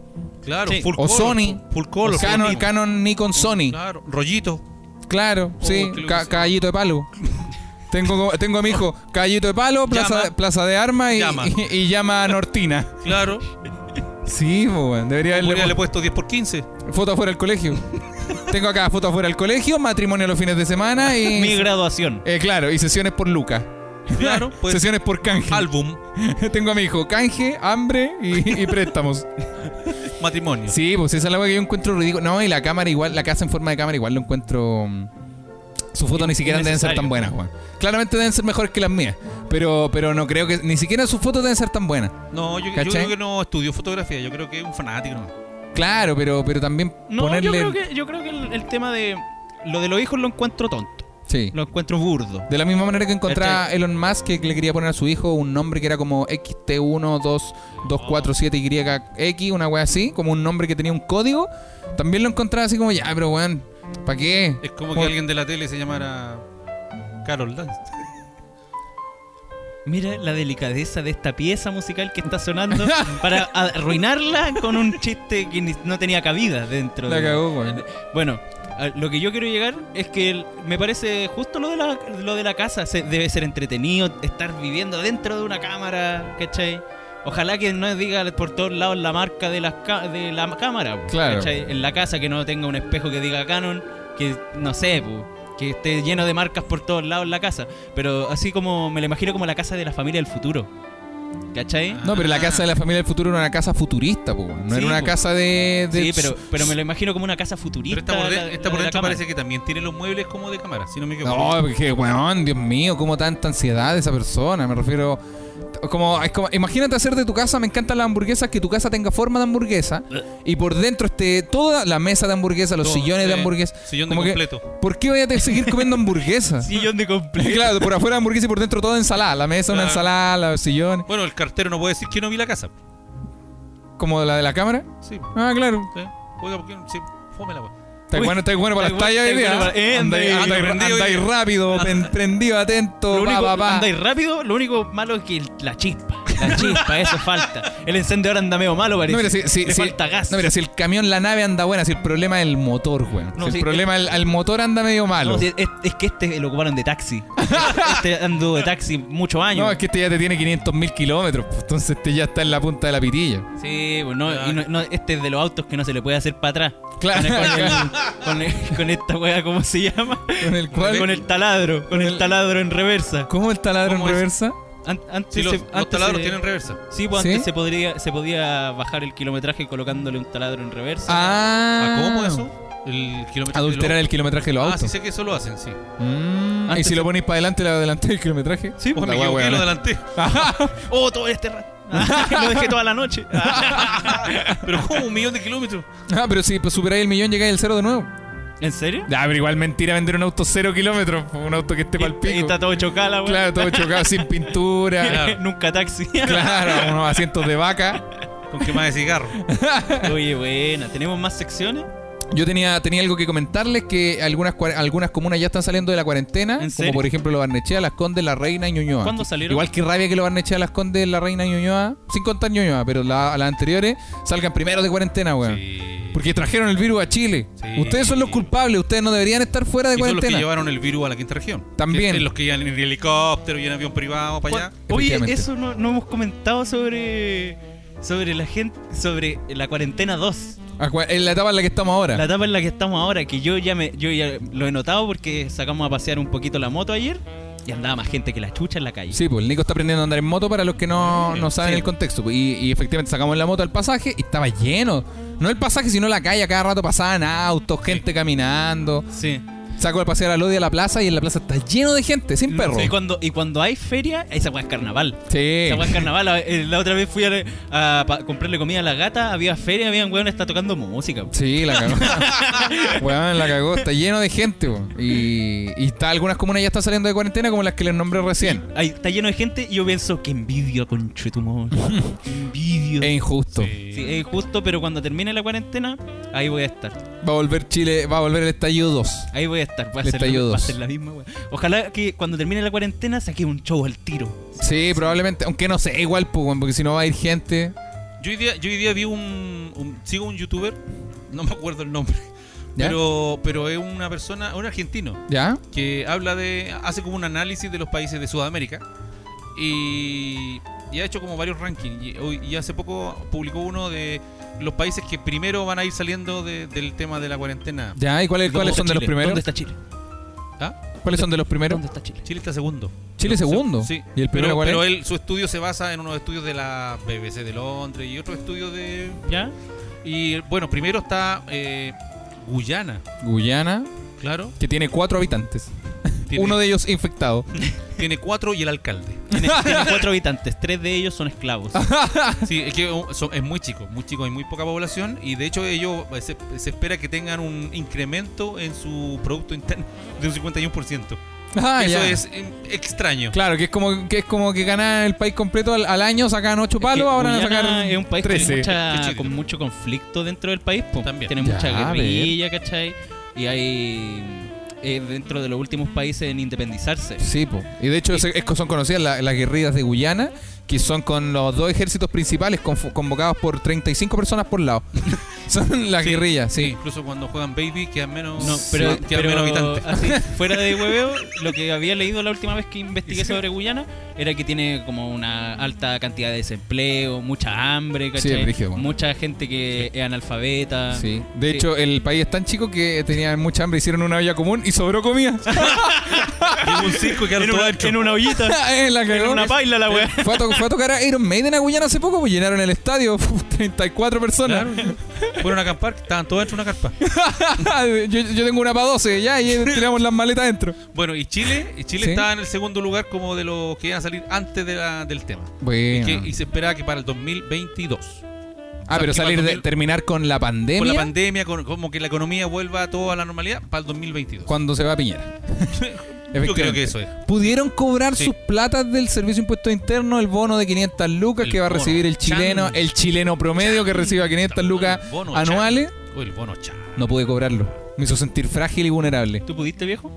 Speaker 5: Claro,
Speaker 2: Sí.
Speaker 5: full
Speaker 1: o
Speaker 5: color,
Speaker 1: Sony,
Speaker 5: full- Full color.
Speaker 1: Canon,
Speaker 5: full-
Speaker 1: Canon, Nikon, Sony.
Speaker 5: Claro, rollito.
Speaker 1: Claro, sí,
Speaker 5: creo que
Speaker 1: ca-
Speaker 5: sí.
Speaker 1: caballito de palo. Tengo, co- tengo a mi hijo caballito de palo, plaza,
Speaker 5: Llama.
Speaker 1: plaza de armas y,
Speaker 5: Llama.
Speaker 1: y- y llama a Nortina.
Speaker 5: Claro.
Speaker 1: Sí, po, weón, debería
Speaker 5: Le,
Speaker 1: haberle
Speaker 5: le he
Speaker 1: puesto
Speaker 5: puesto 10 por 15.
Speaker 1: foto afuera del colegio. tengo acá foto afuera del colegio, matrimonio los fines de semana
Speaker 2: Mi
Speaker 1: y...
Speaker 2: graduación.
Speaker 1: eh, claro, y sesiones por Lucas.
Speaker 5: Claro, pues
Speaker 1: sesiones por canje.
Speaker 5: álbum,
Speaker 1: tengo a mi hijo canje, hambre y, y préstamos.
Speaker 5: matrimonio.
Speaker 1: sí, pues esa es la weá que yo encuentro ridículo. No, y la cámara igual, la casa en forma de cámara igual lo encuentro... mm, Sus fotos ni siquiera deben ser tan buenas,
Speaker 2: Innecesario.
Speaker 1: Juan. Claramente deben ser mejores que las mías. Pero, pero no creo que... Ni siquiera sus fotos deben ser tan buenas.
Speaker 5: No, yo, yo
Speaker 1: ¿Cachai?
Speaker 5: creo que no estudió fotografía, yo creo que es un fanático. nomás.
Speaker 1: Claro, pero, pero también
Speaker 2: No,
Speaker 1: ponerle...
Speaker 2: yo creo que, yo creo que el, el tema de lo de los hijos lo encuentro tonto,
Speaker 1: Sí.
Speaker 2: lo encuentro burdo.
Speaker 1: De la misma manera que encontraba
Speaker 2: Este-
Speaker 1: Elon Musk que le quería poner a su hijo un nombre que era como XT12247YX, una wea así, como un nombre que tenía un código, también lo encontraba así como, ya, pero weón, ¿para qué?
Speaker 5: Es como
Speaker 1: Por-
Speaker 5: que alguien de la tele se llamara Carol Dance.
Speaker 2: Mira la delicadeza de esta pieza musical que está sonando para arruinarla con un chiste que ni- no tenía cabida dentro.
Speaker 1: La
Speaker 2: de-
Speaker 1: cagó, weón.
Speaker 2: Bueno, a lo que yo quiero llegar es que el- me parece justo lo de la, lo de la casa. Se- debe ser entretenido estar viviendo dentro de una cámara, ¿cachai? Ojalá que no diga por todos lados la marca de, las ca- de la cámara, po,
Speaker 1: Claro.
Speaker 2: ¿cachai? En la casa que no tenga un espejo que diga Canon, que no sé, po, que esté lleno de marcas por todos lados en la casa. Pero así como me lo imagino como la casa de la familia del futuro,
Speaker 5: Ah.
Speaker 2: ¿cachai?
Speaker 1: No, pero la casa de la familia del futuro era una casa futurista, po, weón. no
Speaker 2: Sí,
Speaker 1: era una
Speaker 2: po.
Speaker 1: casa de... de-
Speaker 2: Sí, pero, pero me lo imagino como una casa
Speaker 5: Pero
Speaker 2: futurista.
Speaker 5: esta por, de-
Speaker 2: la-
Speaker 5: esta
Speaker 2: la de la
Speaker 5: por dentro
Speaker 2: cámara.
Speaker 5: parece que también tiene los muebles como de cámara, si no me equivoco.
Speaker 1: No, porque, weón, Dios mío, cómo tanta ansiedad de esa persona, me refiero... como, es como- imagínate hacer de tu casa, me encantan las hamburguesas, que tu casa tenga forma de hamburguesa y por dentro esté toda la mesa de hamburguesa, los
Speaker 5: Eh. Todo,
Speaker 1: sillones de
Speaker 5: sí.
Speaker 1: hamburguesa.
Speaker 5: Sillón de
Speaker 1: Como que,
Speaker 5: completo.
Speaker 1: ¿Por qué voy a te- seguir comiendo hamburguesa?
Speaker 2: Sillón de completo.
Speaker 1: Claro, por afuera hamburguesa y por dentro toda ensalada. La mesa, una
Speaker 5: Claro.
Speaker 1: ensalada, los sillones,
Speaker 5: Bueno, el cartero no puede decir que no vi la casa.
Speaker 1: como la de la cámara.
Speaker 5: Sí,
Speaker 1: Ah, claro.
Speaker 5: sí. Oiga, ¿por qué no? Sí, fome la wea.
Speaker 1: Está bueno, está bueno para las
Speaker 2: Está
Speaker 1: tallas hoy
Speaker 2: bueno,
Speaker 1: día.
Speaker 2: está bueno para- Eh,
Speaker 1: Andáis
Speaker 2: andáis-
Speaker 1: andáis-
Speaker 5: prendido hoy
Speaker 1: andáis
Speaker 5: día.
Speaker 1: rápido, pen- prendido,
Speaker 2: Lo
Speaker 1: atento, pa,
Speaker 2: único,
Speaker 1: pa, pa.
Speaker 2: andáis rápido, lo único malo es que el- la chispa. La chispa, eso falta. El encendedor anda medio malo, parece.
Speaker 1: No, mira, si, si-
Speaker 2: Le
Speaker 1: si-
Speaker 2: falta gas.
Speaker 1: no, mira, si el camión, la nave anda buena, si el problema es el motor, weón.
Speaker 2: No,
Speaker 1: si el
Speaker 2: sí,
Speaker 1: problema es el, el motor anda medio malo.
Speaker 2: No,
Speaker 1: No,
Speaker 2: si es, es que este lo ocuparon de taxi. Este anduvo de taxi muchos años.
Speaker 1: es que este ya te tiene 500 mil kilómetros, pues, entonces este ya está en la punta de la pitilla.
Speaker 2: Sí, pues no, y no- no, este es de los autos que no se le puede hacer para atrás.
Speaker 1: Claro.
Speaker 2: Con, el- con el- con el- con esta wea, ¿cómo se llama?
Speaker 1: Con el cual,
Speaker 2: Con el taladro, con el taladro en reversa.
Speaker 1: ¿Cómo el taladro en
Speaker 5: ¿Cómo es?
Speaker 1: reversa?
Speaker 2: An- antes
Speaker 5: Sí, los,
Speaker 2: se-
Speaker 5: los
Speaker 2: antes
Speaker 5: taladros
Speaker 2: se-
Speaker 5: tienen reversa.
Speaker 2: Sí, pues
Speaker 1: ¿Sí?
Speaker 2: antes se, podría, se podía bajar el kilometraje colocándole un taladro en reversa.
Speaker 1: Ah,
Speaker 5: ¿A cómo eso? El kilometraje.
Speaker 1: Adulterar
Speaker 5: del
Speaker 1: el kilometraje de los
Speaker 5: auto. Ah,
Speaker 1: autos.
Speaker 5: sí sé que eso lo hacen, sí.
Speaker 1: Mm, y
Speaker 2: Antes
Speaker 1: si lo ponéis para adelante, la adelanté el kilometraje.
Speaker 2: Ah, Sí,
Speaker 5: Oh,
Speaker 2: pues.
Speaker 5: me
Speaker 1: La wea,
Speaker 5: equivoqué,
Speaker 1: wea, ¿no?
Speaker 5: lo adelanté.
Speaker 2: Oh, todo este rato. lo dejé toda la noche.
Speaker 5: Pero como un millón de kilómetros.
Speaker 1: Ah, pero si pues, superáis el millón, llegáis al cero de nuevo.
Speaker 2: ¿En serio?
Speaker 1: Ah, pero igual mentira vender un auto cero kilómetros, un auto que esté para el
Speaker 2: Y, y
Speaker 1: pico.
Speaker 2: está todo chocada, la wea.
Speaker 1: Claro, todo chocado, sin pintura.
Speaker 2: Nunca taxi.
Speaker 1: Claro, unos asientos de vaca.
Speaker 5: Con quema de cigarro.
Speaker 2: Oye, buena. ¿Tenemos más secciones?
Speaker 1: Yo tenía, tenía algo que comentarles, que algunas, cua- algunas comunas ya están saliendo de la cuarentena,
Speaker 2: ¿En
Speaker 1: como
Speaker 2: serio?
Speaker 1: por ejemplo Lo Barnechea, Las Condes, La Reina y Ñuñoa.
Speaker 2: ¿Cuándo salieron?
Speaker 1: Igual que rabia que Lo Barnechea, Las Condes, La Reina y Ñuñoa, sin contar Ñuñoa, pero la- las anteriores salgan primero de cuarentena, weón.
Speaker 5: Sí.
Speaker 1: Ah. Porque trajeron el virus a Chile.
Speaker 5: Sí.
Speaker 1: Ustedes son los culpables, ustedes no deberían estar fuera de
Speaker 5: Y son los que
Speaker 1: cuarentena.
Speaker 5: llevaron el virus a la quinta región.
Speaker 1: También.
Speaker 5: Que- Los que iban en helicóptero y en avión privado para allá.
Speaker 2: Oye,
Speaker 1: Efectivamente.
Speaker 2: eso no, no hemos comentado sobre. Sobre la gente. Sobre la cuarentena 2.
Speaker 1: A cua- En la etapa en la que estamos ahora.
Speaker 2: La etapa en la que estamos ahora. Que yo ya me yo ya lo he notado porque sacamos a pasear un poquito la moto ayer. Y andaba más gente que la chucha en la calle.
Speaker 1: Sí, pues el Nico está aprendiendo a andar en moto para los que no, no saben
Speaker 2: Sí.
Speaker 1: el contexto. pues, Y, y efectivamente sacamos la moto al pasaje y estaba lleno. No el pasaje, sino la calle. a Cada rato pasaban autos, gente caminando.
Speaker 2: Sí.
Speaker 1: Saco al pasear a Lodi a la plaza y en la plaza está lleno de gente, sin perro.
Speaker 2: Y cuando, y cuando hay feria, esa weá es carnaval.
Speaker 1: Sí.
Speaker 2: Esa weá es carnaval. La, eh, la otra vez fui a, a pa- comprarle comida a la gata, había feria, había un weón que está tocando música.
Speaker 1: Sí, la cagó. Weón, la cagó. Está lleno de gente, po. Y, y está, algunas comunas ya están saliendo de cuarentena, como las que les nombré recién.
Speaker 2: Ahí está lleno de gente y yo pienso que envidio, conchetumor. envidio.
Speaker 1: Es injusto.
Speaker 2: Sí, es injusto, pero cuando termine la cuarentena, ahí voy a estar.
Speaker 1: Va a volver Chile, va a volver el estallido 2.
Speaker 2: Ahí voy a estar. Voy a,
Speaker 1: Le
Speaker 2: hacer,
Speaker 1: estalló
Speaker 2: la, va a
Speaker 1: dos.
Speaker 2: hacer la misma weá. Ojalá que cuando termine la cuarentena saque un show al tiro.
Speaker 1: Sí, probablemente. Aunque no sé, igual, pues, weón, porque si no va a ir gente.
Speaker 5: Yo hoy día, yo hoy día vi un, un- Sigo un youtuber, no me acuerdo el nombre.
Speaker 1: ¿Ya?
Speaker 5: Pero, pero es una persona, un argentino,
Speaker 1: ¿Ya?
Speaker 5: que habla de. hace como un análisis de los países de Sudamérica. Y, y ha hecho como varios rankings. Y, hoy- y hace poco publicó uno de los países que primero van a ir saliendo de- del tema de la cuarentena.
Speaker 1: ¿Ya? ¿Y cuáles,
Speaker 2: ¿Cómo
Speaker 1: cuáles
Speaker 2: está
Speaker 1: son de los
Speaker 2: Chile?
Speaker 1: primeros?
Speaker 2: ¿Dónde está Chile?
Speaker 1: ¿Cuáles son de los primeros?
Speaker 2: ¿Dónde está Chile?
Speaker 5: Chile está segundo.
Speaker 1: Chile segundo.
Speaker 5: Sí.
Speaker 1: ¿Y el primero
Speaker 5: pero,
Speaker 1: cuál
Speaker 5: pero
Speaker 1: es?
Speaker 5: él, su estudio se basa en unos estudios de la BBC de Londres y otros estudios de.
Speaker 2: ¿Ya?
Speaker 5: Y bueno, primero está eh, Guyana,
Speaker 1: Guyana,
Speaker 5: claro.
Speaker 1: que tiene cuatro habitantes.
Speaker 5: Tiene,
Speaker 1: Uno de ellos infectado.
Speaker 5: tiene cuatro y el alcalde.
Speaker 2: Tiene, tiene cuatro habitantes, tres de ellos son esclavos.
Speaker 5: Sí, es que uh, son- es muy chico, muy chico, hay muy poca población y de hecho ellos eh, se, se espera que tengan un incremento en su producto interno de un 51%.
Speaker 1: Ah,
Speaker 5: Eso
Speaker 1: ya.
Speaker 5: es eh, extraño.
Speaker 1: Claro, que es como que es como que ganan el país completo al, al año, sacan ocho palos,
Speaker 2: que
Speaker 1: ahora van a
Speaker 2: Guyana
Speaker 1: sacar
Speaker 2: es un país con,
Speaker 1: 13.
Speaker 2: mucha-
Speaker 5: Qué chiquitito.
Speaker 2: con mucho conflicto dentro del país, pues.
Speaker 5: También.
Speaker 2: Tiene
Speaker 1: Ya,
Speaker 2: mucha
Speaker 1: a ver.
Speaker 2: guerrilla, ¿cachai? Y hay eh, dentro de los últimos países en independizarse.
Speaker 1: Sí, po. Y de hecho se- es que son conocidas la- las guerrillas de Guyana, que son con los dos ejércitos principales conf- convocados por 35 personas por lado. son las
Speaker 5: Sí,
Speaker 1: guerrillas, sí.
Speaker 5: Incluso cuando juegan baby quedan menos,
Speaker 2: No, pero,
Speaker 5: quedan
Speaker 2: pero
Speaker 5: menos habitantes.
Speaker 2: así, fuera de hueveo, lo que había leído la última vez que investigué sobre Guyana era que tiene como una alta cantidad de desempleo, mucha hambre,
Speaker 1: Sí,
Speaker 2: ¿cachai?
Speaker 1: es brígido, bueno.
Speaker 2: Mucha gente que es analfabeta.
Speaker 1: Sí. De hecho, el país es tan chico que tenían mucha hambre, hicieron una olla común y sobró comida.
Speaker 5: Llegó un circo y quedaron
Speaker 2: en,
Speaker 5: todo
Speaker 2: una,
Speaker 5: adentro.
Speaker 2: en una ollita.
Speaker 1: Eh, la
Speaker 2: en
Speaker 1: cagó.
Speaker 2: una paila la weá.
Speaker 1: Fue a, to- fue a tocar a Iron Maiden a Guyana hace poco, pues llenaron el estadio, 34 personas.
Speaker 5: Fueron a acampar, estaban todos dentro de una carpa.
Speaker 1: yo, yo tengo una para 12, ya, y tiramos las maletas dentro.
Speaker 5: Bueno, y Chile, y Chile
Speaker 1: Sí.
Speaker 5: estaba en el segundo lugar como de los que iban a salir antes de la- del tema.
Speaker 1: Bueno.
Speaker 5: Que- y se esperaba que para el 2022,
Speaker 1: ah, pero
Speaker 5: que
Speaker 1: salir
Speaker 5: para
Speaker 1: de,
Speaker 5: el-
Speaker 1: terminar con la pandemia
Speaker 5: con la pandemia, con- como que la economía vuelva a toda la normalidad, para el 2022.
Speaker 1: cuando se va a Piñera. Efectivamente.
Speaker 5: Yo creo que eso es.
Speaker 1: Pudieron cobrar
Speaker 5: Sí.
Speaker 1: sus platas del servicio de impuesto interno, el bono de 500 lucas
Speaker 5: El
Speaker 1: que va a
Speaker 5: bono.
Speaker 1: recibir el chileno,
Speaker 5: Chan.
Speaker 1: el chileno promedio que reciba 500 lucas
Speaker 5: El bono
Speaker 1: anuales.
Speaker 5: chá. Uy, el bono chá.
Speaker 1: No pude cobrarlo. Me hizo sentir frágil y vulnerable.
Speaker 2: ¿Tú pudiste, viejo?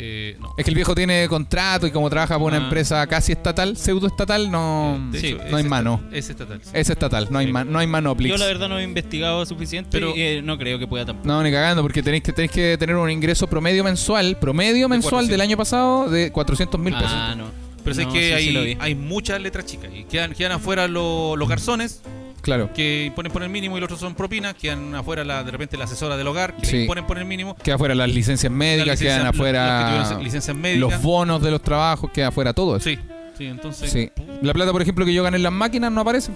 Speaker 5: Eh, no.
Speaker 1: Es que el viejo tiene contrato y como trabaja para una
Speaker 2: Ah.
Speaker 1: empresa casi estatal, pseudoestatal, no,
Speaker 5: De
Speaker 1: sí,
Speaker 5: hecho,
Speaker 1: no hay
Speaker 5: es
Speaker 1: mano. Eh,
Speaker 5: esta- Es estatal. sí.
Speaker 1: Es estatal, no hay,
Speaker 5: Sí.
Speaker 1: ma- no hay
Speaker 2: Yo
Speaker 1: manoplix.
Speaker 2: la verdad no he investigado suficiente, pero
Speaker 5: Pero-
Speaker 2: no creo que pueda tampoco.
Speaker 1: No, ni cagando, porque tenéis que, tenéis que tener un ingreso promedio mensual, promedio mensual
Speaker 5: 400.
Speaker 1: del año pasado de 400 mil pesos.
Speaker 2: Ah, no.
Speaker 5: Pero sé
Speaker 2: No,
Speaker 5: que
Speaker 2: sí,
Speaker 5: hay,
Speaker 2: sí lo vi.
Speaker 5: hay muchas letras chicas. Y quedan, quedan afuera lo- los garzones,
Speaker 1: Claro,
Speaker 5: que imponen por el mínimo, y los otros son propinas. Quedan afuera la, de repente la asesora del hogar, que
Speaker 1: Sí.
Speaker 5: le imponen por el mínimo.
Speaker 1: queda afuera las licencias médicas,
Speaker 5: Las licencias-
Speaker 1: quedan
Speaker 5: los-
Speaker 1: afuera
Speaker 5: los que tuvieron licencias médicas.
Speaker 1: los bonos de los trabajos, queda afuera todo eso.
Speaker 5: Sí, sí, entonces.
Speaker 1: Sí. La plata, por ejemplo, que yo gané en las máquinas no aparece.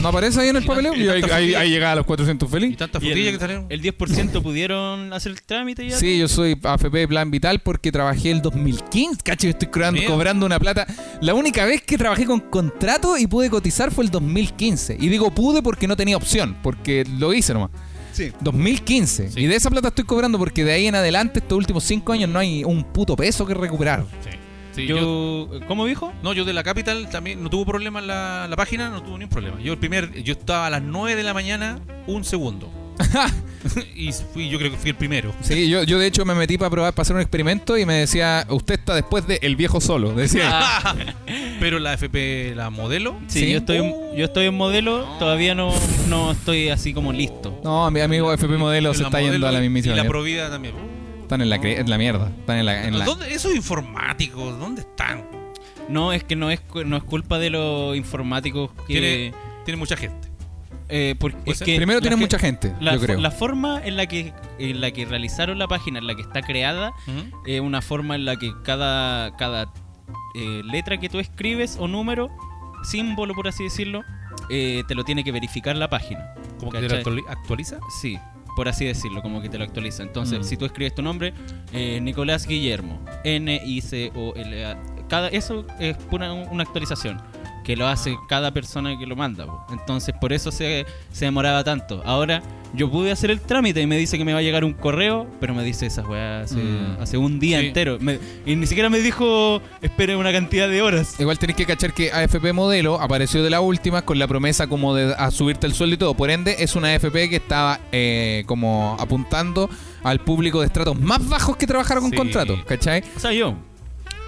Speaker 1: No aparece ahí en el papeleo. Y ahí, ahí- ahí llegaba a los 400
Speaker 5: Y
Speaker 1: feliz.
Speaker 5: tantas
Speaker 2: Y
Speaker 5: frutillas que salieron.
Speaker 2: el 10% pudieron hacer el trámite ya.
Speaker 1: Sí, yo soy AFP Plan Vital porque trabajé el 2015. Cacho, estoy cobrando,
Speaker 5: Bien.
Speaker 1: cobrando una plata. La única vez que trabajé con contrato y pude cotizar fue el 2015. Y digo pude porque no tenía opción, porque lo hice nomás.
Speaker 7: Sí.
Speaker 1: 2015.
Speaker 5: Sí.
Speaker 1: Y de esa plata estoy cobrando porque de ahí en adelante, estos últimos 5 años, no hay un puto peso que recuperar.
Speaker 5: Sí, yo,
Speaker 2: Yo, ¿cómo dijo?
Speaker 5: no, yo de la Capital también no tuvo problema en la, la página, no tuvo ni un problema. Yo el primer, yo estaba a las 9 de la mañana, un segundo. y fui, yo creo que fui el primero.
Speaker 1: Sí, yo, yo de hecho me metí para probar, para hacer un experimento y me decía, usted está después de El Viejo Solo. Decía,
Speaker 5: Pero la FP, la modelo,
Speaker 2: Sí,
Speaker 1: Sí.
Speaker 2: yo estoy yo estoy en modelo, todavía no, no estoy así como listo.
Speaker 1: no, mi amigo FP Modelo se
Speaker 5: la
Speaker 1: está yendo
Speaker 5: modelo
Speaker 1: a la mismísima.
Speaker 5: Y la
Speaker 1: mierda".
Speaker 5: Provida también.
Speaker 1: Están en la, cre- en la mierda. Están en la, en la-
Speaker 5: ¿Dónde, esos informáticos, ¿dónde están?
Speaker 2: No, es que no es cu- no es culpa de los informáticos que
Speaker 5: Tiene, tiene mucha gente.
Speaker 2: eh, porque
Speaker 5: Puede
Speaker 2: es
Speaker 5: ser.
Speaker 2: que
Speaker 1: Primero
Speaker 2: la
Speaker 1: tiene
Speaker 2: ge-
Speaker 1: mucha gente,
Speaker 2: la,
Speaker 1: yo
Speaker 2: fo-
Speaker 1: creo.
Speaker 2: la forma en la que en la que realizaron la página, en la que está creada, es una forma en la que cada cada eh, letra que tú escribes o número, símbolo por así decirlo, eh, te lo tiene que verificar la página.
Speaker 5: Como que te
Speaker 2: ¿Cachai?
Speaker 5: actuali- actualiza.
Speaker 2: Sí, por así decirlo, como que te lo actualiza. Entonces, si tú escribes tu nombre, eh, Nicolás Guillermo, N-I-C-O-L-A, cada, eso es pura un- una actualización que lo hace cada persona que lo manda. po. Entonces, por eso se, se demoraba tanto. Ahora, yo pude hacer el trámite y me dice que me va a llegar un correo, pero me dice esas weas hace, hace un día
Speaker 5: Sí.
Speaker 2: entero. Me- y ni siquiera me dijo, espere una cantidad de horas.
Speaker 1: Igual tenés que cachar que AFP Modelo apareció de la última con la promesa como de a subirte el sueldo y todo. Por ende, es una AFP que estaba eh, como apuntando al público de estratos más bajos que trabajaron con
Speaker 5: Sí.
Speaker 1: contratos, ¿cachai?
Speaker 2: O sea, yo.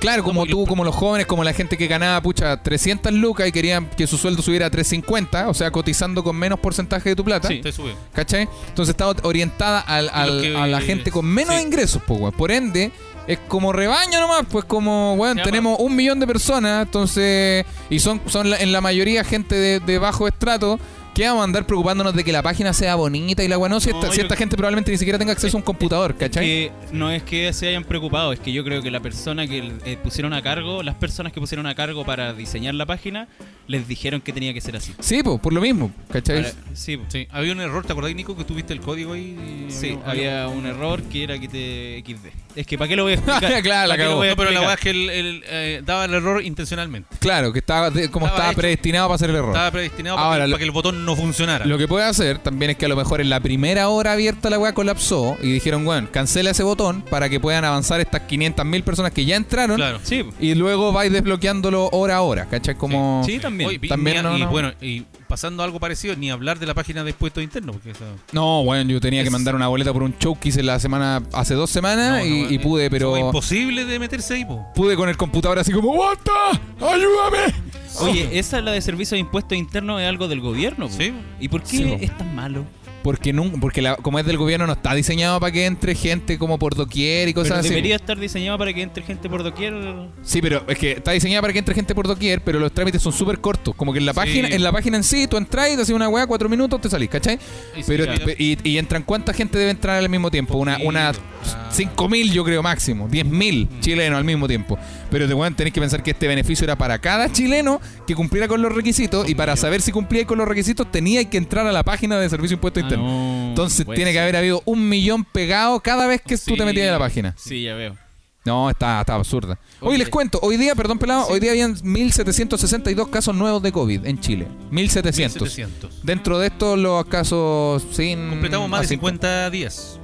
Speaker 1: Claro, como
Speaker 5: Como
Speaker 1: tú, como los jóvenes, como la gente que ganaba, pucha, 300 lucas y querían que su sueldo subiera a 350, o sea, cotizando con menos porcentaje de tu plata.
Speaker 2: Sí.
Speaker 5: Te sube.
Speaker 1: ¿Cachai? Entonces está orientada al- al-
Speaker 5: Lo que-
Speaker 1: a la gente con menos
Speaker 5: sí.
Speaker 1: ingresos, pues, weón. Por ende, es como rebaño nomás, pues como, weón,
Speaker 5: Se llama-
Speaker 1: tenemos un millón de personas, entonces, y son, son la- en la mayoría gente de, de bajo estrato. que vamos a andar preocupándonos de que la página sea bonita y la weón? No, si
Speaker 2: No,
Speaker 1: esta, si
Speaker 2: yo-
Speaker 1: esta gente probablemente ni siquiera tenga acceso a un computador, ¿cachai?
Speaker 2: que no es que se hayan preocupado, es que yo creo que la persona que eh, pusieron a cargo, las personas que pusieron a cargo para diseñar la página, les dijeron que tenía que ser así.
Speaker 1: Sí, pues, por lo mismo, ¿cachai?
Speaker 2: Para- sí, po.
Speaker 5: Sí. Había un error, ¿te acordás, Nico, que tuviste el código ahí?
Speaker 2: Sí, había un error que era que te XD. Es que ¿para qué lo voy a explicar?
Speaker 1: Claro, la
Speaker 2: ¿Pa' qué lo
Speaker 1: cagó.
Speaker 2: voy a
Speaker 5: No, pero
Speaker 2: explicar?
Speaker 5: la verdad es que el- el, eh, daba el error intencionalmente.
Speaker 1: Claro, que estaba, de- como
Speaker 5: Estaba
Speaker 1: estaba
Speaker 5: hecho.
Speaker 1: predestinado para hacer el error.
Speaker 5: Estaba predestinado
Speaker 1: Ahora,
Speaker 5: para, que,
Speaker 1: lo-
Speaker 5: para que el botón no funcionara.
Speaker 1: Lo que puede hacer también es que a lo mejor en la primera hora abierta la weá colapsó y dijeron, bueno, cancela ese botón para que puedan avanzar estas 500.000 personas que ya entraron
Speaker 5: claro.
Speaker 2: Sí, po.
Speaker 1: y luego vais desbloqueándolo hora a hora, ¿cachai? Como...
Speaker 2: sí, también.
Speaker 5: Oye, vi-
Speaker 1: También
Speaker 5: ni a-
Speaker 1: no,
Speaker 5: y
Speaker 1: no.
Speaker 5: bueno, y pasando algo parecido, ni hablar de la página de impuestos internos. Porque esa-
Speaker 1: No, bueno, yo tenía que
Speaker 5: Es-
Speaker 1: mandar una boleta por un show que hice la semana, hace dos semanas
Speaker 5: no,
Speaker 1: Ah, y,
Speaker 5: no,
Speaker 1: y
Speaker 5: eh,
Speaker 1: pude,
Speaker 5: eso es
Speaker 1: pero...
Speaker 5: imposible de meterse ahí, po.
Speaker 1: Pude con el computador así como, ¡Basta! ¡Ayúdame!
Speaker 2: Oye, esa es la de servicio de impuestos internos, es algo del gobierno. po.
Speaker 5: Sí, po.
Speaker 2: ¿Y por qué
Speaker 1: Sí, po.
Speaker 2: es tan malo?
Speaker 1: porque nun- porque la- como es del gobierno no está diseñado para que entre gente como por doquier y
Speaker 2: Pero
Speaker 1: cosas así.
Speaker 2: debería estar diseñado para que entre gente por doquier.
Speaker 1: Sí, pero es que está diseñada para que entre gente por doquier, pero los trámites son súper cortos. Como que en la página, en la página en sí, tú entras y te haces una weá, cuatro minutos, te salís, ¿cachai? pero, pe- y, y entran cuánta gente debe entrar al mismo tiempo, una, una cinco mil yo creo máximo, diez mil chilenos al mismo tiempo. Pero te weón, tenés que pensar que este beneficio era para cada chileno que cumpliera con los requisitos, y para saber si cumplía con los requisitos, tenía que entrar a la página de Servicio de Impuesto Interno.
Speaker 2: Ah,
Speaker 1: Entonces tiene que haber habido un millón pegado cada vez que tú te metías en la página.
Speaker 2: Sí, ya veo.
Speaker 1: No, está, está absurda. Hoy
Speaker 2: Oye.
Speaker 1: les cuento, hoy día, perdón pelado, hoy día habían 1.762 casos nuevos de COVID en Chile. 1.700.
Speaker 5: 700.
Speaker 1: Dentro de estos los casos sin...
Speaker 5: Completamos más de
Speaker 1: asint-
Speaker 5: 50 días.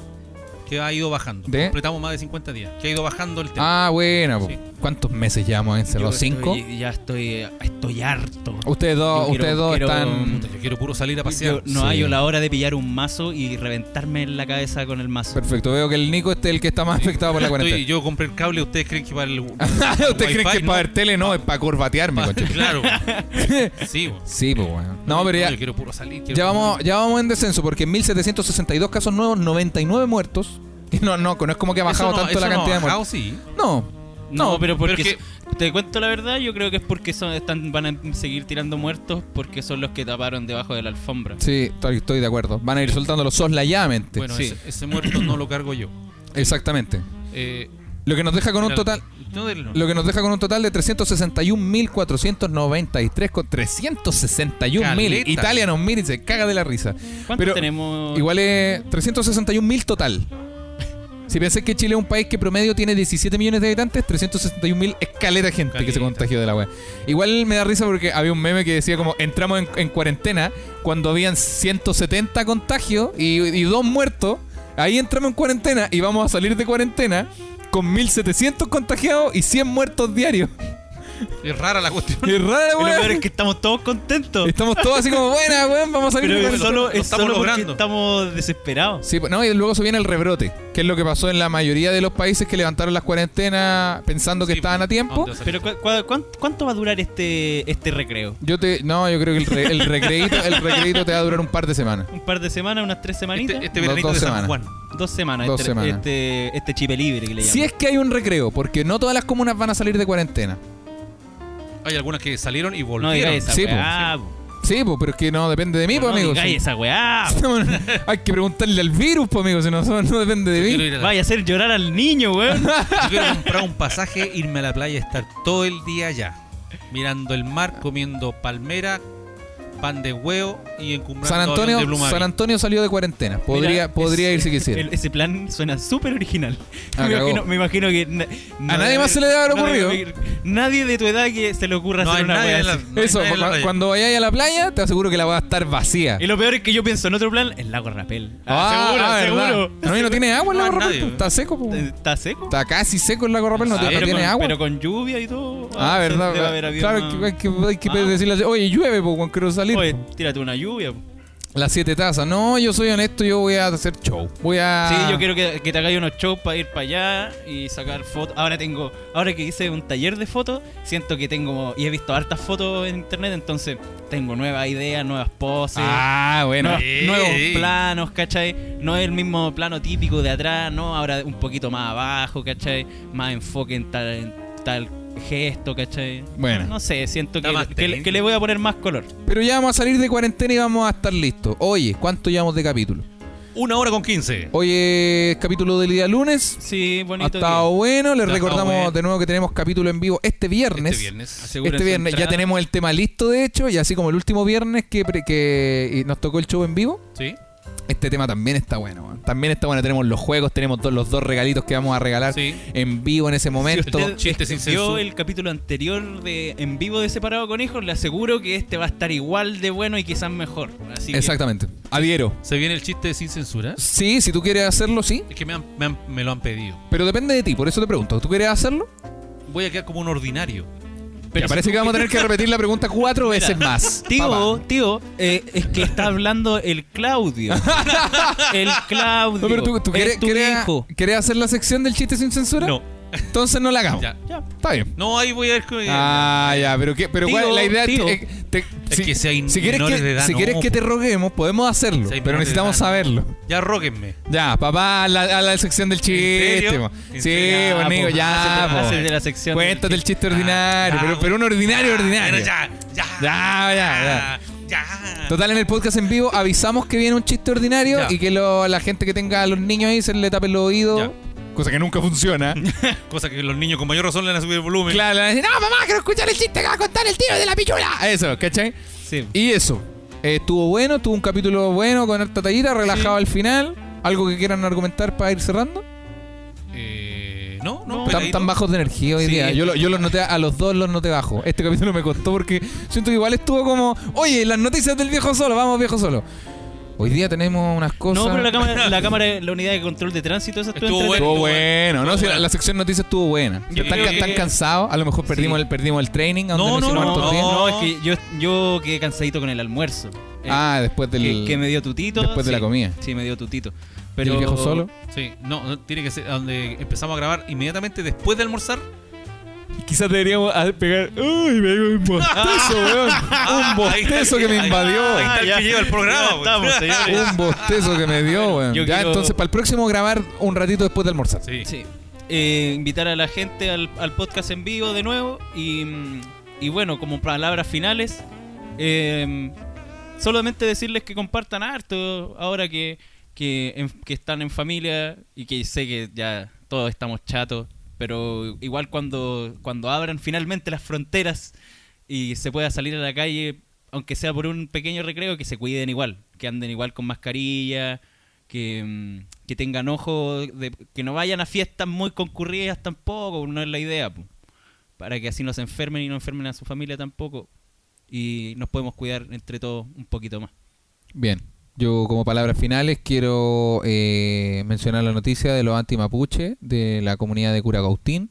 Speaker 5: Que ha ido bajando.
Speaker 1: Mm, ¿De?
Speaker 5: Completamos más de 50 días. Que ha ido bajando el tema.
Speaker 1: Ah, bueno. po.
Speaker 5: Sí.
Speaker 1: ¿Cuántos meses llevamos encerrados? ¿Cinco?
Speaker 2: Ya estoy, eh, estoy harto.
Speaker 1: Ustedes dos,
Speaker 2: Yo quiero-
Speaker 1: ustedes dos
Speaker 2: quiero-
Speaker 1: están...
Speaker 5: Yo quiero puro salir a
Speaker 2: Yo
Speaker 5: pasear.
Speaker 2: no
Speaker 1: mm. Sí.
Speaker 2: hallo la hora de pillar un mazo y reventarme en la cabeza con el mazo.
Speaker 1: Perfecto, veo que el Nico este es el que está más afectado por la
Speaker 5: Estoy-
Speaker 1: cuarentena.
Speaker 5: yo compré el cable, ustedes creen que para el.
Speaker 1: ¿Ustedes creen que es
Speaker 5: Wi-Fi,
Speaker 1: para ver tele? No, es para corbatearme,
Speaker 5: no?
Speaker 1: concha.
Speaker 5: Claro. Sí, bo.
Speaker 1: Sí, pues bueno. No, pero ya,
Speaker 5: Yo quiero puro salir. quiero
Speaker 1: Ya
Speaker 5: puro-
Speaker 1: vamos, ya vamos en descenso porque en 1762 casos nuevos, 99 muertos. No, no, no es como que ha bajado
Speaker 5: Eso no-
Speaker 1: tanto la
Speaker 5: eso no ha
Speaker 1: cantidad de
Speaker 5: bajado,
Speaker 1: muertos.
Speaker 5: sí.
Speaker 1: No,
Speaker 2: No, pero porque
Speaker 5: pero es
Speaker 2: te cuento la verdad, yo creo que es porque son, están, van a seguir tirando muertos porque son los que taparon debajo de la alfombra.
Speaker 1: sí, estoy, estoy de acuerdo. Van a ir soltándolo soslayadamente.
Speaker 5: Bueno,
Speaker 1: sí,
Speaker 5: ese, ese muerto no lo cargo yo.
Speaker 1: exactamente.
Speaker 5: Eh,
Speaker 1: Lo que nos deja con un
Speaker 5: mira,
Speaker 1: total
Speaker 5: No, dele, no.
Speaker 1: lo que nos deja con un total de 361.493 con 361.000
Speaker 5: Caleta.
Speaker 1: italianos, miren, se caga de la risa.
Speaker 2: ¿Cuántos
Speaker 1: Pero-
Speaker 2: tenemos?
Speaker 1: Igual es 361 mil total. Si pensás que Chile es un país que promedio tiene 17 millones de habitantes, 361 mil escalera gente que se
Speaker 5: Caleta.
Speaker 1: contagió de la web. Igual me da risa porque había un meme que decía como entramos en, en cuarentena cuando habían 170 contagios y, y dos muertos. Ahí entramos en cuarentena y vamos a salir de cuarentena con 1700 contagiados y 100 muertos diarios.
Speaker 5: Es rara la cuestión.
Speaker 1: Es rara,
Speaker 2: Y lo peor
Speaker 1: weón.
Speaker 2: es que estamos todos contentos.
Speaker 1: Estamos todos así como, buena, weón, vamos a salir
Speaker 2: Pero
Speaker 1: de
Speaker 2: es
Speaker 1: cuarentena.
Speaker 2: solo,
Speaker 5: lo
Speaker 2: es
Speaker 5: estamos
Speaker 2: solo porque
Speaker 5: logrando.
Speaker 2: estamos desesperados.
Speaker 1: Sí, pues, no, y luego se viene el rebrote, que es lo que pasó en la mayoría de los países que levantaron las cuarentenas pensando que
Speaker 5: Sí, pues,
Speaker 1: estaban a tiempo.
Speaker 5: ¿Dónde va a salir?
Speaker 2: Pero ¿cu- cu- cuánto, cuánto va a durar este, este recreo?
Speaker 1: Yo te, no, yo creo que el, re- el recreíto, el recreíto te va a durar un par de semanas.
Speaker 2: ¿Un par de semanas? ¿Unas tres semanitas?
Speaker 5: Este, este
Speaker 1: Dos-
Speaker 5: veranito
Speaker 1: dos
Speaker 5: de San
Speaker 1: semanas.
Speaker 5: Juan.
Speaker 2: Dos semanas.
Speaker 1: Dos
Speaker 2: este,
Speaker 1: semanas.
Speaker 2: Este, este chipe libre que le llaman.
Speaker 1: Si es que hay un recreo, porque no todas las comunas van a salir de cuarentena.
Speaker 5: Hay algunas que salieron y
Speaker 2: no digáis
Speaker 5: volvieron.
Speaker 2: esa
Speaker 1: Sí, po.
Speaker 2: weá.
Speaker 1: Sí, pues, pero es que no depende de mí,
Speaker 2: po.
Speaker 1: pues,
Speaker 2: No
Speaker 1: amigos.
Speaker 2: digáis esa weá.
Speaker 5: pues.
Speaker 2: po.
Speaker 1: hay que preguntarle al virus, pues, amigos, si no, eso no depende de
Speaker 5: Quiero
Speaker 1: mí.
Speaker 5: ir a la-
Speaker 2: Vaya a hacer llorar al niño, weón.
Speaker 5: Yo quiero comprar un pasaje, irme a la playa, estar todo el día allá, mirando el mar, comiendo palmera, pan de huevo y encumbrando
Speaker 1: San
Speaker 5: aviones de
Speaker 1: Antonio,
Speaker 5: Blue Marine.
Speaker 1: San Antonio salió de cuarentena. Podría,
Speaker 2: Mira,
Speaker 1: podría
Speaker 2: ese-
Speaker 1: ir si quisiera.
Speaker 2: el- ese plan suena súper original.
Speaker 1: Ah,
Speaker 2: me,
Speaker 1: cagó.
Speaker 2: imagino, me imagino que. na- no
Speaker 1: A nadie
Speaker 2: debe-
Speaker 1: más se le debe haber
Speaker 2: no debe-
Speaker 1: ocurrido.
Speaker 2: nadie de tu edad que se le ocurra
Speaker 5: No hay
Speaker 2: hacer una
Speaker 5: nadie
Speaker 2: wea
Speaker 5: en la-
Speaker 2: así.
Speaker 5: no hay
Speaker 1: Eso,
Speaker 5: nadie en la
Speaker 1: cu-
Speaker 5: playa.
Speaker 1: cuando vayáis a la playa, te aseguro que la va a estar vacía.
Speaker 2: Y lo peor es que yo pienso en otro plan, el lago Rapel.
Speaker 1: Ah,
Speaker 2: seguro,
Speaker 1: ah,
Speaker 2: seguro.
Speaker 1: verdad. No, y no tiene agua el
Speaker 5: No,
Speaker 1: lago
Speaker 5: nadie,
Speaker 1: Rapel,
Speaker 5: weón.
Speaker 1: Está seco, po.
Speaker 2: ¿Está seco?
Speaker 1: Está casi seco el lago Rapel, no,
Speaker 5: Ah,
Speaker 1: te- no
Speaker 2: pero,
Speaker 1: tiene
Speaker 2: con,
Speaker 1: agua.
Speaker 2: Eh, pero con lluvia y todo.
Speaker 1: ah,
Speaker 2: se-
Speaker 1: verdad.
Speaker 2: debe haber habido
Speaker 1: claro,
Speaker 2: una-
Speaker 1: hay que, hay que
Speaker 2: Ah.
Speaker 1: decirle, oye, llueve, pues, cuando quiero salir.
Speaker 2: Oye,
Speaker 1: po".
Speaker 2: tírate una lluvia. po.
Speaker 1: Las siete tazas. No, yo soy honesto, yo voy a hacer show. Voy a...
Speaker 2: Sí, yo quiero que, que te hagáis unos shows para ir para allá y sacar fotos. Ahora tengo, ahora que hice un taller de fotos, siento que tengo, y he visto hartas fotos en internet, entonces tengo nuevas ideas, nuevas poses.
Speaker 1: Ah, bueno.
Speaker 2: nuevas-
Speaker 5: eh.
Speaker 2: nuevos planos, ¿cachai? No es el mismo plano típico de atrás, ¿no? Ahora un poquito más abajo, ¿cachai? Más enfoque en tal, en tal gesto, ¿cachai?
Speaker 1: Bueno.
Speaker 2: No sé, siento
Speaker 5: Está
Speaker 2: que,
Speaker 5: más
Speaker 2: que le-
Speaker 5: técnico.
Speaker 2: que le voy a poner más color.
Speaker 1: Pero ya vamos a salir de cuarentena y vamos a estar listos. Oye, ¿cuánto llevamos de capítulo?
Speaker 5: Una hora con 15.
Speaker 1: Hoy es capítulo del día lunes.
Speaker 2: Sí,
Speaker 1: Ha
Speaker 2: bonito.
Speaker 1: estado
Speaker 2: día.
Speaker 1: bueno. Les
Speaker 5: Ha estado
Speaker 1: recordamos
Speaker 5: bueno.
Speaker 1: de nuevo que tenemos capítulo en vivo este viernes.
Speaker 5: Este viernes.
Speaker 2: Aseguren
Speaker 1: este
Speaker 2: su
Speaker 1: viernes ya
Speaker 2: entrada.
Speaker 1: tenemos el tema listo, de hecho, y así como el último viernes que, pre- que y nos tocó el show en vivo,
Speaker 5: Sí.
Speaker 1: este tema también está bueno. weón. También está bueno. Tenemos los juegos, tenemos do- los dos regalitos que vamos a regalar
Speaker 5: Sí.
Speaker 1: en vivo en ese momento.
Speaker 2: Si usted
Speaker 5: Chiste sin
Speaker 2: vio
Speaker 5: censura.
Speaker 2: el capítulo anterior de En vivo de Separado con Hijos, le aseguro que este va a estar igual de bueno y quizás mejor. Así que-
Speaker 1: Exactamente. Adhiero.
Speaker 5: ¿Se viene el chiste sin censura?
Speaker 1: Sí, si tú quieres hacerlo, sí.
Speaker 5: Es que me, han- me han- me lo han pedido.
Speaker 1: Pero depende de ti, por eso te pregunto. ¿Tú quieres hacerlo?
Speaker 5: Voy a quedar como un ordinario.
Speaker 1: Pero parece que vamos a tener que repetir la pregunta cuatro veces más.
Speaker 2: Tío,
Speaker 1: papá.
Speaker 2: tío, eh, es que está hablando el Claudio. El Claudio.
Speaker 1: No, pero tú, tú
Speaker 2: es
Speaker 1: quieres,
Speaker 2: tu
Speaker 1: quieres-
Speaker 2: hijo.
Speaker 1: quieres hacer la sección del chiste sin censura?
Speaker 5: No.
Speaker 1: Entonces no la hagamos.
Speaker 5: Ya.
Speaker 1: Está bien.
Speaker 5: No, ahí voy a ver.
Speaker 1: Ah, ya, pero qué, pero
Speaker 2: Tío,
Speaker 1: cuál, la idea
Speaker 2: tío.
Speaker 1: es- te-
Speaker 5: Es que si hay
Speaker 1: si quieres
Speaker 5: menores
Speaker 1: que,
Speaker 5: de edad,
Speaker 1: si
Speaker 5: no,
Speaker 1: quieres que
Speaker 5: po.
Speaker 1: te roguemos, podemos hacerlo,
Speaker 5: Si hay
Speaker 1: pero
Speaker 5: menores de edad,
Speaker 1: necesitamos
Speaker 5: no.
Speaker 1: saberlo.
Speaker 5: Ya róguenme.
Speaker 1: Ya, papá, a la, a la sección del chiste.
Speaker 5: serio?
Speaker 1: po.
Speaker 5: ¿En
Speaker 1: Sí,
Speaker 5: serio?
Speaker 1: pues,
Speaker 2: Ah,
Speaker 1: amigo,
Speaker 2: po.
Speaker 1: ya.
Speaker 2: Hace-
Speaker 1: po.
Speaker 2: hace de la sección del
Speaker 1: Cuéntate el chiste ordinario,
Speaker 5: ya,
Speaker 1: pero,
Speaker 5: po.
Speaker 1: pero un ordinario, ordinario.
Speaker 5: Ah. Bueno, ya, ya.
Speaker 1: ya, ya. ya.
Speaker 5: ya.
Speaker 1: Total, en el podcast en vivo avisamos que viene un chiste ordinario
Speaker 5: Ya.
Speaker 1: y que lo- la gente que tenga a los niños ahí se le tapen los oídos. Cosa que nunca funciona.
Speaker 5: Cosa que los niños con mayor razón le van a subir el volumen.
Speaker 1: claro, le van a decir, no, mamá, quiero escuchar el chiste que va a contar el tío de la pichula. Eso, ¿cachai?
Speaker 2: Sí.
Speaker 1: Y eso. Eh, estuvo bueno, tuvo un capítulo bueno con harta tallita, relajado al final. ¿Algo que quieran argumentar para ir cerrando?
Speaker 5: Eh, no, no.
Speaker 1: Tan,
Speaker 5: pegadito.
Speaker 1: tan bajos de energía hoy
Speaker 5: Sí.
Speaker 1: día. Yo, lo- yo los noté, a los dos los noté bajo. Este capítulo me costó porque siento que igual estuvo como, oye, las noticias del viejo solo, vamos viejo solo. Hoy día tenemos unas cosas.
Speaker 2: No, pero la cámara, la cámara, la unidad de control de tránsito, esa
Speaker 5: Estuvo
Speaker 2: entretenida.
Speaker 1: Estuvo
Speaker 5: Estuvo
Speaker 1: bueno, no,
Speaker 5: estuvo
Speaker 1: si la,
Speaker 5: bueno.
Speaker 1: la sección noticias estuvo buena.
Speaker 5: Yo
Speaker 1: están
Speaker 5: creo
Speaker 1: ca-
Speaker 5: que-
Speaker 1: están cansados, a lo mejor perdimos el perdimos el training. a donde
Speaker 5: No,
Speaker 1: nos
Speaker 5: no,
Speaker 1: hicimos
Speaker 2: No,
Speaker 1: hartos
Speaker 5: no,
Speaker 1: días.
Speaker 2: no, es que yo, yo quedé cansadito con el almuerzo. Eh,
Speaker 1: Ah, después del
Speaker 2: que, que me dio tutito.
Speaker 1: después de la
Speaker 2: sí.
Speaker 1: comida.
Speaker 2: Sí, me dio tutito.
Speaker 1: del
Speaker 2: Pero
Speaker 1: viejo solo.
Speaker 5: Sí, no, no, tiene que ser a donde empezamos a grabar inmediatamente después de almorzar.
Speaker 1: Quizás deberíamos pegar. Uy, me dio un bostezo, weón. Un bostezo Ah, que me invadió.
Speaker 5: Ah, Ahí está el
Speaker 2: Ah, ya.
Speaker 5: que lleva el programa.
Speaker 2: Ya estamos,
Speaker 5: pues.
Speaker 2: señores.
Speaker 1: Un bostezo que me dio, weón.
Speaker 2: Yo
Speaker 1: Ya,
Speaker 2: quiero-
Speaker 1: entonces, para el próximo grabar un ratito después de almorzar.
Speaker 5: Sí.
Speaker 2: Sí. Eh, invitar a la gente al, al podcast en vivo de nuevo. Y, mm, y bueno, como palabras finales, eh, solamente decirles que compartan harto ahora que, que, en- que están en familia y que sé que ya todos estamos chatos. Pero igual cuando, cuando abran finalmente las fronteras y se pueda salir a la calle, aunque sea por un pequeño recreo, que se cuiden igual, que anden igual con mascarilla, que, mm, que tengan ojo, de, que no vayan a fiestas muy concurridas tampoco, no es la idea, po. para que así no se enfermen y no enfermen a su familia tampoco. Y nos podemos cuidar entre todos un poquito más.
Speaker 1: Bien. Yo, como palabras finales, quiero eh, mencionar la noticia de los anti-mapuche de la comunidad de Curacautín.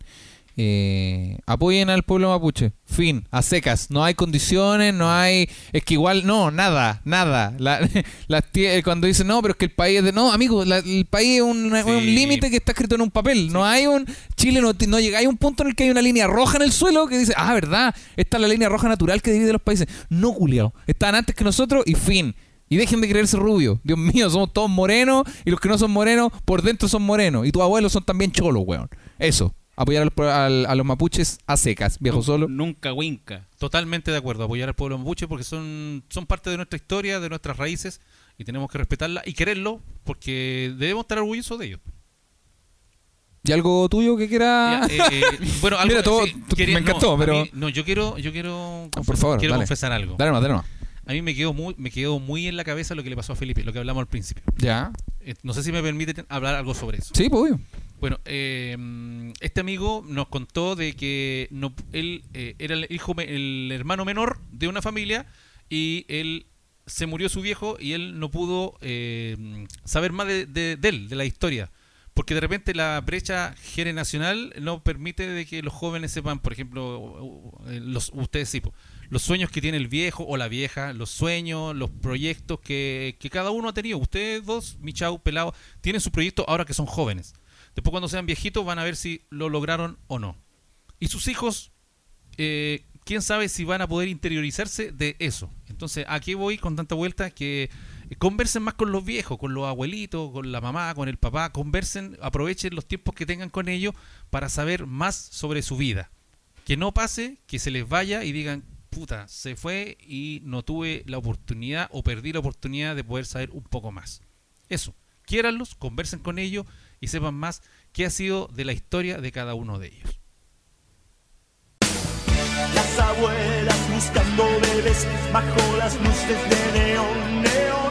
Speaker 1: Eh, apoyen al pueblo mapuche. Fin, a secas. No hay condiciones, no hay. Es que igual, no, nada, nada. La- las tie- eh, cuando dicen, no, pero es que el país es de. No, amigo, la- el país es un, es un
Speaker 5: Sí.
Speaker 1: límite que está escrito en un papel. No hay un. Chile no, ti- no llega. Hay un punto en el que hay una línea roja en el suelo que dice, ah, verdad, esta es la línea roja natural que divide los países. No, culiao. Están antes que nosotros y fin. Y dejen de creerse rubio. Dios mío, somos todos morenos y los que no son morenos, por dentro son morenos. Y tus abuelos son también cholos, weón. Eso. Apoyar a los, al- a los mapuches a secas, viejo solo.
Speaker 2: Nunca winca.
Speaker 5: Totalmente de acuerdo. Apoyar al pueblo mapuche porque son, son parte de nuestra historia, de nuestras raíces y tenemos que respetarla y quererlo porque debemos estar orgullosos de ellos.
Speaker 1: ¿Y algo tuyo que quiera?
Speaker 5: Ya, eh, eh, bueno, algo
Speaker 1: Ah. Mira, todo- tú- me encantó,
Speaker 5: a
Speaker 1: pero- Ah,
Speaker 5: mí- no, yo quiero, yo quiero, confesar,
Speaker 1: por favor,
Speaker 5: quiero
Speaker 1: dale.
Speaker 5: confesar algo.
Speaker 1: Dale más, dale más.
Speaker 5: A mí me quedó muy, me quedó muy en la cabeza lo que le pasó a Felipe, lo que hablamos al principio.
Speaker 1: Ya.
Speaker 5: Eh, no sé si me permiten hablar algo sobre eso.
Speaker 1: Sí, pues obvio.
Speaker 5: Bueno, eh, mm, este amigo nos contó de que no, él eh, era el hijo, me- el hermano menor de una familia y él se murió su viejo y él no pudo eh, mm, saber más de, de- de él, de la historia. Porque de repente la brecha generacional no permite de que los jóvenes sepan, por ejemplo, u- u- eh, los, ustedes sí, po, los sueños que tiene el viejo o la vieja, los sueños, los proyectos que, que cada uno ha tenido. Ustedes dos, Michau, Pelado, tienen sus proyectos ahora que son jóvenes. Después cuando sean viejitos van a ver si lo lograron o no. Y sus hijos, eh, quién sabe si van a poder interiorizarse de eso. Entonces, aquí voy con tanta vuelta que eh, conversen más con los viejos, con los abuelitos, con la mamá, con el papá, conversen, aprovechen los tiempos que tengan con ellos para saber más sobre su vida. Que no pase, que se les vaya y digan, puta, se fue y no tuve la oportunidad o perdí la oportunidad de poder saber un poco más. Eso, quiéranlos, conversen con ellos y sepan más qué ha sido de la historia de cada uno de ellos.
Speaker 4: Las abuelas buscando bebés bajo las luces de neón, neón.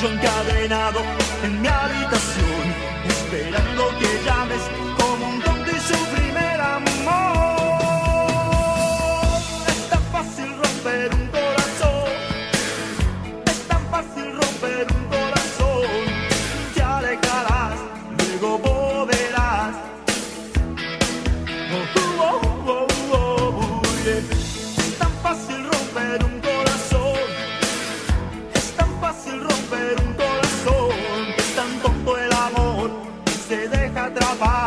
Speaker 4: Yo encadenado en mi habitación, esperando que llames como un don de su primer amor. Es tan fácil romper un corazón, es tan fácil romper un corazón. Te alejarás, luego volverás. Oh, oh, oh, oh, oh, yeah. Es tan fácil romper un corazón, es tan fácil romper un corazón, es tan tonto el amor que se deja atrapar.